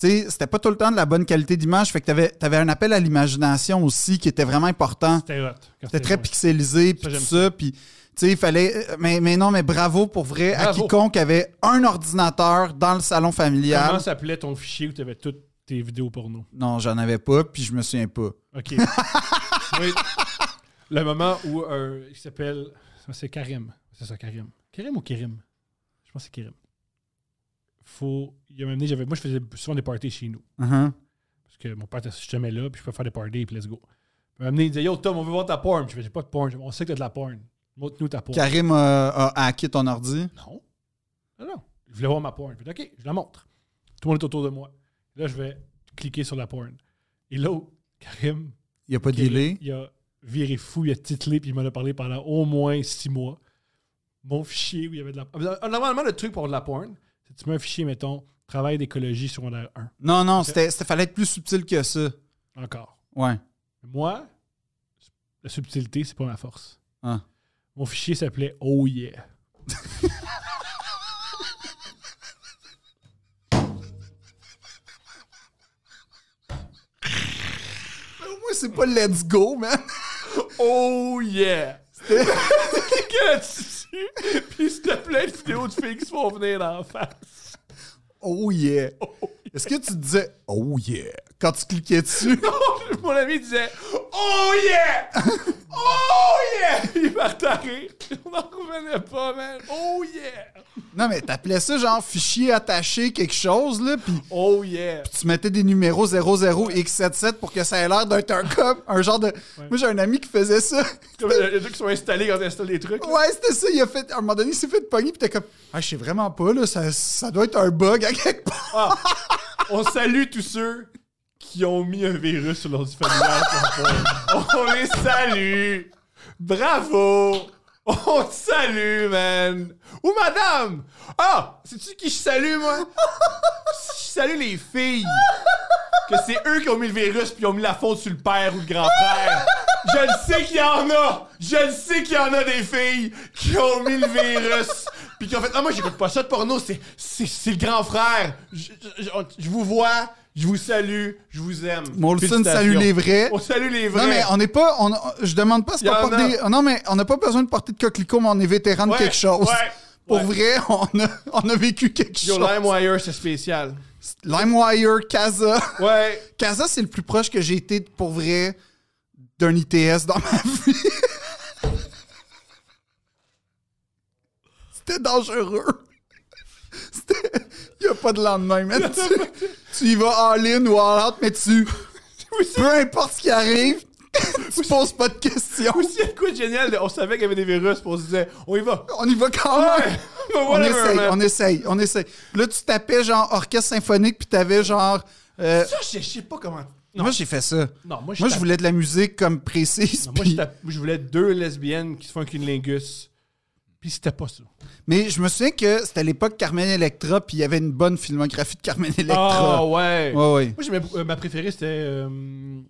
tu sais, c'était pas tout le temps de la bonne qualité d'image, fait que t'avais, t'avais un appel à l'imagination aussi qui était vraiment important.
C'était hot. Quand
C'était très
bon.
pixelisé, puis
Ça,
tout
j'aime
ça, puis tu sais, il fallait... euh, Mais, mais non, mais bravo pour vrai à
Bravo.
quiconque avait un ordinateur dans le salon familial.
Comment s'appelait ton fichier où tu avais toutes tes vidéos porno?
Non, j'en avais pas, puis je me souviens pas.
OK. [laughs] Oui. Le moment où euh, il s'appelle. ça, C'est Karim. C'est ça, Karim. Karim ou Kérim? Je pense que c'est Karim. Faut. Il y a même année, j'avais. Moi, je faisais souvent des parties chez nous.
Uh-huh.
Parce que mon père était jamais là, puis je peux faire des parties, puis let's go. Il m'a amené, il disait Yo, Tom, on veut voir ta porn. Je fais J'ai pas de porn. On sait que t'as de la porn. Montre-nous ta porn.
Karim a, a hacké ton ordi.
Non. Ah Non, non. Je voulais voir ma porn. Je dis, OK, je la montre. Tout le monde est autour de moi. Là, je vais cliquer sur la porn. Et là, Karim,
Il n'y a pas de
Karim,
délai.
il a viré fou, il a titlé, puis il m'en a parlé pendant au moins six mois. Mon fichier où il y avait de la porn. Normalement, le truc pour avoir de la porn, c'est que tu mets un fichier, mettons, travail d'écologie secondaire 1.
Non, non, c'était, c'était- fallait être plus subtil que ça.
Encore.
Ouais.
Moi, la subtilité, c'est pas ma force.
Hein.
Mon fichier s'appelait Oh yeah.
Moi, c'est pas let's go, man.
[laughs] Oh yeah! [laughs] Cliquez là-dessus, puis c'était plein de vidéos de filles qui se font venir en face. [laughs]
Oh yeah. Est-ce que tu te disais oh yeah quand tu
[laughs]
cliquais dessus?
Mon ami disait Oh yeah! Oh yeah! Il partait à rire. On n'en revenait pas, man. Oh yeah!
non, mais t'appelais ça genre fichier attaché quelque chose, là, puis
Oh yeah!
tu mettais des numéros 00x77 pour que ça ait l'air d'être un cop, un genre de. Moi, j'ai un ami qui faisait ça. [laughs]
Comme euh, il y a des trucs qui sont installés quand tu installes des trucs. là.
Ouais, c'était ça. Il a fait. À un moment donné, il s'est fait pogner, puis t'es comme. Ah, je sais vraiment pas, là. Ça, ça doit être un bug à quelque part.
Ah, on salue tous ceux qui ont mis un virus sur leur familial. pour faire. on les salue! Bravo!
On te salue, man! Ou madame! Ah! Sais-tu qui je salue, moi? je salue les filles! [laughs] Que c'est eux qui ont mis le virus puis ils ont mis la faute sur le père ou le grand-père! Je le sais qu'il y en a! Je le sais qu'il y en a des filles qui ont mis le virus! Puis qui ont fait, ah, moi, j'écoute pas ça de porno, c'est, c'est, c'est le grand frère! Je, je- je- je vous vois, je vous salue, je vous aime!
Molson salue
Félicitations.
les vrais.
On salue les vrais!
Non, mais on n'est pas. On, je demande pas ce
Y
qu'on
en
porte
a.
des. Non, mais on n'a pas besoin de porter de coquelicot, mais on est vétéran de
Ouais,
quelque chose.
ouais,
Pour
ouais.
vrai, on a, on a vécu quelque
Yo,
chose.
LimeWire, c'est spécial.
LimeWire, Casa. [laughs]
Ouais.
Casa, c'est le plus proche que j'ai été pour vrai d'un ITS dans ma vie. [laughs] C'était dangereux. C'était. Il n'y a pas de lendemain, mais tu, tu y vas all-in ou all-out, mais tu. Peu importe ce qui arrive, [laughs] tu poses pas de questions.
Aussi, un coup de génial, de- on savait qu'il y avait des virus, puis on se disait, on y va.
[laughs] On y va quand même.
Ouais. [laughs]
On
Whatever,
essaye,
man.
on essaye, on essaye. Là, tu tapais genre orchestre symphonique, puis t'avais genre. euh,
Ça, je sais- je sais pas comment.
Moi, j'ai fait ça.
Non, moi, je
Moi, je
tape-
voulais de la musique comme précise.
Non, Ah, moi,
puis-
je tape- je voulais deux lesbiennes qui se font un cunnilingus. Puis c'était pas ça.
Mais je me souviens que c'était à l'époque Carmen Electra, puis il y avait une bonne filmographie de Carmen Electra.
Ah, ouais.
ouais, ouais.
Moi, j'aimais- euh, ma préférée, c'était. euh,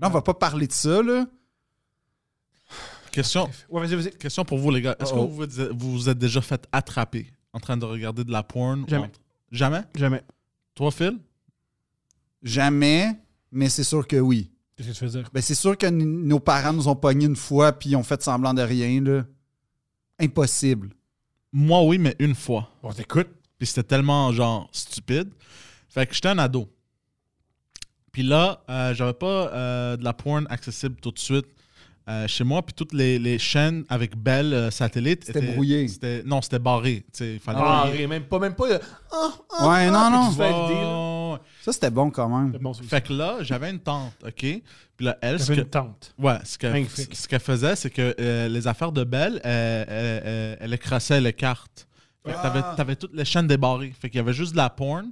Là, on va pas parler de ça, là.
Question,
Ouais, vas-y, vas-y.
question pour vous, les gars. Est-ce
Oh, oh.
que vous vous êtes- vous vous êtes déjà fait attraper en train de regarder de la porn? ou
Jamais.
en- Jamais?
Jamais.
Toi, Phil?
Jamais, mais c'est sûr que oui.
Qu'est-ce que tu veux dire?
Ben, c'est sûr que n- nos parents nous ont pognés une fois, puis ils ont fait semblant de rien, là. Impossible.
Moi, oui, mais une fois.
On t'écoute.
Puis c'était tellement, genre, stupide. Fait que j'étais un ado. Puis là, euh, j'avais pas euh, de la porn accessible tout de suite euh, chez moi. Puis toutes les, les chaînes avec Bell euh, satellite.
C'était
étaient-
brouillé.
c'était- Non, c'était barré. Tu sais, il fallait
Ah,
pas-
rien, même pas, même pas. le- Ah, ah,
Ouais, non,
ah, puis
non.
tu fais le deal.
Ouais, ouais, ouais.
Ça, c'était bon quand même.
C'est bon, ça aussi.
Fait que là, j'avais une tante, OK? Puis là, elle, ce
J'avais
que,
une tante.
ouais, ce que,
Magnifique.
ce qu'elle faisait, c'est que euh, les affaires de Belle, euh, euh, euh, elle écrassait les cartes. Fait que t'avais,
Ah!
t'avais toutes les chaînes débarrées. Fait qu'il y avait juste de la porn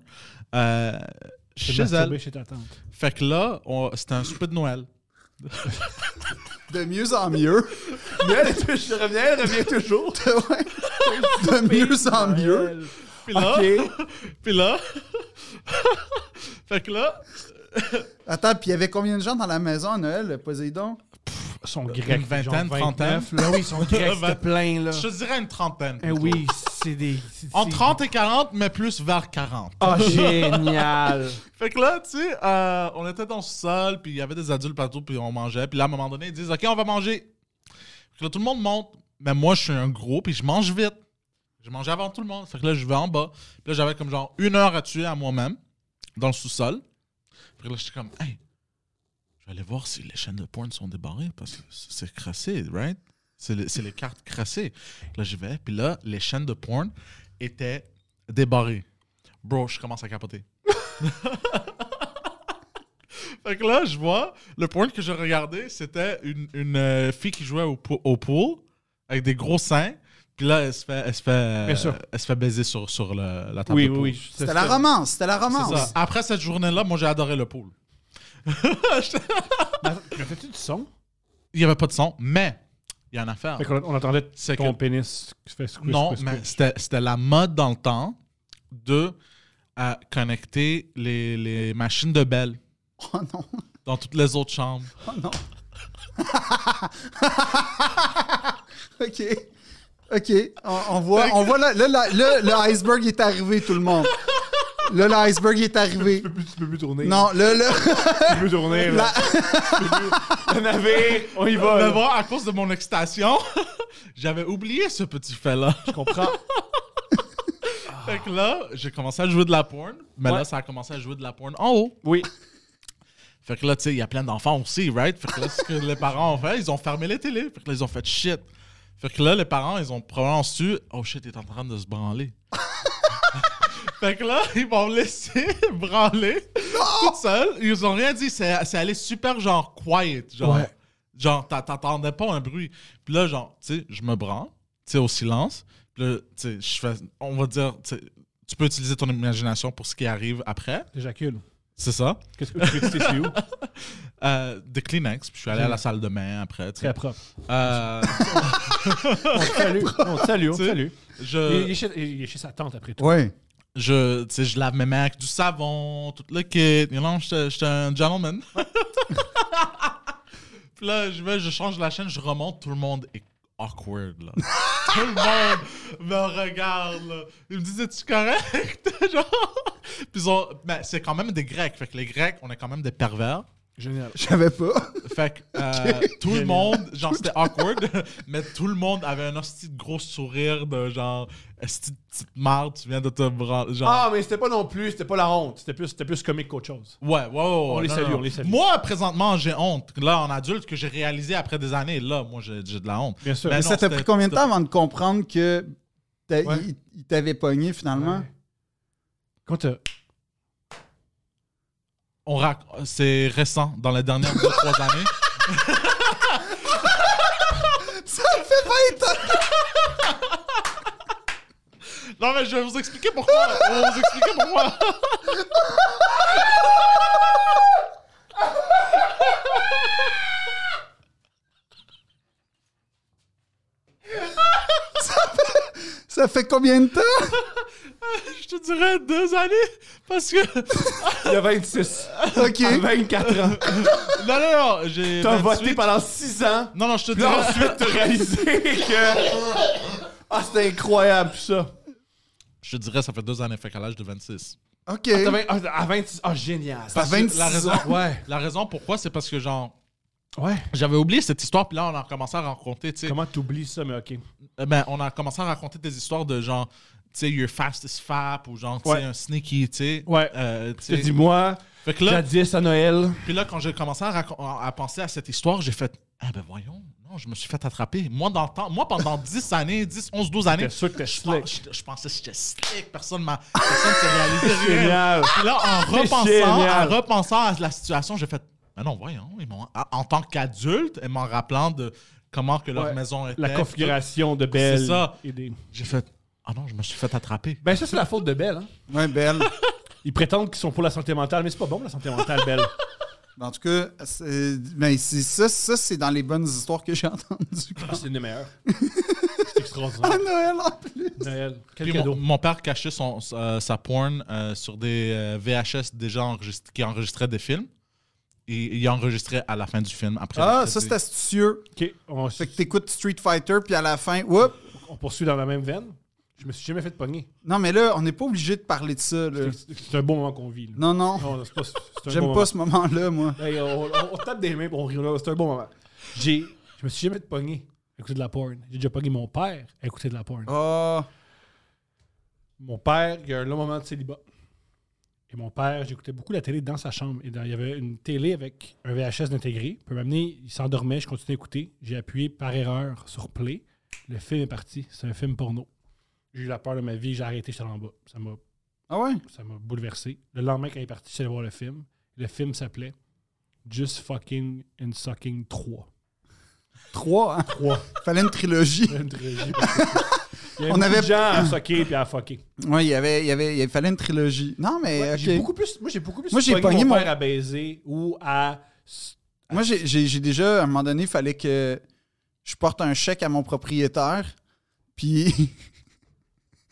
euh, chez
J'ai masturbé
elle.
chez ta
[laughs]
tante.
Fait que là, on- c'était un souper de Noël.
De mieux en mieux.
Mais elle, je reviens, elle revient toujours.
De, [laughs] ouais. De mieux en mieux.
Puis là, puis là... [laughs] fait que là,
Attends, puis il y avait combien de gens dans la maison à Noël, Poséidon?
Ils sont grecs.
Une
genre
vingtaine, trentaine.
29, Là, oui, ils sont grecs,
Vingt-
c'était plein, là.
je te dirais une trentaine.
Eh oui, c'est des. c'est-
Entre
c'est-
30 et 40, mais plus vers 40.
Ah, génial!
Fait que là, tu sais, euh, on était dans le sol, puis il y avait des adultes partout, puis on mangeait. Puis là, à un moment donné, ils disent, OK, on va manger. Fait que là, tout le monde monte. Mais moi, je suis un gros, puis je mange vite. Je mangeais avant tout le monde. Fait que là, je vais en bas. Puis là, j'avais comme genre une heure à tuer à moi-même, dans le sous-sol. Fait que là, j'étais comme, hey, je vais aller voir si les chaînes de porn sont débarrées, parce que c'est c'est crassé, right? C'est le- c'est les cartes crassées. Fait que Là, j'y vais, puis là, les chaînes de porn étaient débarrées. Bro, je commence à capoter. [laughs] Fait que là, je vois, le point que je regardais, c'était une, une, euh, fille qui jouait au, pou- au pool avec des gros seins. Puis là, elle se fait, elle se fait, euh,
Bien sûr.
elle se fait baiser sur, sur le- la table
Oui,
de
oui,
pool.
oui. je-
C'était la romance, c'était la
C'est ça.
romance.
Après cette journée-là, moi, j'ai adoré le pool.
Mais attends, mais Fais-tu du son?
Il n'y avait pas de son, mais il y a une affaire.
Fait qu'on on entendait
C'est
ton
que-
pénis qui se fait squish,
Non,
squish,
mais
squish.
c'était c'était la mode dans le temps de euh, connecter les, les machines de belles
Oh non,
dans toutes les autres chambres.
oh non. [laughs] OK. OK. On, on voit, on voit là, là, là, là, le iceberg est arrivé, tout le monde. Là, l'iceberg est arrivé.
Tu peux plus- Tu peux plus tourner.
Non, là, là.
Tu peux plus tourner, là.
Le navire, on y va.
Mais
là.
bon, à cause de mon excitation, [laughs] j'avais oublié ce petit fait-là.
Je comprends.
Fait que là, j'ai commencé à jouer de la porn, mais
Ah. Ouais.
là, ça a commencé à jouer de la porn en haut.
Oui.
Fait que là, tu sais, il y a plein d'enfants aussi, right? Fait que là, ce que les parents ont fait, ils ont fermé les télés. Fait que là, ils ont fait shit. Fait que là, les parents, ils ont probablement su, oh shit, t'es en train de se branler. [laughs] fait que là, ils m'ont laissé [laughs] branler toute seule. Ils ont rien dit. C'est c'est allé super, genre, quiet. Genre,
Ouais.
genre t'a- t'entendais pas un bruit. Puis là, genre, tu sais, je me branle, tu sais, au silence. Puis là, tu sais, je fais, on va dire, tu sais, tu peux utiliser ton imagination pour ce qui arrive après.
J'éjacule.
C'est ça?
Qu'est-ce que tu sais, c'est où?
euh, de Kleenex, puis je suis allé à la salle de bain après. tu
[laughs]
sais.
Très propre.
Euh,
On te salue, on te salue, on te
Tu sais,
salue. Il, il
je,
est chez, il est chez sa tante après tout.
[laughs] Ouais.
je, tu sais, je lave mes mains avec du savon, tout le kit. Et non, j'étais j'étais un gentleman. [laughs] puis là, je, vais, je change la chaîne, je remonte, tout le monde est awkward. Là. tout le monde me regarde. Là. Ils me disent Es-tu correct [laughs] Genre. Puis ils ont- ben, c'est quand même des Grecs. Fait que les Grecs, on est quand même des pervers.
Génial.
Je savais pas.
Fait que euh, tout le
Génial.
monde, genre c'était awkward, [laughs] mais tout le monde avait un hostie de gros sourire de genre, hostie de petite marde, tu viens de te branler. Genre,
Ah, mais c'était pas non plus, c'était pas la honte.
C'était plus, c'était plus comique qu'autre chose.
ouais, ouais, ouais. On
les salue, on les salue.
Moi, présentement, j'ai honte. Là, en adulte, que j'ai réalisé après des années, là, moi, j'ai j'ai de la honte.
Bien sûr.
Ben
Mais
non,
ça t'a
c'était-
pris combien de temps avant de comprendre que t'a-
Ouais.
il, il t'avait pogné finalement?
Ouais. Quand t'as-
On rac- C'est récent, dans les dernières deux, trois années.
Ça fait 20 ans!
[laughs] Non, mais je vais vous expliquer pourquoi. [laughs] Je vais vous expliquer pourquoi.
Ça fait combien de temps?
Je te dirais deux années, parce que
Il y a 26,
OK.
Ah,
à 24 ans.
non, non, non, j'ai
T'as
28.
voté pendant 6 ans.
Non, non, je te
Puis là,
dirais.
ensuite, t'as réalisé que. Ah, c'était incroyable, ça.
[laughs] Je te dirais, ça fait deux années, fait qu'à l'âge de 26.
OK.
T'as vingt- ah, à 26. Ah, génial.
Ça fait 26
la raison-
ans.
Ouais.
La raison pourquoi, c'est parce que genre.
Ouais.
J'avais oublié cette histoire, puis là, on a commencé à raconter, tu sais.
Comment t'oublies ça, mais OK.
euh, Ben, on a commencé à raconter des histoires de genre, tu sais, your fastest fap, ou genre, tu sais,
Ouais.
un sneaky, tu sais.
Ouais.
Euh, tu
Tu
sais.
dis, moi,
Fait que là,
jadis à Noël.
puis là, quand j'ai commencé à, racon- à à penser à cette histoire, j'ai fait, ah ben voyons, non, je me suis fait attraper. Moi, dans le temps, moi, pendant [laughs] 10 années, 10, 11, 12 années,
T'es sûr que t'es
je, pens-
slick.
je- je pensais que j'étais slick, personne m'a personne s'est réalisé rien.
Génial.
Puis là, en
C'est
repensant,
génial.
en repensant à la situation, j'ai fait Mais non, voyons, ils m'ont- en- en tant qu'adulte, et m'en rappelant de comment que leur
Ouais.
maison était.
La configuration de
C'est
Belle.
ça.
et des-
J'ai fait Ah non, je me suis fait attraper.
Ben, ça, c'est la faute de Belle. Hein.
Ouais, belle.
Ils prétendent qu'ils sont pour la santé mentale, mais c'est pas bon, la santé mentale, Belle.
Ben, En tout cas, c'est- ben, c'est ça, ça c'est dans les bonnes histoires que j'ai [laughs] entendues.
c'est une des meilleures. C'est
À
extraordinaire.
Noël, en plus.
Noël, quel
Puis mon,
cadeau.
mon père cachait son, sa- sa porn euh, sur des euh, VHS déjà enregistrés, qui enregistraient des films. Et il enregistrait à la fin du film. Après
Ah,
le
ça, c'est
crédit.
astucieux.
OK, on,
Fait que t'écoutes Street Fighter, puis à la fin, whoop!
on poursuit dans la même veine. Je me suis jamais fait pogner.
Non, mais là, on n'est pas obligé de parler de ça. là.
C'est c'est un bon moment qu'on vit. là.
Euh. Non, non.
Non, c'est pas- c'est un
J'aime
bon
pas ce moment-là, moi.
moment. Hey, Ben, on, on- on tape des mains et on rit. Non, C'est un bon moment. J'ai, je me suis jamais fait pogner à écouter de la porn. J'ai déjà pogné mon père à écouter de la porn.
Ah,
Mon père, il y a un long moment de célibat. Et mon père, j'écoutais beaucoup la télé dans sa chambre. Et dans- il y avait une télé avec un VHS intégré. Il peut m'amener, il s'endormait, je continuais d'écouter. J'ai appuyé par erreur sur play. Le film est parti. C'est un film porno. J'ai eu la peur de ma vie, j'ai arrêté, j'étais en bas. Ça m'a,
ah ouais?
ça m'a bouleversé. Le lendemain, quand il est parti, j'allais voir le film. Le film s'appelait Just Fucking and Sucking 3.
Trois, hein?
3.
Fallait une trilogie.
[laughs] Une trilogie, parce que- Il y avait
On
beaucoup
avait-
de gens à sucker et à fucker.
Ouais, il y avait, il y avait, il fallait une trilogie. Non, mais
Ouais,
Eh, ok.
J'ai beaucoup plus. Moi, j'ai beaucoup plus.
Moi, j'ai pogné
mon
mon-
père à baiser ou à.
Moi, j'ai- j'ai j'ai déjà, à un moment donné, il fallait que je porte un chèque à mon propriétaire. Puis.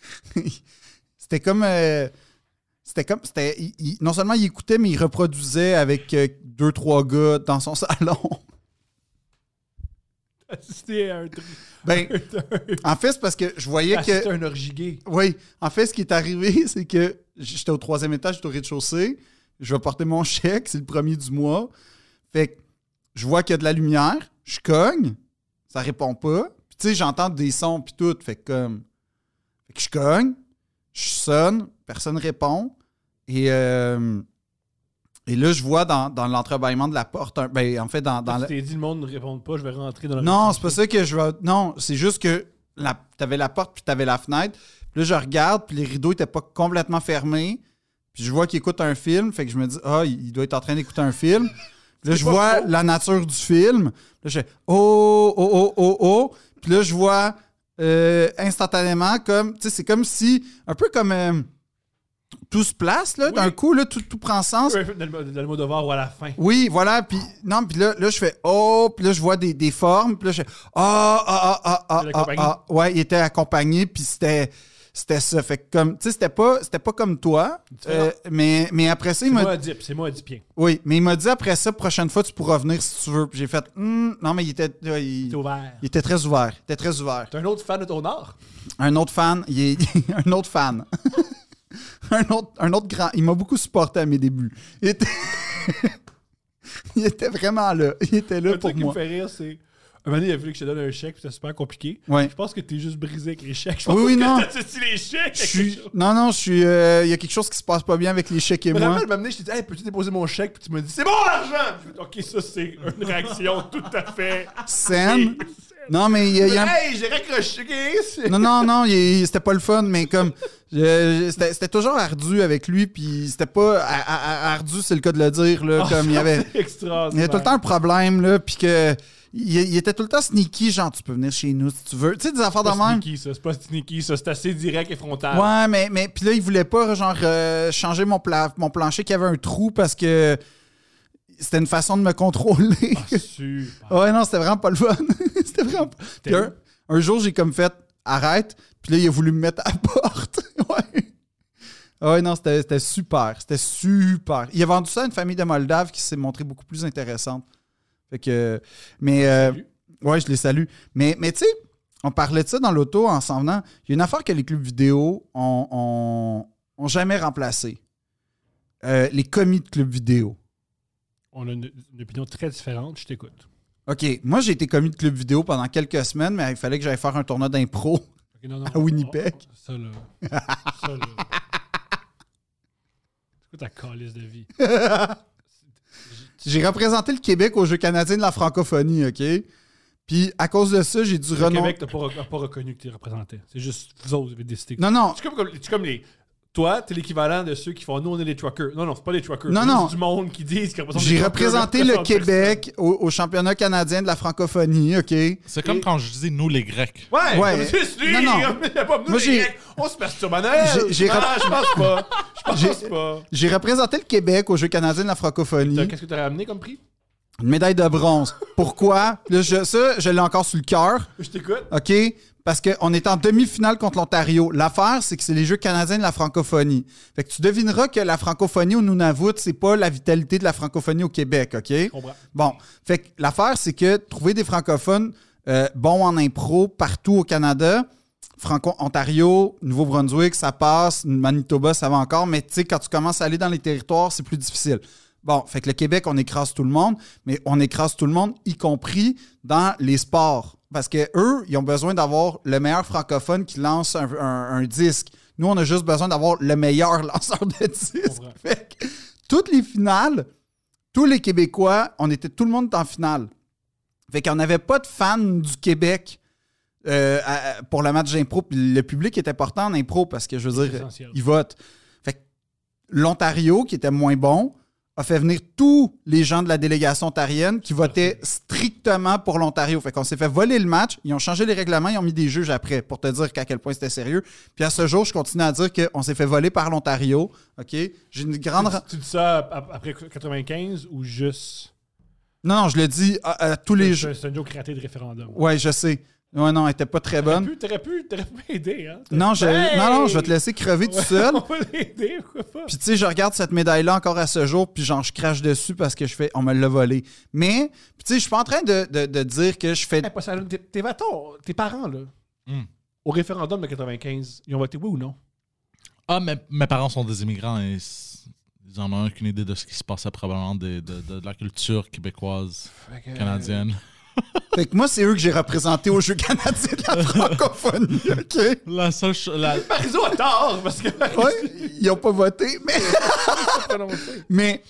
[laughs] c'était comme. euh, c'était comme. c'était il- il- non seulement il écoutait, mais il reproduisait avec euh, deux, trois gars dans son [laughs] salon.
C'était un [laughs] truc.
ben, en fait, c'est parce que je voyais que.
C'était un orgie gay.
Oui, en fait, ce qui est arrivé, [laughs] c'est que j'étais au troisième étage, j'étais au rez-de-chaussée. Je vais porter mon chèque, c'est le premier du mois. Fait que je vois qu'il y a de la lumière, je cogne, ça répond pas. Puis tu sais, j'entends des sons, puis tout. Fait que comme. Fait que je cogne, je sonne, personne répond. Et, euh, et là, je vois dans, dans l'entrebâillement de la porte, un- ben, en fait, dans, dans
Dans
le-
tu t'es dit, le monde ne répond pas, je vais rentrer dans la.
non, c'est pas ça que je veux. Non, c'est juste que la... t'avais la porte puis t'avais la fenêtre. Puis là, je regarde, puis les rideaux étaient pas complètement fermés. Puis je vois qu'il écoute un film. Fait que je me dis, ah, il il doit être en train d'écouter
[laughs]
un film. Puis là, je vois la nature du film. Puis Là, je fais, oh, oh, oh, oh, oh. Puis là, je vois euh, instantanément comme. Tu sais, c'est comme si. Un peu comme. euh, tout se place, là,
Oui.
d'un coup, là, tout, tout prend
[laughs]
sens.
Ouais, D'Almo- d'Almodovar ou à la fin.
Oui, voilà, puis non, puis là, là, je fais oh, puis là, je vois des, des formes, puis là, je fais ah, ah, ah, ah,
Il était
ah,
accompagné.
ah, ah. ouais, il était accompagné, puis c'était, c'était ça, fait que comme, tu sais, c'était pas, c'était pas comme toi, euh, mais, mais après ça, il
C'est
m'a
moi à Dip, c'est moi à Dipien.
Oui, mais il m'a dit après ça, prochaine fois, tu pourras venir si tu veux. Puis j'ai fait, Hmm, non, mais il était, euh, il,
T'es ouvert.
il était très ouvert. Il était très ouvert.
T'es un autre fan de ton art.
Un autre fan, il est, [laughs] un autre fan. [laughs] un, autre, un autre grand. Il m'a beaucoup supporté à mes débuts. Il était, [laughs] il était vraiment là. Il était là
Le
pour
truc qui me
moi.
fait rire, c'est. Un moment donné, il a voulu que je te donne un chèque, puis c'était super compliqué.
Ouais.
Je pense que t'es juste brisé avec les chèques. Je pense
Oui, oui,
que [laughs]
non.
T'as sorti les chèques.
Je suis, non, non, je suis. euh, il y a quelque chose qui se passe pas bien avec les chèques et
Vraiment,
moi.
elle m'a amené, je t'ai dit, hey, peux-tu déposer mon chèque? Puis tu m'as dit, c'est bon l'argent! J'ai fait, Ok, ça, c'est une
[laughs]
réaction tout à fait.
Sam. Non, mais il y a- il y a un
Hey, j'ai raccroché. c'est-
Non, non, non, il- il- c'était pas le fun, mais comme. je- je- C'était c'était toujours ardu avec lui, puis c'était pas a- a- a- ardu, c'est le cas de le dire, là.
Oh,
comme
[laughs]
il y avait.
C'est extraordinaire.
Il y avait tout le temps un problème, là, puis que. Il, il était tout le temps sneaky, genre, tu peux venir chez nous si tu veux. Tu sais, des affaires
C'est
de
pas
même.
sneaky, ça. C'est pas sneaky, ça. C'est assez direct et frontal.
Ouais, mais, mais puis là, il voulait pas, genre, euh, changer mon, pla- mon plancher qui avait un trou parce que c'était une façon de me contrôler.
Ah, super.
[laughs] Ouais, non, c'était vraiment pas le fun. [laughs] c'était vraiment pas. Puis un, un jour, j'ai comme fait arrête, puis là, il a voulu me mettre à la [laughs] porte. ouais. Ouais, non, c'était c'était super. C'était super. Il a vendu ça à une famille de Moldaves qui s'est montrée beaucoup plus intéressante. Fait que. Mais. euh, ouais, je les salue. Mais, mais tu sais, on parlait de ça dans l'auto en s'en venant. Il y a une affaire que les clubs vidéo ont, ont- ont jamais remplacée. Euh, les commis de clubs vidéo.
On a une, une opinion très différente. Je t'écoute.
OK, moi j'ai été commis de club vidéo pendant quelques semaines, mais il fallait que j'aille faire un tournoi d'impro.
Ok, non, non,
À Winnipeg.
oh, oh, ça, là. ça, là. euh. C'est quoi ta calice de vie?
J'ai représenté le Québec aux Jeux canadiens de la francophonie, OK? Puis à cause de ça, j'ai dû
Le
renoncer.
Québec t'a pas, rec- a pas reconnu que t'es représenté. C'est juste vous autres qui avez décidé. que-
Non, non,
C'est comme, comme- c'est comme les. Toi, t'es l'équivalent de ceux qui font nous, on est les truckers. Non, non, c'est pas les truckers.
Non,
c'est
non.
juste du monde qui disent qu'ils représentent les
j'ai
truckers,
représenté
mais
le
personne-
Québec au, au championnat canadien de la francophonie, OK?
C'est comme quand je disais nous les Grecs.
Ouais,
Ouais.
ouais. juste lui.
Non, non.
il y a pas- nous,
Moi,
les
j'ai-
Grecs, On se perturbe à Noël.
J'ai- j'ai
Non,
rap-
je pense pas. Je pense
J'ai- Hmm?
pas.
J'ai représenté le Québec aux Jeux canadiens de la
T'as-
francophonie.
Qu'est-ce que t'aurais amené comme prix?
Une médaille de bronze. Pourquoi? Là, je- ça, je l'ai encore sur le cœur.
Je t'écoute.
OK? Parce qu'on est en demi-finale contre l'Ontario. L'affaire, c'est que c'est les Jeux canadiens de la francophonie. Fait que tu devineras que la francophonie au Nunavut, c'est pas la vitalité de la francophonie au Québec, OK?
comprends.
Bon. Fait que l'affaire, c'est que trouver des francophones euh, bons en impro partout au Canada, Franco-Ontario, Nouveau-Brunswick, ça passe, Manitoba, ça va encore, mais tu sais, quand tu commences à aller dans les territoires, c'est plus difficile. Bon, fait que le Québec, on écrase tout le monde, mais on écrase tout le monde, y compris dans les sports. Parce que eux, ils ont besoin d'avoir le meilleur francophone qui lance un, un- un disque. Nous, on a juste besoin d'avoir le meilleur [laughs] lanceur de disque.
comprends.
Fait que toutes les finales, tous les Québécois, on était tout le monde en finale. Fait qu'on n'avait pas de fans du Québec euh, à- à- pour le match d'impro. Puis Le public est important en impro parce que, je veux
C'est
dire,
essentiel.
ils votent. Fait que l'Ontario, qui était moins bon, a fait venir tous les gens de la délégation ontarienne qui votaient strictement pour l'Ontario. Fait qu'on s'est fait voler le match. Ils ont changé les règlements, ils ont mis des juges après pour te dire qu'à quel point c'était sérieux. Puis à ce jour, je continue à dire qu'on s'est fait voler par l'Ontario. OK? J'ai une grande. ra-
Tu, tu dis ça ap- après 95 ou juste.
Non, non, je le dis à, à tous les jeux.
C'est c'est un joke raté de référendum.
Ouais, je sais. Ouais, non, elle était pas très
T'aurais
bonne.
pu, t'aurais pu, t'aurais pu m'aider, hein? T'aurais-
Non, je,
Hey!
non, non, je vais te laisser crever tout
[laughs]
seul.
On va l'aider, pourquoi pas?
[laughs] Puis tu sais, je regarde cette médaille-là encore à ce jour, puis genre, je crache dessus parce que je fais, on me l'a volé. Mais, puis tu sais, je suis pas en train de, de- de dire que je fais.
Hey, pas ça, tes- Tes vatons, tes parents, là,
Hmm.
au référendum de 95, ils ont voté oui ou non?
Ah, mais mes parents sont des immigrants et s- ils en ont aucune idée de ce qui se passait probablement de, de- de- de la culture québécoise,
Fait que, euh,
canadienne.
Fait que moi, c'est eux que j'ai représentés aux Jeux canadiens de la francophonie, OK?
La seule cho- la-
Mariso a tort parce que.
[laughs]
Ouais, ils ont pas voté, mais. Mais,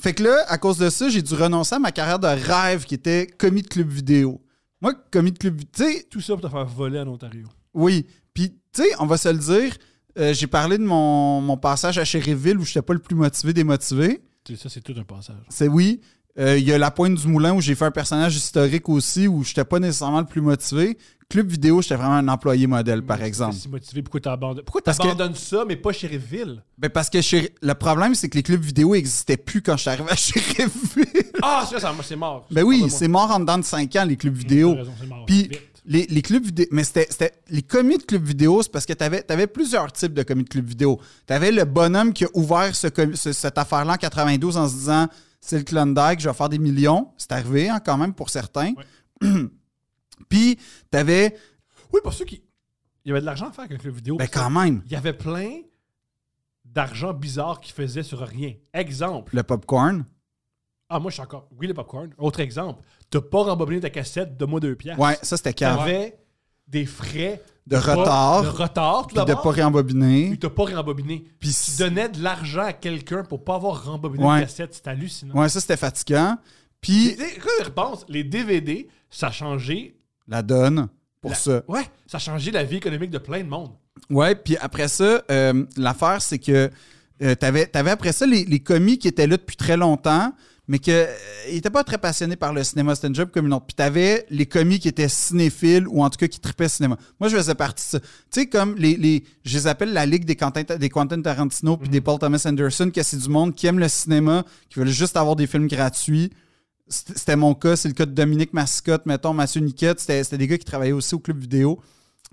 fait que là, à cause de ça, j'ai dû renoncer à ma carrière de rêve qui était commis de club vidéo. Moi, commis de club. Tu sais,
Tout ça pour te faire voler en Ontario.
Oui. Puis, tu sais, on va se le dire, euh, j'ai parlé de mon, mon passage à Chéréville où je n'étais pas le plus motivé des motivés.
Tu sais, Ça, c'est tout un passage.
C'est oui. Euh, Il y a La Pointe du Moulin où j'ai fait un personnage historique aussi où j'étais pas nécessairement le plus motivé. Club vidéo, j'étais vraiment un employé modèle, par exemple.
Si motivé, pourquoi t'abandonnes Pourquoi
Parce que-
t'abandonnes ça, mais pas Sheriffville
Ben parce que chez- le problème, c'est que les clubs vidéo n'existaient plus quand je suis arrivé à Sheriffville.
Ah, c'est vrai, ça, c'est mort.
Ben oui, c'est mort en dedans de 5 ans, les clubs vidéo.
T'as raison, c'est mort.
Puis
Vite.
les, les clubs vidéo. Mais c'était, c'était- les commis de clubs vidéo, c'est parce que tu avais, plusieurs types de commis de clubs vidéo. Tu avais le bonhomme qui a ouvert ce com- ce- cette affaire-là en 92 en se disant c'est le Klondike, je vais faire des millions. C'est arrivé hein, quand même pour certains. [clears throat] Puis tu avais.
Oui, pour ceux qui. Il y avait de l'argent à faire avec le vidéo.
Ben
parce que
quand même,
Il y avait plein d'argent bizarre qui faisait sur rien. Exemple.
le popcorn.
Ah, moi, je suis encore. Oui, le popcorn. Autre exemple. T'as pas rembobiné ta cassette de moi deux piastres.
Ouais, ça c'était calme.
T'avais des frais.
De
pas-
retard.
De retard, tout
Puis de
d'abord.
pas réembobiner.
Puis t'as pas rembobiné.
Puis
Tu donnais de l'argent à quelqu'un pour pas avoir rembobiné
Ouais.
une cassette. C'est hallucinant.
Ouais, ça c'était fatigant. Puis
Et- et Quand je repense, les DVD, ça a changé.
la donne pour
la-
ça.
Ouais, ça a changé la vie économique de plein de monde.
Ouais, puis après ça, euh, l'affaire, c'est que euh, t'avais, t'avais après ça les, les commis qui étaient là depuis très longtemps, mais que euh, ils étaient pas très passionnés par le cinéma, c'était une job comme une autre. Puis t'avais les commis qui étaient cinéphiles ou en tout cas qui tripaient cinéma. Moi, je faisais partie de ça. Tu sais, comme les, les. Je les appelle la ligue des Quentin, des Quentin Tarantino puis des Paul Thomas Anderson, que c'est du monde qui aime le cinéma, qui veulent juste avoir des films gratuits. C'était c'était mon cas, c'est le cas de Dominique Mascotte, mettons, Mathieu Niquette. C'était c'était des gars qui travaillaient aussi au club vidéo.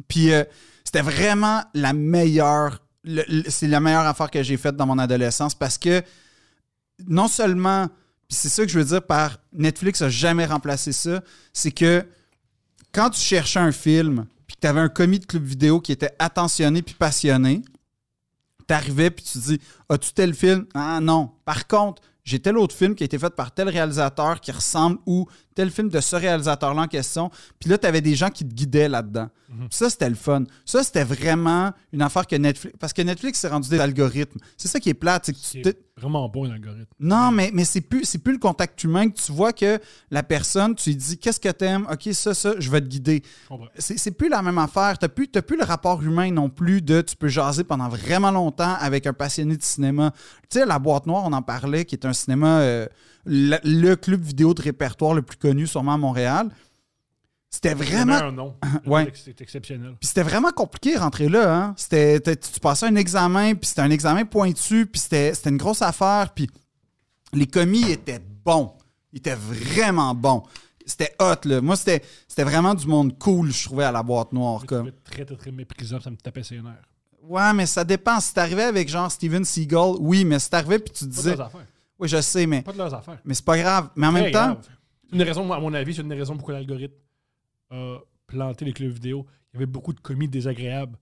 Puis euh, c'était vraiment la meilleure. le- le- c'est la meilleure affaire que j'ai faite dans mon adolescence parce que non seulement, puis c'est ça que je veux dire par Netflix a jamais remplacé ça, c'est que quand tu cherchais un film, puis que tu avais un commis de club vidéo qui était attentionné puis passionné, t'arrivais puis tu dis As-tu tel film Ah non. Par contre, j'ai tel autre film qui a été fait par tel réalisateur qui ressemble ou tel film de ce réalisateur-là en question. Puis là, t'avais des gens qui te guidaient là-dedans. Puis Ça, c'était le fun. Ça, c'était vraiment une affaire que Netflix. Parce que Netflix s'est rendu des algorithmes. C'est ça qui est plate. c'est que tu
C'est
t'es-
vraiment bon, l'algorithme.
non, mais, mais c'est plus, c'est plus le contact humain que tu vois que la personne, tu lui dis qu'est-ce que t'aimes, ok, ça, ça, je vais te guider.
comprends.
C'est c'est plus la même affaire. T'as plus, t'as plus le rapport humain non plus de tu peux jaser pendant vraiment longtemps avec un passionné de cinéma. Tu sais, La Boîte Noire, on en parlait, qui est un cinéma, euh, le, le club vidéo de répertoire le plus connu sûrement à Montréal. C'était vraiment
un nom.
[laughs] Ouais.
C'est exceptionnel.
puis c'était vraiment compliqué de rentrer là. Hein? C'était, t'as- tu passais un examen, puis c'était un examen pointu, puis c'était, c'était une grosse affaire. Puis les commis étaient bons. Ils étaient vraiment bons. C'était hot, là. Moi, c'était, c'était vraiment du monde cool, je trouvais, à la boîte noire.
Je
Comme.
trouvais très, très, très méprisable, ça me tapait ses nerfs.
Ouais, mais ça dépend. Si t'arrivais avec genre Steven Seagal, oui, mais si t'arrivais, puis tu
Pas de
disais,
leurs affaires.
oui, je sais, mais,
Pas de leurs affaires.
mais c'est pas grave. Mais en
Très
même temps,
grave. Une raison, à mon avis, c'est une raison pourquoi l'algorithme a planté les clubs vidéo. Il y avait beaucoup de commis désagréables.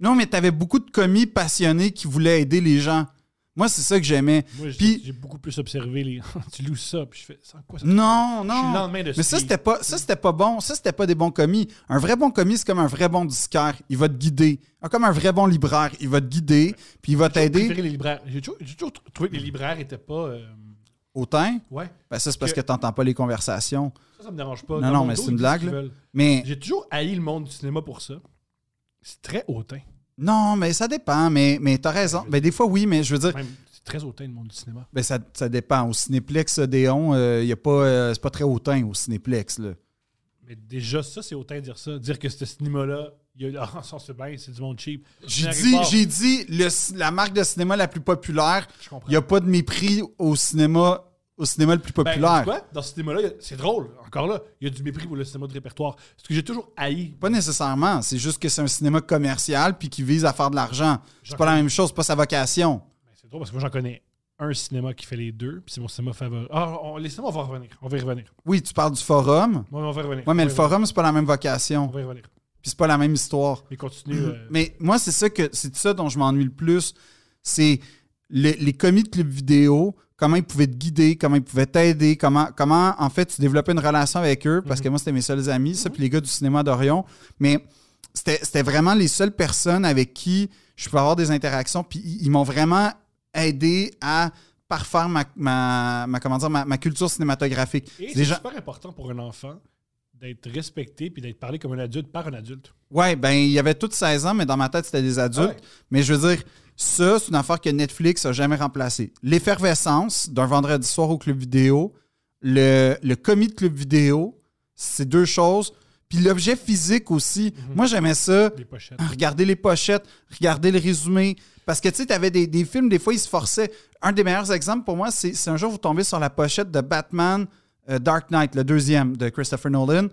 non, mais t'avais beaucoup de commis passionnés qui voulaient aider les gens. Moi, c'est ça que j'aimais.
Moi, j'ai-
Puis-
j'ai beaucoup plus observé les. [laughs] tu loues ça, puis je fais. C'est en quoi ça?
Non, non.
Je suis le lendemain de
Mais
ce
ça,
qui-
c'était pas, ça, c'était pas bon. Ça, c'était pas des bons commis. Un vrai bon commis, c'est comme un vrai bon disquaire. Il va te guider. Ah, Comme un vrai bon libraire. Il va te guider, puis il va
J'ai toujours
t'aider.
préféré les libraires. J'ai toujours, j'ai toujours trouvé que les libraires étaient pas. euh,
Autant,
Ouais.
ben ça, c'est parce que
Que-
t'entends pas les conversations.
Ça, ça me dérange pas.
Non,
Dans
non,
mon
mais
dos,
c'est une
ils disent ce
blague,
qu'ils
là.
veulent.
Mais
J'ai toujours haï le monde du cinéma pour ça. C'est très hautain.
non, mais ça dépend. Mais, mais t'as raison. Ben, des fois, oui, mais je veux dire,
Même, c'est très hautain le monde du cinéma.
ben, ça, ça dépend. Au Cinéplex, Déon, euh, y a pas, euh, c'est pas très hautain au Cinéplex. Là.
Mais déjà, ça, c'est autant dire ça. Dire que ce cinéma-là, il y a ah, ça, c'est bien, c'est du monde cheap.
J'ai
Mais
dit,
quelque part,
j'ai dit le ci- la marque de cinéma la plus populaire.
Je comprends.
Il n'y a pas de mépris au cinéma, au cinéma le plus
Ben,
populaire.
tu vois, dans ce cinéma-là, il y a- c'est drôle, encore là, il y a du mépris pour le cinéma de répertoire. Ce que j'ai toujours haï.
Pas nécessairement. C'est juste que c'est un cinéma commercial puis qui vise à faire de l'argent. C'est pas la même chose, c'est pas sa vocation.
Ben, c'est drôle parce que moi, j'en connais un cinéma qui fait les deux, puis c'est mon cinéma favori. Ah, on- les cinémas, on va revenir. On va y revenir.
Oui, tu parles du forum.
Moi, on va y revenir.
Oui, mais
On va y
le
revenir.
forum, c'est pas la même
On
vocation.
va y revenir.
Puis c'est pas la même histoire.
Mais continue. euh,
Mais moi, c'est ça que c'est de ça dont je m'ennuie le plus. C'est le- les commis de club vidéo, comment ils pouvaient te guider, comment ils pouvaient t'aider, comment, comment en fait tu développais une relation avec eux,
Mhm.
parce que moi, c'était mes seuls amis, ça, puis les gars du cinéma d'Orion. Mais c'était c'était vraiment les seules personnes avec qui je pouvais avoir des interactions, puis ils, ils m'ont vraiment aidé à parfaire ma, ma, ma- comment dire, ma, ma culture cinématographique.
Et
C'est
c'est
des gens-
super important pour un enfant d'être respecté puis d'être parlé comme un adulte par un adulte.
Ouais, ben il y avait toutes 16 ans, mais dans ma tête, c'était des adultes.
Ouais.
Mais je veux dire, ça, c'est une affaire que Netflix a jamais remplacée. L'effervescence d'un vendredi soir au club vidéo le, le commis de club vidéo, c'est deux choses. Puis l'objet physique aussi. Moi, j'aimais ça.
Des pochettes.
Ah, Regarder les pochettes, regarder le résumé. Parce que tu sais, tu avais des, des films, des fois, ils se forçaient. Un des meilleurs exemples pour moi, c'est c'est un jour vous tombez sur la pochette de Batman euh, Dark Knight, le deuxième de Christopher Nolan.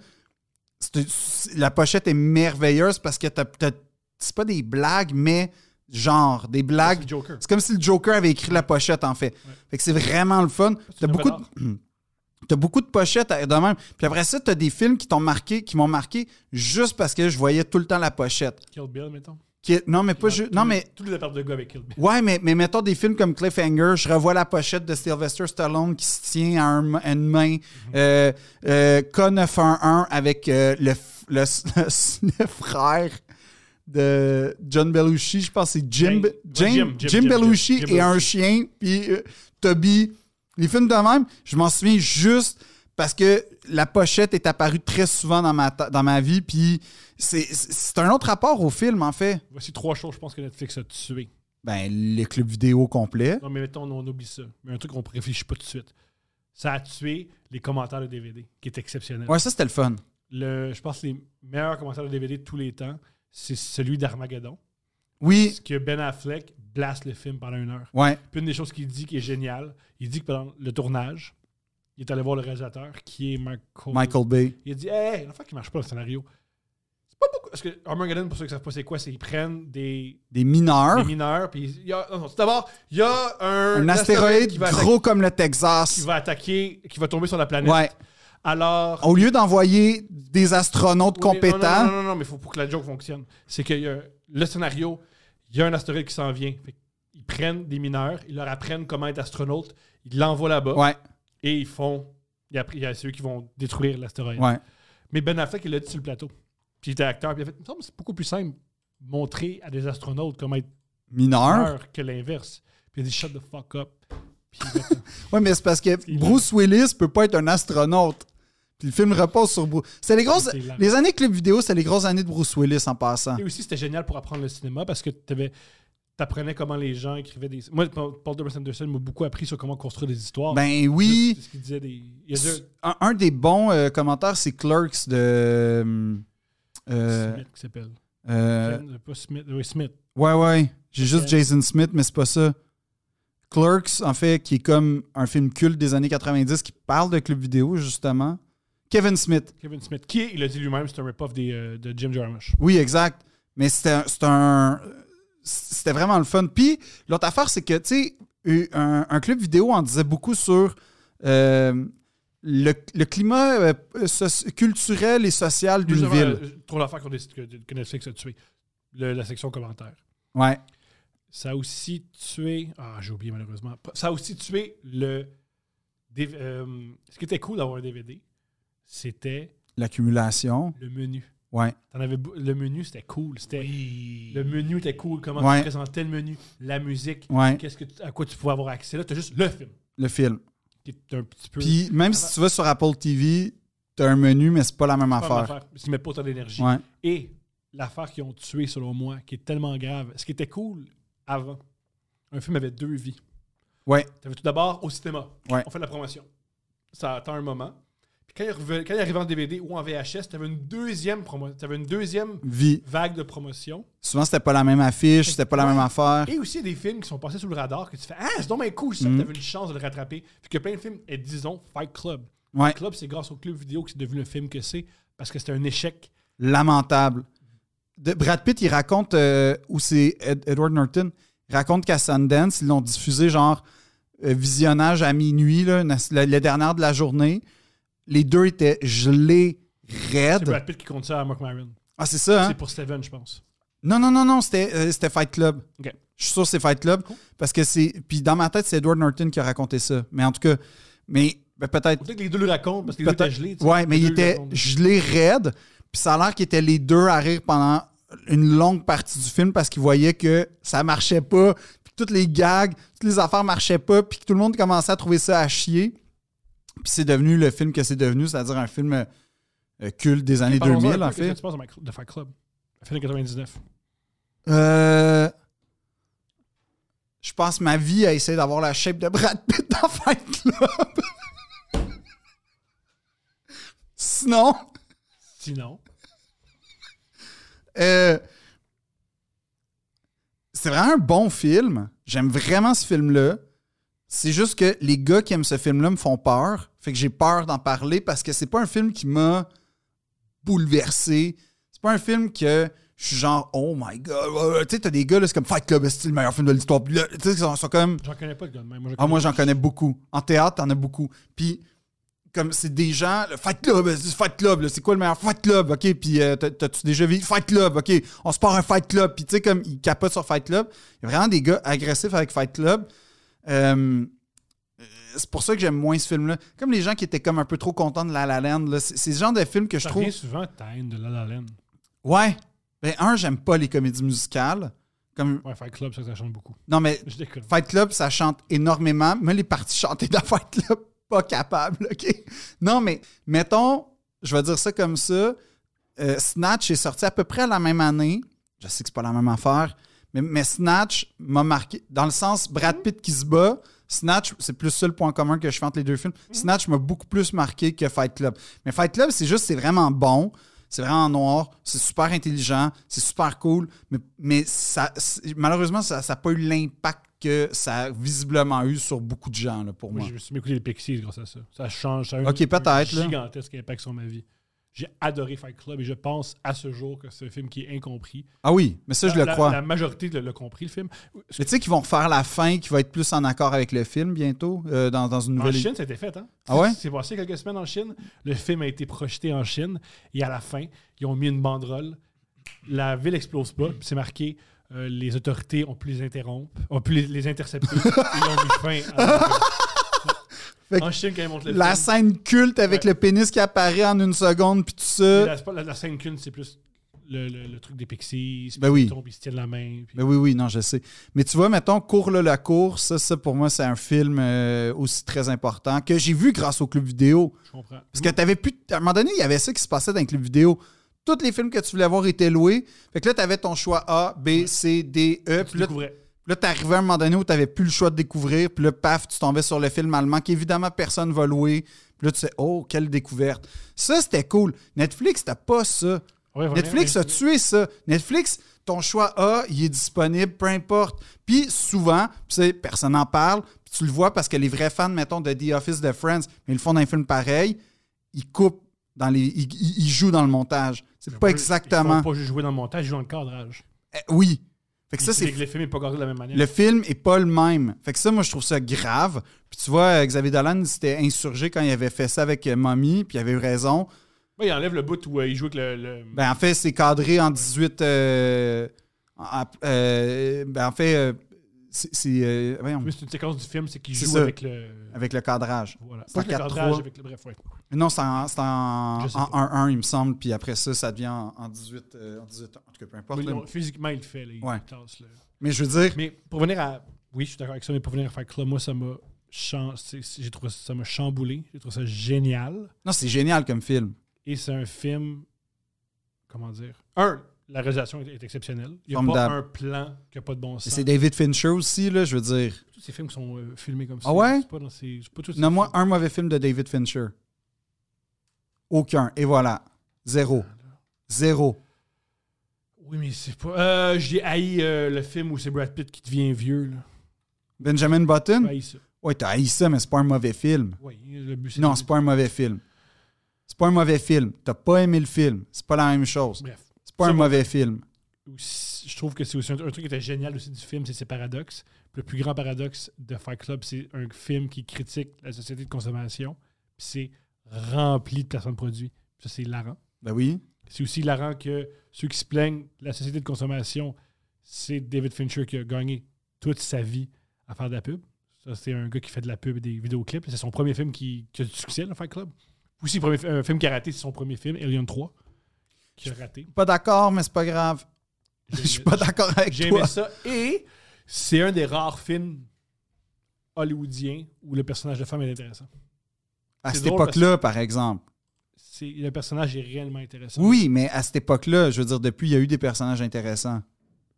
C'est- c'est- La pochette est merveilleuse parce que t'as- t'as- c'est pas des blagues, mais genre des blagues.
C'est Joker.
C'est comme si le Joker avait écrit la pochette, en fait. Fait que c'est vraiment le fun. T'as
une
beaucoup,
œuvre
de... [clears throat] t'as beaucoup de pochettes à- de même. Puis après ça, t'as des films qui t'ont marqué, qui m'ont marqué juste parce que je voyais tout le temps la pochette.
Kill Bill, mettons.
Qui est- Non, mais pas juste. Non, mais.
Tous les appartements de gars avec Kill Bill.
Ouais, mais, mais mettons des films comme Cliffhanger, je revois la pochette de Sylvester Stallone qui se tient à, un- à une
Mhm.
main. Euh, euh, K911 avec euh, le, f- le s- [laughs] le s- le frère de John Belushi, je pense que c'est
Jim.
Jim, Jim,
Ouais, Jim, Jim,
Jim
Jim,
Belushi
Jim
et un
Belushi.
chien, puis euh, Toby. Les films de même, je m'en souviens juste parce que la pochette est apparue très souvent dans ma, ta- dans ma vie, puis c'est- c'est c'est un autre rapport au film, en fait.
Voici trois choses, je pense, que Netflix a tué.
Ben, le club vidéo complet.
Non, mais mettons, on oublie ça. Mais un truc qu'on ne réfléchit pas tout de suite. Ça a tué les commentaires de DVD, qui est exceptionnel.
Ouais, ça, c'était le fun.
Le, je pense que les meilleurs commentaires de DVD de tous les temps, c'est celui d'Armageddon.
Oui,
Parce que Ben Affleck blasse le film pendant une heure.
ouais.
Puis une des choses qu'il dit qui est géniale, il dit que pendant le tournage, il est allé voir le réalisateur, qui est Michael.
Michael Bay.
Il a dit Hey, la fois qui marche pas le scénario. C'est pas beaucoup. Parce que Armageddon, pour ceux qui savent pas c'est quoi, c'est qu'ils prennent des,
Des mineurs.
des mineurs, puis il y a. non, non, tout d'abord, il y a un.
un astéroïde
qui va attaquer-
gros comme le
qui
Texas.
va attaquer, qui va tomber sur la planète.
Ouais.
Alors.
Au lieu d'envoyer des astronautes
Oui, mais- Non, non,
compétents,
non, non, non, mais faut pour que la joke fonctionne. C'est que y a- le scénario, il y a un astéroïde qui s'en vient. Fait ils prennent des mineurs, ils leur apprennent comment être astronaute, ils l'envoient là-bas
ouais,
et ils font. Il y a, il y a ceux qui vont détruire l'astéroïde.
ouais.
Mais Ben Affleck, il l'a dit sur le plateau. Puis il était acteur, puis il a fait Il me semble que c'est beaucoup plus simple montrer à des astronautes comment être
Mineurs.
mineurs que l'inverse. Puis il a dit Shut the fuck up. Puis il va-
Ouais, mais c'est parce que Bruce Willis peut pas être un astronaute. Puis le film repose sur Bruce. C'est les grosses.
C'est hilarant.
Les années club vidéo, c'est les grosses années de Bruce Willis en passant.
Et aussi, c'était génial pour apprendre le cinéma parce que tu apprenais comment les gens écrivaient des. Moi, Paul Paul Thomas Anderson m'a beaucoup appris sur comment construire des histoires.
Ben oui.
C'est ce qu'il disait des. il y a deux-
Un, un des bons euh, commentaires, c'est Clerks de. euh,
Smith qui s'appelle.
euh,
Ken- pas Smith. Oui, Smith.
Ouais, ouais. J'ai juste
Ok.
Jason Smith, mais c'est pas ça. Clerks, en fait, qui est comme un film culte des années 90 qui parle de club vidéo, justement. Kevin Smith.
Kevin Smith. Qui est, il a dit lui-même, c'est un rip-off des, euh, de Jim Jarmusch.
Oui, exact. Mais c'était un- c'est un. C'était vraiment le fun. Puis, l'autre affaire, c'est que, tu sais, un, un club vidéo en disait beaucoup sur euh, le, le climat euh, soci- culturel et social d'une
Justement,
ville.
euh, trop l'affaire qu'on décide que, que Netflix a tué. Le- la section commentaires.
Ouais.
Ça a aussi tué. Ah, j'ai oublié malheureusement. Ça a aussi tué le. D- euh, ce qui était cool d'avoir un DVD, c'était
L'accumulation.
le menu.
Ouais.
T'en avais bou- le menu, c'était cool. C'était le menu était cool. Comment
Ouais.
tu présentais le menu, la musique,
Ouais.
qu'est-ce que tu- à quoi tu pouvais avoir accès là. T'as juste le film
Le film.
qui est un petit peu.
Puis même si tu vas sur Apple TV, t'as un menu, mais c'est pas la même
pas mal
affaire.
affaire, parce qu'ils mettent pas autant d'énergie.
Ouais.
Et l'affaire qu'ils ont tué, selon moi, qui est tellement grave. Ce qui était cool avant, un film avait deux vies.
Ouais.
T'avais tout d'abord au cinéma.
Ouais.
On fait de la promotion. Ça attend un moment. Puis quand il, revenait- quand il arrivait en DVD ou en VHS, t'avais une deuxième promo, t'avais une deuxième
Vie.
vague de promotion.
Souvent, c'était pas la même affiche, c'était pas la
Ouais.
même affaire.
Et aussi il y a des films qui sont passés sous le radar que tu fais Ah, c'est donc bien cool ça,
Mhm.
tu avais une chance de le rattraper. Puis que plein de films, et disons Fight Club.
Ouais.
Fight Club, c'est grâce au club vidéo que c'est devenu le film que c'est parce que c'était un échec.
Ah, Lamentable. De, Brad Pitt, il raconte, euh, ou c'est Ed- Edward Norton, il raconte qu'à Sundance, ils l'ont diffusé genre euh, visionnage à minuit, là, une ass- la, la dernière de la journée. Les deux étaient gelés,
C'est
raides.
Brad Pitt qui compte ça à Mark Maron.
Ah, c'est ça, hein?
C'est pour Steven, je pense.
Non, non, non, non, c'était euh, c'était Fight Club.
Ok.
Je suis sûr que c'est Fight Club. Parce que c'est. Puis dans ma tête, c'est Edward Norton qui a raconté ça. Mais en tout cas, mais ben, peut-être.
Peut-être que les deux le racontent parce que les deux étaient
peut-être-
gelés. tu sais.
ouais, mais
Les
il
deux le
était
racontent.
gelé raide. Puis ça a l'air qu'ils étaient les deux à rire pendant une longue partie du film parce qu'ils voyaient que ça marchait pas. Puis que toutes les gags, toutes les affaires marchaient pas. Puis que tout le monde commençait à trouver ça à chier. Puis c'est devenu le film que c'est devenu, c'est-à-dire un film euh, euh, culte des années
Parlons-en un
2000,
peu,
en
Qu'est-ce que
fait.
tu penses de Mike- de Fight Club La fin de 99.
Euh, je passe ma vie à essayer d'avoir la shape de Brad Pitt dans Fight Club. [laughs] Sinon,
Sinon.
euh, c'est vraiment un bon film. J'aime vraiment ce film-là. C'est juste que les gars qui aiment ce film-là me font peur. Fait que j'ai peur d'en parler parce que c'est pas un film qui m'a bouleversé. C'est pas un film que je suis genre, oh my god. euh, Tu sais, t'as des gars, là, c'est comme Fight Club, c'est le meilleur film de l'histoire. Puis là, Tu sais, ils sont, sont comme.
J'en connais pas de gars de même. Moi, je
Ah, moi, j'en connais beaucoup. En théâtre, t'en as beaucoup. Puis, comme c'est des gens, le Fight Club, euh, Fight Club, là, c'est quoi le meilleur Fight Club, OK? Puis, euh, t'as- t'as-tu déjà vu Fight Club, OK? On se part un Fight Club. Puis, tu sais, comme ils capotent sur Fight Club. Il y a vraiment des gars agressifs avec Fight Club. Euh, c'est pour ça que j'aime moins ce film-là. Comme les gens qui étaient comme un peu trop contents de La La Land, là, c'est c'est ce genre de film que je
Ça
trouve...
revient souvent à ta haine de La La Land.
Ouais. Ben, un, j'aime pas les comédies musicales. Comme...
Ouais, Fight Club, ça, ça chante beaucoup.
Non, mais
Je déconne.
Fight Club, ça chante énormément. mais les parties chantées dans Fight Club, pas capable, OK? Non, mais mettons, je vais dire ça comme ça. euh, Snatch est sorti à peu près à la même année. Je sais que c'est pas la même affaire, mais, mais Snatch m'a marqué. Dans le sens, Brad Pitt qui se bat, Snatch, c'est plus ça le point commun que je fais entre les deux films.
Mm-hmm.
Snatch m'a beaucoup plus marqué que Fight Club. Mais Fight Club, c'est juste, c'est vraiment bon. C'est vraiment noir, c'est super intelligent, c'est super cool, mais, mais ça, c'est- malheureusement, ça n'a pas eu l'impact que ça a visiblement eu sur beaucoup de gens, là, pour
Moi,
moi.
je me suis mis écouter les Pixies grâce à ça. Ça change. Ça a eu
Ok,
un-
peut-être,
un
là.
gigantesque impact sur ma vie. J'ai adoré Fight Club et je pense à ce jour que c'est un film qui est incompris.
Ah oui, mais ça, je
La-
le
la-
crois.
La majorité le- l'a compris, le film.
Mais tu sais qu'ils vont refaire la fin qui va être plus en accord avec le film bientôt, euh, dans, dans une
En
nouvelle...
Chine, c'était fait, hein?
Ah ouais?
C'est passé quelques semaines en Chine. Le film a été projeté en Chine. Et à la fin, ils ont mis une banderole. La ville explose pas. puis C'est marqué euh, les autorités ont pu les interrompre, ont pu les, les
[laughs]
intercepter. et ils ont mis fin à la
Fait que
En Chine, quand ils montrent le film,
La scène culte avec le pénis qui apparaît en une seconde, puis tout ça.
la, la- la scène culte, c'est plus le, le- le truc des Pixies. puis
Ben oui.
Ils tombent, ils se tiennent la main. puis-
Ben oui, oui, non, je sais. Mais tu vois, mettons, Cours le la course, ça, ça, pour moi, c'est un film euh, aussi très important que j'ai vu grâce au club vidéo.
Je comprends.
Parce que t'avais plus. À un moment donné, il y avait ça qui se passait dans les clubs vidéo. Tous les films que tu voulais voir étaient loués. Fait que là, t'avais ton choix A, B, C, D, E.
tu
Puis là,
découvrais.
Là, t'arrivais à un moment donné où t'avais plus le choix de découvrir, puis là, paf, tu tombais sur le film allemand qu'évidemment personne va louer. Puis là, tu sais, oh, quelle découverte. Ça, c'était cool. Netflix, t'as pas ça.
Ah Ouais, vraiment,
Netflix
mais-
a tué ça. Netflix, ton choix A, il est disponible, peu importe. Puis souvent, puis c'est- personne n'en parle, puis tu le vois parce que les vrais fans, mettons, de The Office de Friends, mais ils le font dans un film pareil, ils coupent, dans les, ils, ils- ils jouent dans le montage. C'est pas
Ils
exactement.
font pas juste jouer dans le montage, ils jouent dans le cadrage.
Eh, oui. Fait que
Ça,
ça, c'est
Le film n'est pas gardé de la même manière.
le film est pas le même. Fait que ça, moi, je trouve ça grave. Puis tu vois, euh, Xavier Dolan il s'était insurgé quand il avait fait ça avec euh, Mommy, puis il avait eu raison.
Ouais, il enlève le bout où euh, il joue avec le. le-
Ben, en fait, c'est cadré en 18. euh, en- en- euh, ben, en fait, euh, c'est. c'est, euh, voyons,
Mais c'est une séquence du film, c'est qu'il
C'est
joue
ça.
avec le.
avec le cadrage.
Voilà.
C'est
Pas
en
avec le
4-3.
cadrage, avec le. Bref, ouais.
Non, c'est en, c'est en,
Je sais
en
pas.
1-1, il me semble. Puis après ça, ça devient en, en 18. euh, en 18 ans. En tout cas, peu importe.
Oui,
là.
non, physiquement, il le fait. là, il
Ouais.
tasse le-
Mais je veux dire,
Mais pour venir à. Oui, je suis d'accord avec ça, mais pour venir à Fight Club, moi, ça m'a. chan- c'est- c'est- J'ai trouvé ça ça m'a chamboulé. J'ai trouvé ça génial.
non, c'est génial comme film.
Et c'est un film. Comment dire Un, la réalisation est, est exceptionnelle. Il n'y a
Formidable.
pas un plan qui n'a pas de bon
Et
sens.
C'est David Fincher aussi, là, je veux dire.
Tous ces films qui sont euh, filmés comme ça.
Ah ouais?
C'est pas dans ces. c'est pas tous ces
Nomme-moi
films.
un mauvais film de David Fincher. Aucun. Et voilà. Zéro. Zéro.
Oui, mais c'est pas. Euh, J'ai haï euh, le film où c'est Brad Pitt qui devient vieux. là.
Benjamin
J'ai
Button?
haï ça.
Ouais, t'as haï ça, mais c'est pas un mauvais film.
Oui, le but, c'est
Non,
de-
c'est pas un mauvais film. C'est pas un mauvais film. T'as pas aimé le film. C'est pas la même chose.
Bref.
C'est pas
Ça
un
va.
mauvais film.
aussi- je trouve que c'est aussi un, un truc qui était génial aussi du film, c'est ses paradoxes. Puis le plus grand paradoxe de Fight Club, c'est un film qui critique la société de consommation, puis c'est rempli de placements de produits. Ça, c'est hilarant.
Ben oui.
C'est aussi hilarant que ceux qui se plaignent de la société de consommation, c'est David Fincher qui a gagné toute sa vie à faire de la pub. Ça, c'est un gars qui fait de la pub et des vidéoclips. C'est son premier film qui, qui a du succès, le Fight Club. Aussi, premier, fi- un film qui a raté, c'est son premier film, Alien 3, qui a raté.
Pas d'accord, mais c'est pas grave. [laughs] Je suis pas d'accord avec
J'ai
toi.
aimé ça. Et c'est un des rares films hollywoodiens où le personnage de femme est intéressant.
À
C'est
cette
drôle parce que-
époque-là, par exemple.
C'est- Le personnage est réellement intéressant.
Oui, mais à cette époque-là, je veux dire, depuis, il y a eu des personnages intéressants.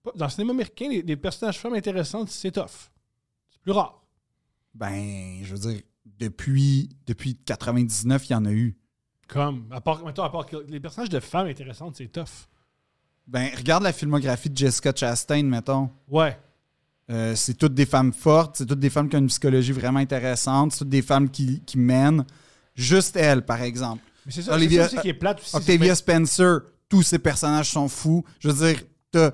Pas- Dans le cinéma américain, les, les personnages femmes intéressantes, c'est tough. C'est plus rare.
Ben, je veux dire, depuis, depuis 99, il y en a eu.
Comme, à part, mettons, à part que les personnages de femmes intéressantes, c'est tough.
Ben, regarde la filmographie de Jessica Chastain, mettons.
Ouais.
Euh, c'est toutes des femmes fortes, c'est toutes des femmes qui ont une psychologie vraiment intéressante, c'est toutes des femmes qui, qui mènent. Juste elle, par exemple.
Mais c'est ça,
Olivia-
c'est ça aussi qui est plate aussi. c'est-
Octavia Spencer, tous ses personnages sont fous. Je veux dire, t'as-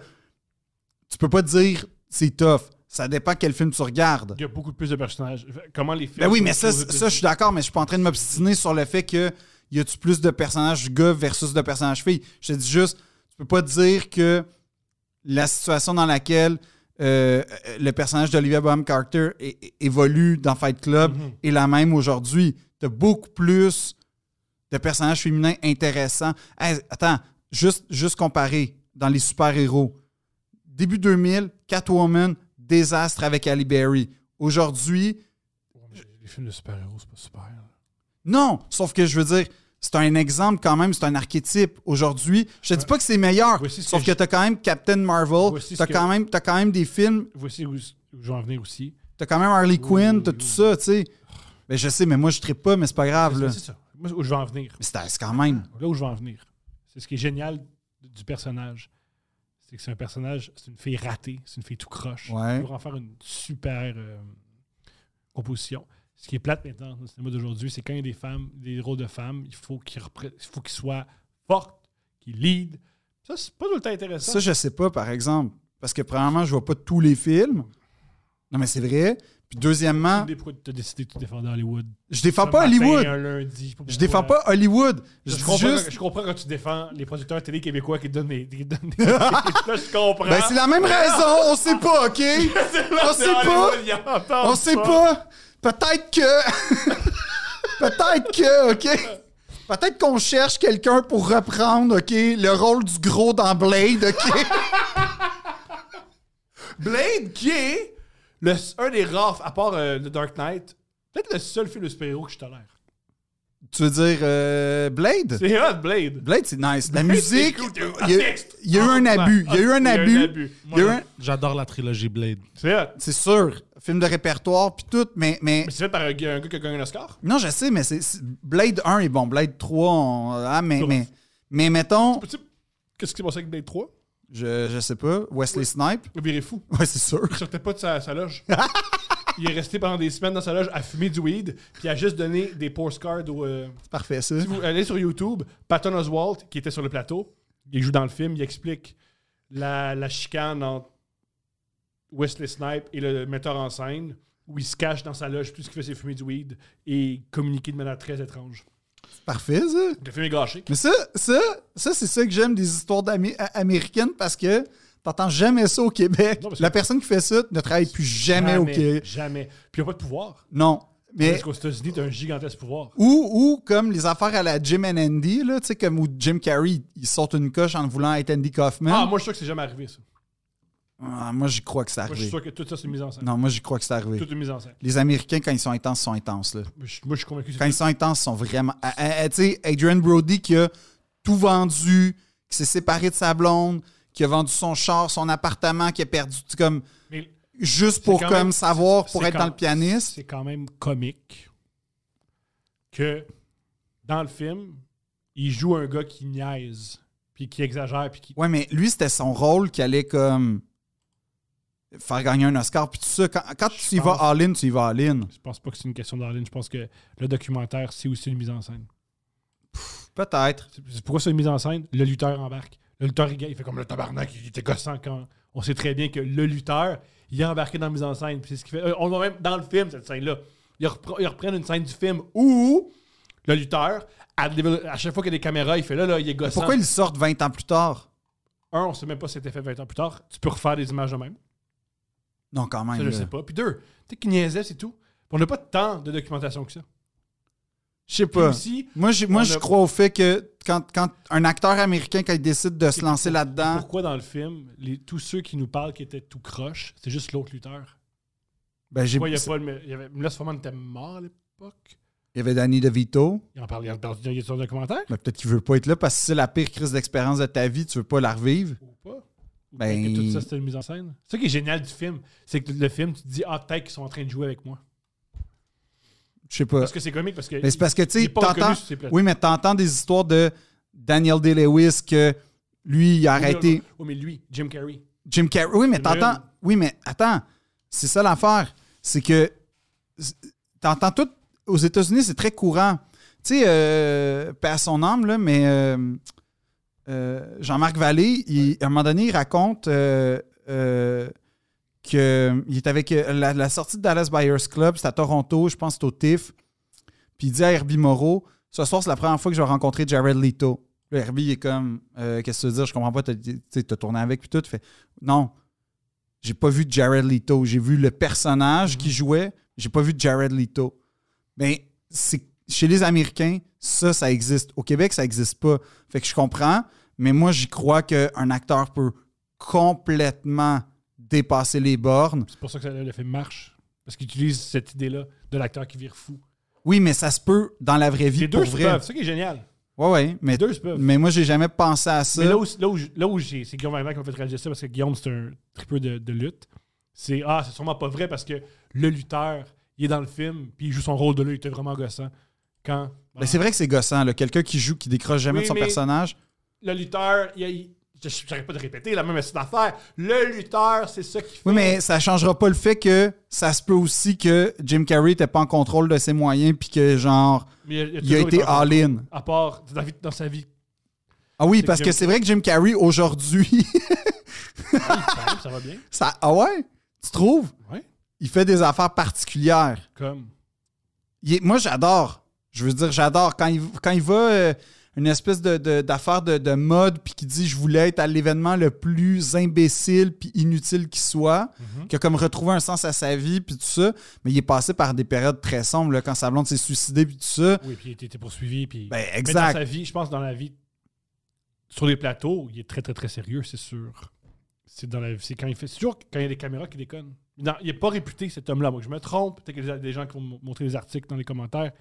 tu peux pas dire c'est tough. Ça dépend quel film tu regardes.
Il y a beaucoup plus de personnages. Comment les films.
Ben oui,
sont
mais ça,
composés de-
ça je suis d'accord, mais je suis pas en train de m'obstiner sur le fait que y a-tu plus de personnages gars versus de personnages filles. Je te dis juste, tu peux pas dire que la situation dans laquelle euh, euh, le personnage d'Olivia Bonham Carter é- é- évolue dans Fight Club
Mhm.
est la même aujourd'hui. T'as beaucoup plus de personnages féminins intéressants. Hey, attends, juste, juste comparer dans les super-héros. Début 2000, Catwoman, désastre avec Ali Berry. Aujourd'hui,
Ouais, mais Les films de super-héros, c'est pas super. là.
non, sauf que je veux dire, c'est un exemple quand même, c'est un archétype. Aujourd'hui, je te dis pas que c'est meilleur,
Voici ce
sauf
que
que,
je-
t'as quand même Captain Marvel,
Voici ce
t'as
que-
quand, même- t'as quand même des films,
Voici où, où je vais en venir aussi.
t'as quand même Harley Quinn, t'as
oui,
tout
oui.
ça, tu sais. Mais je sais, mais moi je trippe pas, mais c'est pas grave, là.
C'est ça. Moi, où je vais en venir.
Mais c'est c'est quand même.
Là où je vais en venir. C'est ce qui est génial du personnage. C'est que c'est un personnage, c'est une fille ratée, c'est une fille tout croche.
Ouais.
Pour en faire une super euh, composition. Ce qui est plate maintenant dans le cinéma d'aujourd'hui, c'est quand il y a des femmes, des rôles de femmes, il faut qu'ils repré- il faut qu'ils soient fortes, qu'ils lead. Ça, c'est pas tout le temps intéressant.
Ça, je sais pas, par exemple. Parce que, premièrement, je vois pas tous les films. Non, mais c'est vrai. Puis, deuxièmement,
Des pourquoi tu as décidé de te défendre à Hollywood.
je défends
Un
pas
matin,
Hollywood.
un lundi, sais
Je
pourquoi.
défends pas Hollywood. Je
Je,
dis
comprends,
juste.
je comprends quand tu défends les producteurs télé québécois qui te donnent des. qui te donnent
[laughs]
des- [laughs] là, je comprends.
Ben, c'est la même raison, on sait
[laughs]
pas, OK? on sait pas.
pas.
On sait pas. Peut-être que. [laughs] Peut-être que, OK? Peut-être qu'on cherche quelqu'un pour reprendre, OK, le rôle du gros dans Blade, OK?
Blade, qui est le, un des rares, à part euh, The Dark Knight, peut-être le seul film de super-héros que je tolère.
tu veux dire euh, Blade?
C'est hot, Blade.
Blade, c'est nice. La
c'est
musique,
cool, t'as eu
il y a-
texte.
il y, a eu un abus. Ah, Il y a eu un
Il y a
abus. Il
Moi,
y a eu un-
J'adore la trilogie Blade.
C'est hot.
C'est sûr, film de répertoire, puis tout, mais, mais...
Mais c'est fait par euh, un, gars un gars qui a gagné un Oscar.
Non, je sais, mais c'est c'est- Blade 1 est bon, Blade 3, on- ah, mais, mais, mais mettons...
Tu sais, Qu'est-ce qui s'est passé avec Blade 3?
Je, je sais pas, Wesley Snipe?
Le viré fou.
Ouais, c'est sûr. [laughs]
Il sortait pas de sa, sa loge. Il est resté pendant des semaines dans sa loge à fumer du weed, puis à juste donné des postcards au. euh,
C'est parfait, ça.
Si vous allez sur YouTube, Patton Oswalt, qui était sur le plateau, il joue dans le film, il explique la, la chicane entre Wesley Snipe et le metteur en scène, où il se cache dans sa loge, tout ce qu'il fait, c'est fumer du weed et communiquer de manière très étrange.
C'est parfait, ça.
Le film est gâché.
Mais ça, ça, ça c'est ça que j'aime des histoires d'Amé- a- américaines parce que t'entends jamais ça au Québec.
Non, parce que-
La personne qui fait ça ne travaille plus jamais, au Québec.
Jamais. Puis il n'y a pas de pouvoir.
Non. Mais, Hein?
Parce qu'aux États-Unis, t'as un gigantesque pouvoir.
ou, ou comme les affaires à la Jim and Andy, là, tu sais, comme où Jim Carrey, il sort une coche en voulant être Andy
Ah,
Kaufman.
moi, je suis sûr que c'est jamais arrivé, ça.
Ah, moi, j'y crois que c'est
Moi, je suis
arrivé.
sûr que tout ça, c'est une mise en scène.
Non, moi, j'y crois que c'est arrivé.
Tout est mise en scène.
Les Américains, quand ils sont intenses, sont intenses. Là.
Moi, je moi, je suis convaincu que
Quand
c'est
ils sont intenses, ils sont vraiment. Ah, ah, ah, Tu sais, Adrian Brody qui a tout vendu, qui s'est séparé de sa blonde, qui a vendu son char, son appartement, qui a perdu. tu sais, comme
Mais
juste pour
quand
comme
même-
savoir, pour
c'est
être
quand-
dans le pianiste.
c'est quand même comique que dans le film, il joue un gars qui niaise, puis qui exagère, puis qui.
Ouais, mais lui, c'était son rôle qui allait comme faire gagner un Oscar. Puis tout ça, quand, quand
Je
tu y vas
pense-
all-in, tu y vas all-in.
Je pense pas que c'est une question d'Arlene. Je pense que le documentaire, c'est aussi une mise en scène.
Peut-être.
C'est- c'est Pourquoi c'est une mise en scène Le lutteur embarque. Le lutteur, il, il fait comme le tabarnak, il était gossant quand. On sait très bien que le lutteur, il est embarqué dans la mise en scène. Puis c'est ce qui fait. euh, On voit même dans le film, cette scène-là. Ils, repre- ils reprennent une scène du film où le lutteur, à, à chaque fois qu'il y a des caméras, il fait là, là, il est gossant.
Pourquoi ils sortent 20 ans plus tard?
Un, on sait même pas si c'était fait 20 ans plus tard. Tu peux refaire des images de même.
Non, quand même.
Ça, je
là.
sais pas. Puis deux, tu sais qu'il niaisait, c'est tout. Puis on n'a pas tant de documentation que ça.
Je sais
Puis
pas.
aussi,
Moi, j'ai- moi
On
je
a-
crois au fait que quand, quand un acteur américain, quand il décide de se lancer là-dedans,
pourquoi dans le film, les- tous ceux qui nous parlent qui étaient tout croche, c'est juste l'autre lutteur.
ben, j'ai-
Moi, il y a pas le. il y avait- Milos Forman était mort à l'époque.
il y avait Danny DeVito.
Il en parle, il en parle il y a sur le documentaire
Mais peut-être qu'il veut pas être là parce que c'est la pire crise d'expérience de ta vie, tu veux pas la revivre.
ou pas? Ou
Ben-
peut-être que tout ça, c'était une mise en scène. C'est ça qui est génial du film. C'est que le film, tu te dis, ah, peut-être qu'ils sont en train de jouer avec moi.
Je sais pas.
Parce que c'est comique, parce que.
Mais c'est parce que, tu
il
sais,
est pas reconnu
t'entends.
sur ces plateaux.
Oui, mais t'entends des histoires de Daniel Day-Lewis que lui, il a arrêté.
Oh, mais lui, Jim Carrey.
Jim Carrey. Oui, mais t'entends.
Jim.
Oui, mais attends. C'est ça l'affaire. C'est que c'est- t'entends tout. Aux États-Unis, c'est très courant. Tu sais, euh, paix à son âme, là, mais euh, euh, Jean-Marc Vallée, il- à un moment donné, il raconte euh, euh, que il est avec euh, la, la sortie de Dallas Buyers Club, c'est à Toronto, je pense, c'est au TIFF. Puis il dit à Herbie Moreau Ce soir, c'est la première fois que je vais rencontrer Jared Leto. Là, Herbie, il est comme Euh, Qu'est-ce que tu veux dire Je comprends pas, t'as tu sais, t'as tourné avec, puis tout. Il fait Non, j'ai pas vu Jared Leto. J'ai vu le personnage
Mhm.
qui jouait, j'ai pas vu Jared Leto. Mais c'est chez les Américains, ça, ça existe. Au Québec, ça existe pas. Fait que je comprends, mais moi, j'y crois qu'un acteur peut complètement dépasser les bornes.
C'est pour ça que ça- le film marche. Parce qu'il utilise cette idée-là de l'acteur qui vire fou.
Oui, mais ça se peut dans la vraie vie
Les deux
pour
se
vrai.
peuvent. C'est ça qui est génial.
Ouais, ouais, mais,
Les deux se peuvent.
mais moi, j'ai jamais pensé à ça.
Mais là où, là où, là où j'ai- c'est Guillaume Vallée qui m'a fait réaliser ça parce que Guillaume, c'est un tripeux de, de lutte. C'est Ah, c'est sûrement pas vrai parce que le lutteur, il est dans le film, puis il joue son rôle de lutte, il était vraiment gossant. Quand
Ben, c'est vrai que c'est gossant, là. quelqu'un qui joue, qui décroche jamais
Oui,
de son
mais-
personnage.
le lutteur, il, il- je j'arrête pas de répéter la même affaire. Le lutteur, c'est ça qui fait.
Oui, mais ça changera pas le fait que ça se peut aussi que Jim Carrey était pas en contrôle de ses moyens puis que genre
Mais il,
il a
toujours
été
en-
all-in.
À part dans, la vie- dans sa vie.
Ah oui,
C'est
parce
Jim-
que c'est vrai que Jim Carrey aujourd'hui, [laughs]
ça ça va bien.
ça ah ouais, tu trouves
Ouais.
Il fait des affaires particulières.
Comme.
Il est- moi, j'adore. Je veux dire, j'adore. Quand il, quand il va euh, une espèce de, de- d'affaire de, de mode, puis qu'il dit je voulais être à l'événement le plus imbécile puis inutile qui soit,
Mhm.
qui a comme retrouvé un sens à sa vie, puis tout ça, mais il est passé par des périodes très sombres, là, quand sa blonde s'est suicidée, puis tout ça.
Oui, puis il était- était poursuivi. Puis...
Ben,
Mais dans
exact.
sa vie, je pense dans la vie, sur les plateaux, il est très, très, très sérieux, c'est sûr. C'est dans la c'est quand il fait. C'est sûr que quand il y a des caméras qui déconnent. Non, il n'est pas réputé, cet homme-là. Moi, je me trompe. Peut-être qu'il y a des gens qui vont m- montrer des articles dans les commentaires.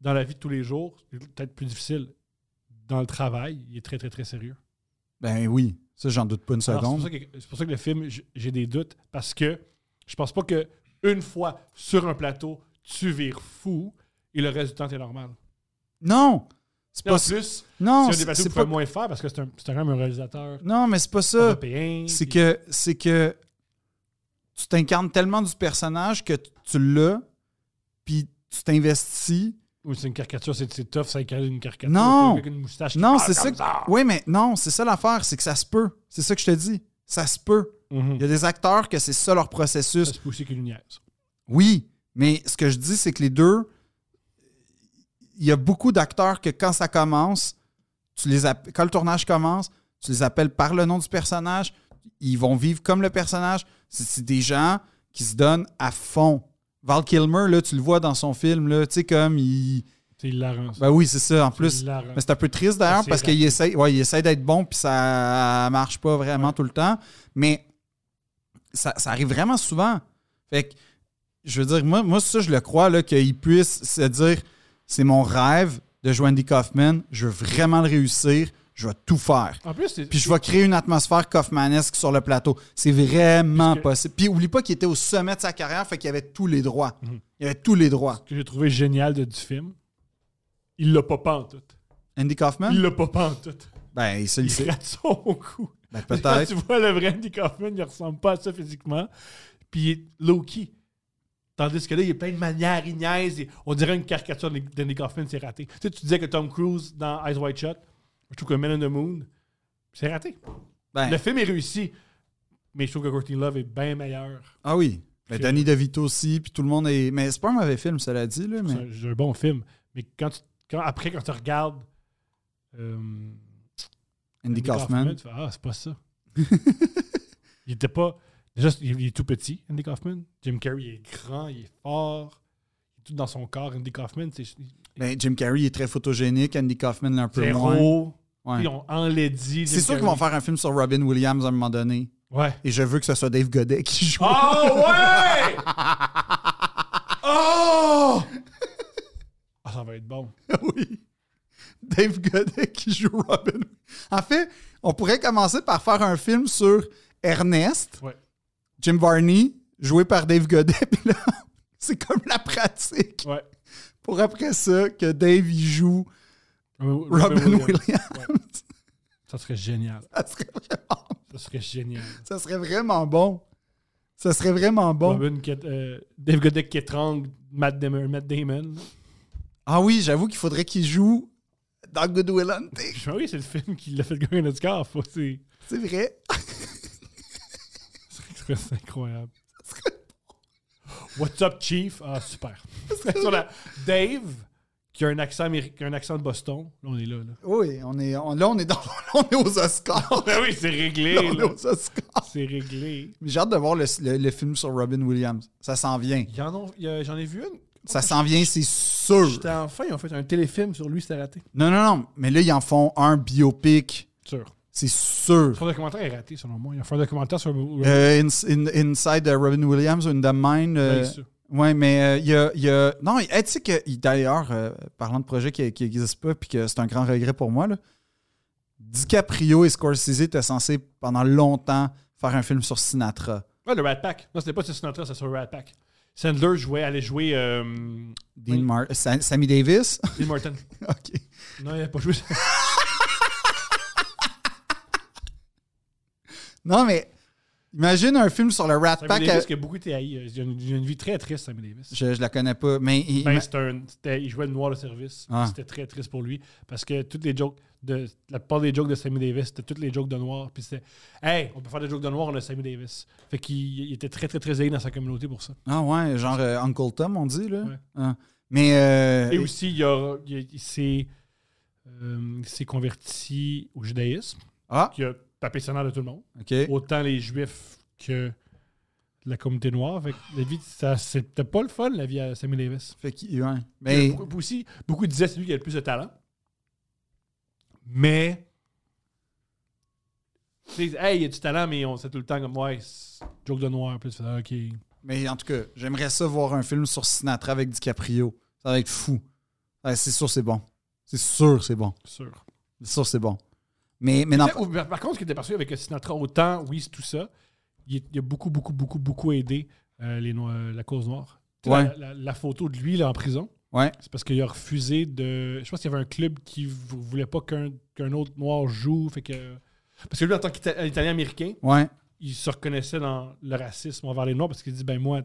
Dans la vie de tous les jours, c'est peut-être plus difficile. Dans le travail, il est très, très, très sérieux.
Ben oui, ça, j'en doute pas une
Alors,
seconde.
C'est pour, ça que- c'est pour ça que le film, j- j'ai des doutes parce que je pense pas que une fois sur un plateau, tu vires fou et le reste du temps, t'es normal.
Non! C'est
Et en
pas
plus,
Non,
c'est un des
c'est
plateaux
c'est
qui
pas...
peut moins faire parce que c'est un- c'est quand même un réalisateur
Non, mais c'est pas ça.
européen.
C'est
puis-
que, c'est que tu t'incarnes tellement du personnage que tu- tu l'as, puis tu t'investis.
Ou c'est une caricature, c'est c'est tough, ça incarne une caricature.
Non.
Avec une moustache. qui
Non,
parle
c'est ça.
comme
que- Oui, mais non, c'est ça l'affaire, c'est que ça se peut. C'est ça que je te dis. Ça se peut.
Mhm.
Il y a des acteurs que c'est ça leur processus.
Ça se peut aussi qu'il y ait une niaise.
Oui, mais ce que je dis, c'est que les deux, il y a beaucoup d'acteurs que quand ça commence, tu les app- quand le tournage commence, tu les appelles par le nom du personnage, ils vont vivre comme le personnage. C'est- C'est des gens qui se donnent à fond. Val Kilmer, là, tu le vois dans son film, là, tu sais, comme il.
C'est hilarant. ça.
Ben oui, c'est ça, en
C'est
plus.
hilarant.
Mais c'est un peu triste d'ailleurs
C'est
parce
rare.
qu'il essaie, ouais, il essaie d'être bon puis ça marche pas vraiment tout le temps. Mais ça, ça arrive vraiment souvent. Fait que, je veux dire, moi, moi ça, je le crois, là, qu'il puisse se dire c'est mon rêve de jouer Andy Kaufman, je veux vraiment le réussir, je vais tout faire.
En plus, c'est-
Puis je vais créer une atmosphère Kaufmanesque sur le plateau. C'est vraiment
Puisque-
possible. Puis oublie pas qu'il était au sommet de sa carrière, fait qu'il avait tous les droits.
Mhm.
Il avait tous les droits.
ce que j'ai trouvé génial de- du film, il l'a pas pas en tout.
Andy Kaufman?
Il l'a pas pas en tout.
Ben, Hein? il se le
Il
sait.
rate son coup.
Ben,
Quand
peut-être.
tu vois [laughs] le vrai Andy Kaufman, il ressemble pas à ça physiquement. Puis il est low-key. Tandis que là, il est plein de manières, il niaise. et on dirait une caricature d'Andy Kaufman, c'est raté. Tu sais, tu disais que Tom Cruise dans Eyes Wide Shut, je trouve que Men on the Moon, c'est raté.
Ben,
Le film est réussi, mais je trouve que Courtney Love est bien meilleur.
Ah oui. Ben,
Que-
Danny DeVito aussi, puis tout le monde est. Mais c'est pas un mauvais film, cela dit, là.
C'est
Mais...
un, c'est un bon film. Mais quand tu- quand, après, quand tu regardes euh,
Andy Kaufman.
tu fais, ah, c'est pas
[laughs]
ça. il était pas. Déjà, il il est tout petit, Andy Kaufman. Jim Carrey, il est grand, il est fort. Il est tout dans son corps. Andy Kaufman, c'est
Ben, Jim Carrey est très photogénique, Andy Kaufman l'est un peu moins.
zéro.
Ouais.
Ils ont enlaidi.
C'est sûr qu'ils vont faire un film sur Robin Williams à un moment donné.
Ouais.
Et je veux que ce soit Dave Godet qui joue. [laughs]
Oh, ouais!
[laughs]
Oh!
Ah, ça va être bon.
oui. Dave Godet qui joue Robin. En fait, on pourrait commencer par faire un film sur Ernest,
Ouais.
Jim Varney, joué par Dave Godet, [laughs] puis là, C'est comme la pratique.
Ouais.
Pour après ça, que Dave il joue
Robin,
Robin Williams. [laughs]
Ça serait génial.
ça, serait vraiment,
Ça serait génial.
ça serait vraiment bon. Ça serait vraiment bon.
Robin qui est- euh, Dave Godek qui étrangle Matt Damon. Matt Damon.
Ah oui, j'avoue qu'il faudrait qu'il joue dans Good Will Hunting.
Je me dis, oui, c'est le film qui l'a fait gagner un Oscar. Faut- C'est
C'est vrai. [laughs]
c'est incroyable. What's up, Chief? Ah, super. [laughs] Sur la- Dave, qui a un accent, améri- qui a un accent de Boston. Là, on est là. là.
Oui, on est, on- là, on est, dans, [laughs] on est aux Oscars.
Ben [laughs] oui, c'est réglé.
Là, on est
là.
aux Oscars.
C'est réglé.
Mais J'ai hâte de voir le, le- le film sur Robin Williams. Ça s'en vient.
Il y en a- il y a- J'en ai vu une.
Ça s'en vient, c'est sûr.
J'étais enfin, ils ont fait un téléfilm sur lui, c'était raté.
Non, non, non. Mais là, ils en font un biopic.
Sûr.
C'est sûr.
Son documentaire est raté, selon moi. Ils ont fait un documentaire sur.
Euh, in- in- inside euh, Robin Williams, une dame mine.
Ben,
euh,
c'est sûr.
ouais, mais euh, il y, a, il y a. Non, hey, tu sais que il- d'ailleurs, euh, parlant de projets qui n'existent pas, puis que c'est un grand regret pour moi, là, DiCaprio et Scorsese étaient censés pendant longtemps faire un film sur Sinatra.
Ouais, Ah, le Rat Pack. Non, c'était pas sur Sinatra, c'était sur le Rat Pack. Sandler jouait, allait jouer euh,
Dean
Oui.
Mar- Sa- Sammy Davis. [laughs]
Dean Martin.
OK.
Non, il n'a pas joué.
Non, mais imagine un film sur le Rat
Sammy
Pack.
Davis
euh,
qui a beaucoup été haï. Il a une, il a une vie très triste, Sammy Davis.
Je, je la connais pas, mais. il-
Ben, c'était un- c'était- il jouait le noir de service.
Ah.
C'était très triste pour lui. Parce que toutes les jokes, de, la plupart des jokes de Sammy Davis, c'était toutes les jokes de noir. Puis c'était, hey, on peut faire des jokes de noir, on a Sammy Davis. Fait qu'il il était très, très, très haï dans sa communauté pour ça.
Ah ouais, genre euh, Uncle Tom, on dit, là.
Ouais.
Ah. Mais. euh,
Et aussi, il, a- il- il s'est euh, il s'est converti au judaïsme,
Ah,
qui a tapé sur nerf de tout le monde.
OK.
autant les juifs que la communauté noire. Fait que la vie, ça, c'était pas le fun, la vie à Sammy Davis.
Fait qu'il- ouais.
Puis
Mais.
Beaucoup, aussi, beaucoup disaient c'est lui qui a le plus de talent. Mais. tu sais, Hey, il y a du talent, mais on sait tout le temps comme, ouais, c'est joke de noir. Puis tu fais, ah, ok.
Mais en tout cas, j'aimerais ça voir un film sur Sinatra avec DiCaprio. Ça va être fou. Ouais, c'est sûr, c'est bon. C'est sûr, c'est bon.
Sûr.
C'est sûr, c'est bon. Mais, mais non.
Ou- par par contre, ce qui était perçu avec Sinatra, autant, oui, c'est tout ça, il, est- il a beaucoup, beaucoup, beaucoup, beaucoup aidé euh, les Noirs- la cause noire. Tu sais,
Ouais.
La, la- la photo de lui là, en prison,
Ouais.
c'est parce qu'il a refusé de. Je pense qu'il y avait un club qui vou- voulait pas qu'un qu'un autre noir joue. Fait que... Parce que lui, en tant euh, qu'Italien-Américain,
Ouais.
il se reconnaissait dans le racisme envers les Noirs parce qu'il dit ben moi,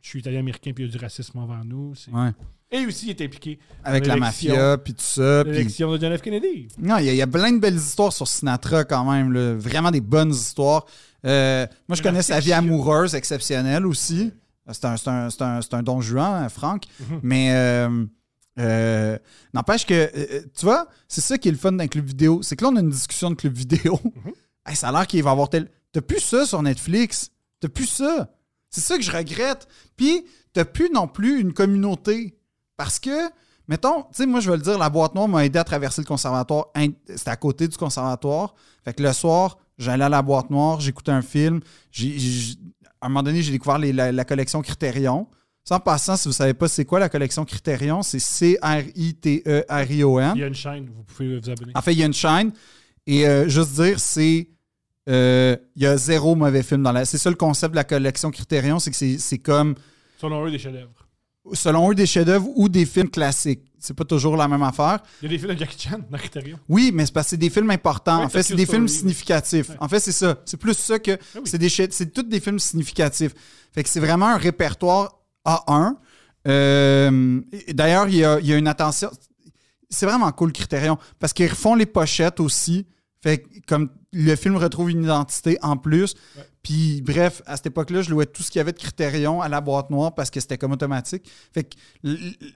je suis Italien-Américain puis il y a du racisme envers nous. C'est-
Ouais.
Et aussi, il était impliqué
Avec la
L'élection.
mafia, puis tout
dans
ça. puis- Ah.
l'élection de John F. Kennedy.
Non, il y, a- il y a plein de belles histoires sur Sinatra quand même. là. Vraiment des bonnes histoires. Euh, moi, je connais sa vie amoureuse exceptionnelle aussi. C'est un, c'est un, c'est un- c'est un don juan, hein, Franck. Mais euh, euh, n'empêche que, euh, euh, tu vois, c'est ça qui est le fun d'un club vidéo. C'est que là, on a une discussion de club vidéo. [laughs] Hey, ça a l'air qu'il va y avoir tel. T'as plus ça sur Netflix. T'as plus ça. C'est ça que je regrette. Puis, t'as plus non plus une communauté. Parce que, mettons, tu sais, moi, je vais le dire, la boîte noire m'a aidé à traverser le conservatoire. Hein, C'était à côté du conservatoire. Fait que le soir, j'allais à la boîte noire, j'écoutais un film. J'ai- j'ai- à un moment donné, j'ai découvert les- la, la collection Criterion. Sans passant, si vous savez pas c'est quoi la collection Criterion, c'est E C-R-I-T-E-R-I-O-N.
Il y a une chaîne, vous pouvez vous abonner.
En fait, il y a une chaîne. Et euh, juste dire, c'est. euh, Il y a zéro mauvais film dans la. C'est ça le concept de la collection Criterion, c'est que c'est c'est comme,
Selon eux, des chefs-d'œuvre.
selon eux, des chefs-d'œuvre ou des films classiques. C'est pas toujours la même affaire.
Il y a des films de Jackie Chan dans Criterion.
Oui, mais c'est parce que c'est des films importants.
Ouais,
en fait, c'est
Tokyo
des films
Story.
significatifs.
Ouais. Ah
En fait, c'est ça. C'est plus ça que.
oui.
C'est des chi- c'est tous des films significatifs. Fait que c'est vraiment un répertoire A1. Euh, et- D'ailleurs, il y a, il y a une attention. C'est vraiment cool, Criterion, parce qu'ils refont les pochettes aussi. Fait que, comme le film retrouve une identité en plus.
Ouais.
Puis, bref, à cette époque-là, je louais tout ce qu'il y avait de Criterion à la boîte noire parce que c'était comme automatique. Fait que l- l-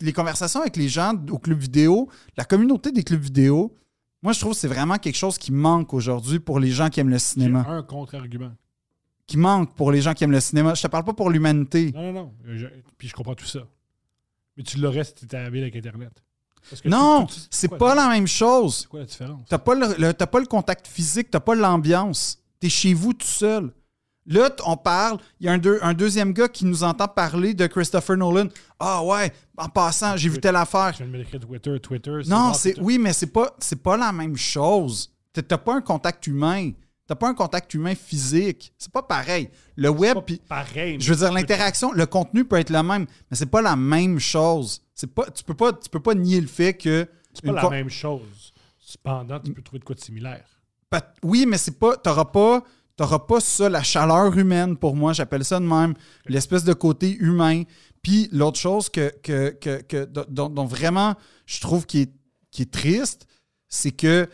les conversations avec les gens au club vidéo, la communauté des clubs vidéo, moi, je trouve que c'est vraiment quelque chose qui manque aujourd'hui pour les gens qui aiment le
J'ai
cinéma.
un contre-argument.
Qui manque pour les gens qui aiment le cinéma. Je te parle pas pour l'humanité.
Non, non, non. Euh, je- puis je comprends tout ça. Mais tu l'aurais si tu étais habile avec Internet. Parce que
Non,
tu- tu- tu-
c'est
quoi,
pas
la-
la même chose.
C'est quoi la différence?
T'as pas le, le- t'as pas le contact physique, t'as pas l'ambiance. T'es chez vous tout seul. Là, t- on parle. Il y a un, deux- un deuxième gars qui nous entend parler de Christopher Nolan. Ah ouais, en passant, j'ai vu telle affaire.
Je viens de me décrire Twitter. Twitter,
Non,
rare,
c'est
Twitter.
oui, mais c'est pas c'est pas la même chose. T'as- T'as pas un contact humain. T'as pas un contact humain physique. C'est pas pareil. Le web,
Pas
puis
pareil. mais
je veux dire,
tu peux-
l'interaction, le contenu peut être le même, mais c'est pas la même chose. C'est pas, tu peux pas, tu peux pas nier le fait que.
C'est pas
une
la
con-
même chose. Cependant, tu peux trouver de quoi de similaire.
Pat- Oui, mais c'est pas. T'auras pas. T'auras pas ça, la chaleur humaine pour moi, j'appelle ça de même, l'espèce de côté humain. Puis l'autre chose que, que, que- que- dont- dont, dont vraiment je trouve qui est, qui est triste, c'est que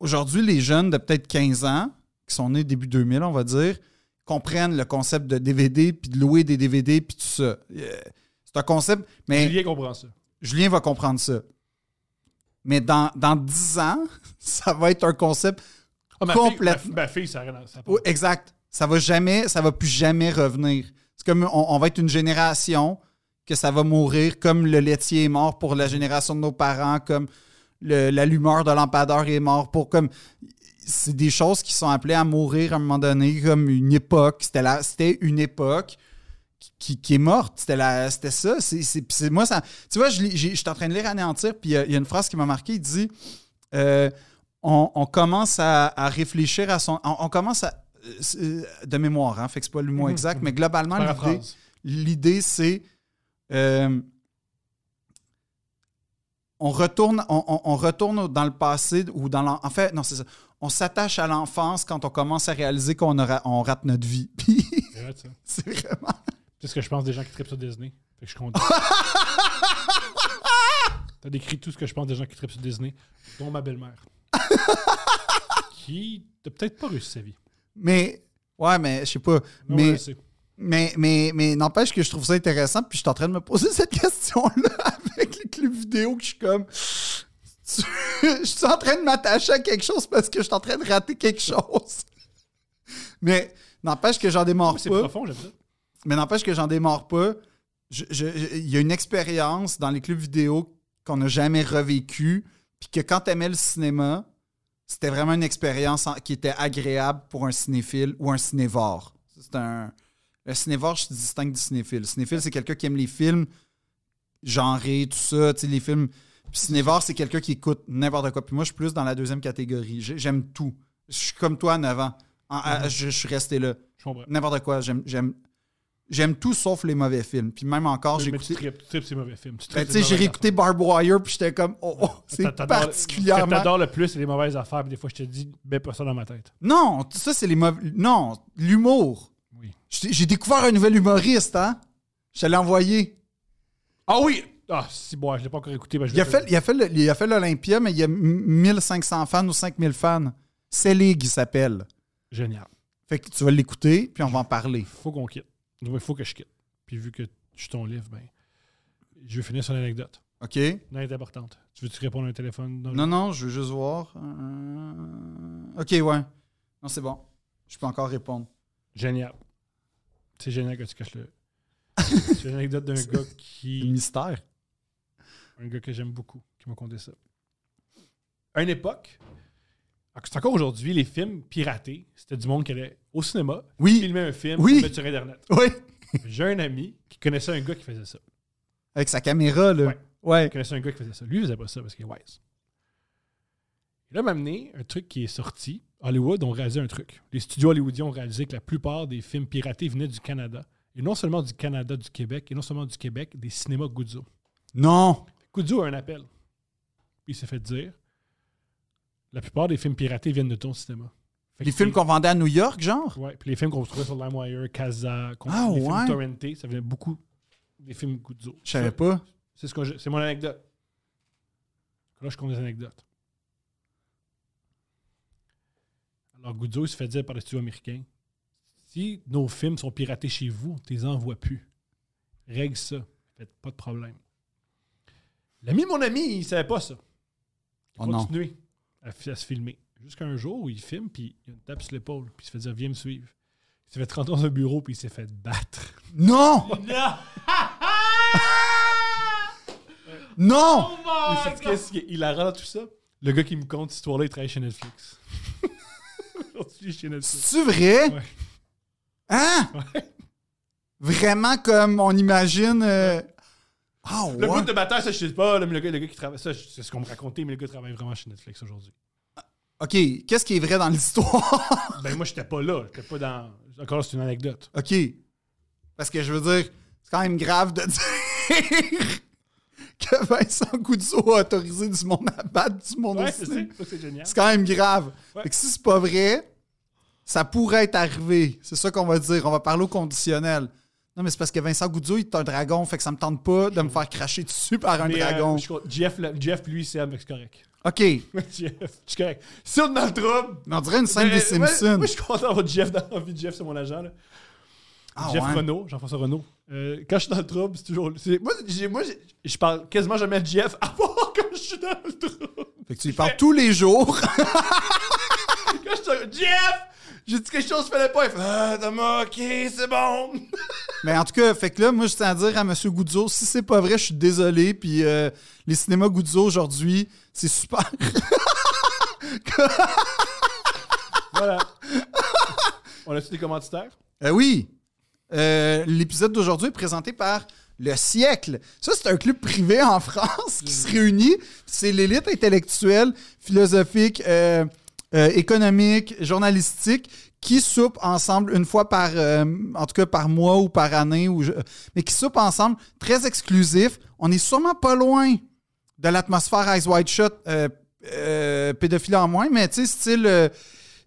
aujourd'hui, les jeunes de peut-être 15 ans, qui sont nés début 2000, on va dire, comprennent le concept de DVD, puis de louer des DVD, puis tout ça. Euh, C'est un concept, mais...
Julien comprend ça.
Julien va comprendre ça. Mais dans, dans 10 ans, [laughs] ça va être un concept.
Ah, ma
Complètement.
Fille, ma, ma fille, ça, ça, ça
Oui, exact. Ça va jamais, ça va plus jamais revenir. C'est comme on, on va être une génération que ça va mourir, comme le laitier est mort pour la génération de nos parents, comme le- l'allumeur de lampadeur est mort pour comme. C'est des choses qui sont appelées à mourir à un moment donné, comme une époque. C'était la- c'était une époque qui- qui, qui est morte. C'était la- c'était ça. C'est- c'est- puis c'est- moi, ça, tu vois, je lis- j'ai- j'étais en train de lire Anéantir, puis il y a- il y, a une phrase qui m'a marqué. Il dit euh, on, on commence à, à réfléchir à son. On, on commence à. euh, c'est- de mémoire, hein, fait que c'est pas le mot
Mhm,
exact,
mhm.
mais globalement, l'idée,
Paraphrase.
l'idée, c'est. euh, on retourne, on, on- on retourne dans le passé ou dans l'en- en fait non c'est ça on s'attache à l'enfance quand on commence à réaliser qu'on aura- on rate notre vie [laughs] puis
C'est vrai, ça.
c'est vraiment
C'est ce que je pense des gens qui tripent sur Disney. Fait que je suis
[laughs]
content. T'as décrit tout ce que je pense des gens qui tripent sur Disney, dont ma
[laughs]
belle-mère. qui n'a peut-être pas réussi sa vie.
mais ouais mais je sais pas
Non,
mais
je sais.
Mais, mais, mais n'empêche que je trouve ça intéressant, puis je suis en train de me poser [laughs] cette question-là avec les clips vidéo que je suis comme. [laughs] Tu- je suis en train de m'attacher à quelque chose parce que je suis en train de rater quelque chose. [laughs] Mais n'empêche que j'en démarre
C'est
pas.
profond, j'aime ça.
Mais n'empêche que j'en démarre pas. Je- je- je- Il y a une expérience dans les clubs vidéo qu'on n'a jamais revécue, puis que quand t'aimais le cinéma, c'était vraiment une expérience en- qui était agréable pour un cinéphile ou un cinévore. C'est un. Le cinévore, je distingue du cinéphile. Le cinéphile, c'est quelqu'un qui aime les films genrés, tout ça, tu sais, les films. Puis cinévore, c'est quelqu'un qui écoute n'importe quoi. Puis moi, je suis plus dans la deuxième catégorie. J'ai- J'aime tout. Je suis comme toi en avant. En- à- je, je suis resté là
Je comprends.
n'importe quoi. J'aime, j'aime, j'aime tout sauf les mauvais films. Puis même encore, j'ai
Mais tu
écouté.
tripes, tu tripes ces mauvais films. Tu
Ben,
tripes
tu
ces
sais, j'ai
mauvaises
réécouté Barb Wire, puis j'étais comme, oh, oh, c'est
affaires. T'a- t'adores- Ce que
particulièrement.
t'adores le plus, c'est les mauvaises affaires. puis des fois, je te dis, mets pas ça dans ma tête.
Non, tout ça, c'est les mauvais. Non, l'humour.
Oui.
J'ai, j'ai découvert un nouvel humoriste, hein. Je te l'ai envoyé.
Ah oui!
Ah, si, bon, je l'ai pas encore écouté. ben, je
Il a
vais-
fait, il a fait, le- il a fait l'Olympia, mais il y a m- 1500 fans ou 5000 fans. Selig, il s'appelle.
Génial.
Fait que tu vas l'écouter, puis on va en parler.
Faut qu'on quitte. Il faut que je quitte. Puis vu que je suis ton livre, ben, je vais finir sur une anecdote.
OK?
Non, elle est importante. Tu veux-tu répondre à un téléphone?
Non, non, je veux juste voir. Euh, OK, ouais. Non, c'est bon. Je peux encore répondre.
Génial. C'est génial que tu caches
[laughs]
le. C'est une anecdote d'un gars qui.
mystère.
Un gars que j'aime beaucoup, qui m'a conté ça. À une époque, ah, c'est encore aujourd'hui, les films piratés, c'était du monde qui allait au cinéma,
Oui,
filmer un film,
Oui.
le mettre sur Internet.
oui.
J'ai un ami qui connaissait un gars qui faisait ça.
Avec sa caméra, là.
Ouais.
Ouais.
Je connaissais un gars qui faisait ça. Lui, il faisait pas ça parce qu'il est wise. Il a m'amené un truc qui est sorti. Hollywood ont réalisé un truc. Les studios hollywoodiens ont réalisé que la plupart des films piratés venaient du Canada. Et non seulement du Canada, du Québec, et non seulement du Québec, des cinémas Guzzo.
Non.
Guzzo a un appel. Puis il s'est fait dire la plupart des films piratés viennent de ton cinéma. Fait que
Les films
c'est-
qu'on vendait à New York, genre?
Ouais, puis les films qu'on trouvait sur LimeWire, Casa, qu'on-
Ah,
les films
ouais.
Torrenté, ça venait beaucoup des films Guzzo.
Je savais pas. Oh
C'est ce que je- c'est mon anecdote. Là, je compte des anecdotes. Alors, Guzzo, il se fait dire par les studios américains si nos films sont piratés chez vous, on les envoie plus. Règle ça. Faites pas de problème. L'ami, de mon ami, il savait pas ça. Il
Oh non.
continuait à, fi- à se filmer. Jusqu'à un jour où il filme, puis il a une tape sur l'épaule, puis il se fait dire Viens me suivre. Il s'est fait 30 ans dans un bureau, puis il s'est fait battre.
Non! Ah, Non!
Et c'est qu'est-ce qui est hilarant dans tout ça? Le gars qui me compte cette histoire-là, il travaille chez Netflix.
[laughs]
Aujourd'hui, il est chez Netflix.
C'est-tu vrai?
Ouais.
Hein? Vraiment comme on imagine. euh, Ah,
Le bout
ouais.
de bataille, ça, je sais pas, là, mais le gars, le gars qui travaille, ça, je- c'est ce qu'on me racontait, mais le gars travaille vraiment chez Netflix aujourd'hui.
OK, qu'est-ce qui est vrai dans l'histoire? [laughs]
Ben, moi, j'étais pas là. J'étais pas dans. Encore, c'est une anecdote.
OK. Parce que je veux dire, c'est quand même grave de [laughs] dire que Vincent Goudzo a autorisé du monde à battre du monde
Ouais,
au
c'est ça.
cinéma.
Ça, c'est génial.
C'est quand même grave.
Ouais.
Fait que si c'est pas vrai, ça pourrait être arrivé. C'est ça qu'on va dire. On va parler au conditionnel. Non, mais c'est parce que Vincent Goudzou, il est un dragon, fait que ça me tente pas de me faire cracher dessus par un
Mais, euh,
dragon.
je suis con- Jeff, le- Jeff, lui, c'est avec, c'est correct. [laughs]
OK.
Jeff, c'est correct.
Si on est dans le trouble.
Mais On dirait une scène
ben,
des
ouais,
Simpsons.
moi,
Je suis content d'avoir Jeff dans la vie de Jeff, c'est mon agent. là.
Ah,
Jeff
ouais.
Renault, Jean-François Renault. Euh, quand je suis dans le trouble, c'est toujours. c'est- Moi, j'ai- moi, j'ai- je parle quasiment jamais à Jeff à part [laughs] quand je suis dans le trouble.
Fait que tu y parles tous les jours. [laughs]
Quand je te- Jeff! J'ai dit quelque chose, je fallait pas. Il fait Ah, Thomas, ok, c'est
[laughs]
bon.
Mais en tout cas, fait que là, moi, je tiens à dire à M. Goudzo, si c'est pas vrai, je suis désolé. Puis euh, les cinémas Goudzo aujourd'hui, c'est super.
Voilà. On a-tu des commanditaires?
Euh, oui. Euh, L'épisode d'aujourd'hui est présenté par Le Siècle. Ça, c'est un club privé en [laughs] France qui se réunit. C'est l'élite intellectuelle, philosophique, euh, euh, économique, journalistique qui soupe ensemble une fois par, euh, en tout cas par mois ou par année, ou je- mais qui soupe ensemble, très exclusif. On n'est sûrement pas loin de l'atmosphère Ice White Shot, euh, euh, pédophile en moins, mais tu sais, style, euh,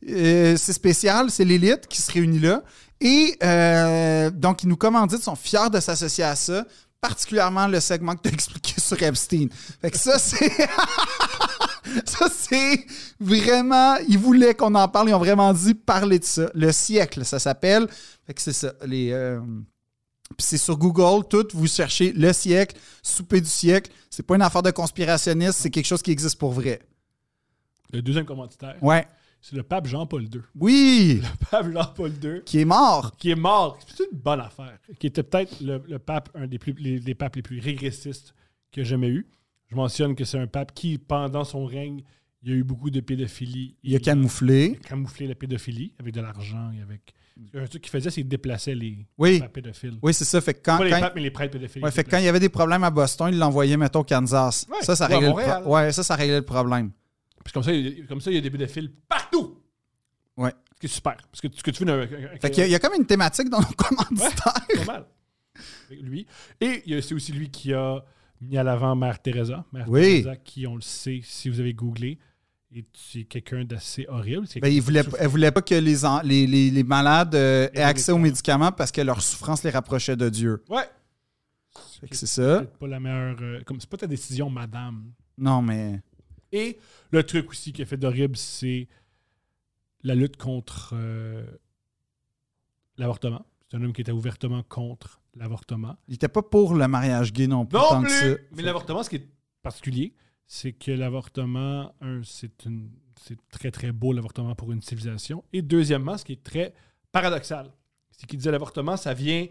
euh, c'est spécial, c'est l'élite qui se réunit là. Et euh, donc, ils nous commanditent, sont fiers de s'associer à ça, particulièrement le segment que tu as [laughs] expliqué sur Epstein. Fait que ça, c'est. [laughs] ça, c'est vraiment. Ils voulaient qu'on en parle, ils ont vraiment dit parler de ça. Le siècle, ça s'appelle. Fait que c'est ça. Les. euh, puis c'est sur Google, tout, vous cherchez le siècle, souper du siècle. C'est pas une affaire de conspirationniste, c'est quelque chose qui existe pour vrai.
Le deuxième commanditaire,
Ouais.
c'est le pape Jean-Paul II.
Oui!
Le pape Jean-Paul II,
Qui est mort!
qui est mort. C'est une bonne affaire. Qui était peut-être le, le pape, un des, plus, les, les papes les plus régressistes que j'ai jamais eu. Je mentionne que c'est un pape qui, pendant son règne, il y a eu beaucoup de pédophilie.
Il a camouflé.
camouflé la pédophilie avec de l'argent et avec.
Mm.
Un truc qu'il faisait, c'est qu'il déplaçait les
Oui.
papes pédophiles.
Oui, c'est ça. Fait que quand,
Pas les
quand-
papes, mais les prêtres pédophiles.
ouais, fait que quand
déplaçaient.
il y avait des problèmes à Boston, il l'envoyait, mettons, au Kansas.
Ouais,
ça,
ou
ça
à
réglait le
Montréal.
pro- ouais, ça, ça réglait le problème.
Parce que comme ça, il y a- comme ça, il y a des pédophiles partout.
Ouais.
Ce qui est super. Parce que ce que tu veux. d'un- un- un-
Fait qu'il y a- il y, a comme une thématique dans nos [laughs] commanditaires.
pas mal. Avec Lui. Et il y a- c'est aussi lui qui a mis à l'avant Mère Teresa. Mère
Oui.
Teresa, qui, on le sait, si vous avez googlé, est c'est quelqu'un d'assez horrible. C'est
Ben, il voulait,
quelqu'un qui
elle voulait pas que les, en- les, les- les malades euh,
Et
aient accès aux
médicaments.
médicaments parce que leur souffrance les rapprochait de Dieu.
Ouais.
Fait que c'est ça.
souffre. C'est pas la meilleure. euh, comme c'est pas ta décision, madame.
Non, mais.
Et le truc aussi qui a fait d'horrible, c'est la lutte contre euh, l'avortement. C'est un homme qui était ouvertement contre l'avortement.
Il était pas pour le mariage gay non plus. tant
Non
que ça.
plus!
Mais l'avortement, ce qui est particulier, c'est que l'avortement, un, c'est une- c'est très très beau l'avortement pour une civilisation. Et deuxièmement, ce qui est très paradoxal, c'est qu'il disait l'avortement, ça vient,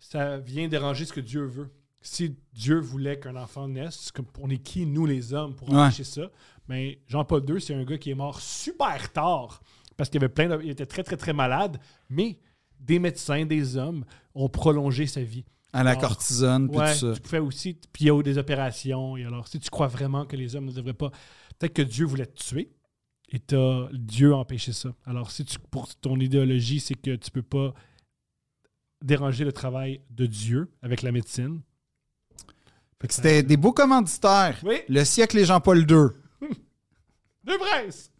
ça vient déranger ce que Dieu veut. Si Dieu voulait qu'un enfant naisse, comme on est qui, nous les hommes, pour
Ouais.
empêcher ça? Mais Jean-Paul II, c'est un gars qui est mort super tard parce qu'il avait plein de- il était très très très malade, mais des médecins, des hommes ont prolongé sa vie.
À la
Non.
cortisone, puis
Ouais,
tout ça.
tu pouvais aussi, puis il y a eu des opérations. Et alors, si tu crois vraiment que les hommes ne devraient pas, peut-être que Dieu voulait te tuer et t'as- Dieu a empêché ça. Alors, si tu, pour ton idéologie, c'est que tu peux pas déranger le travail de Dieu avec la médecine. ben,
Fait que c'était des beaux commanditaires.
Oui,
Le siècle et Jean-Paul II.
deux princes!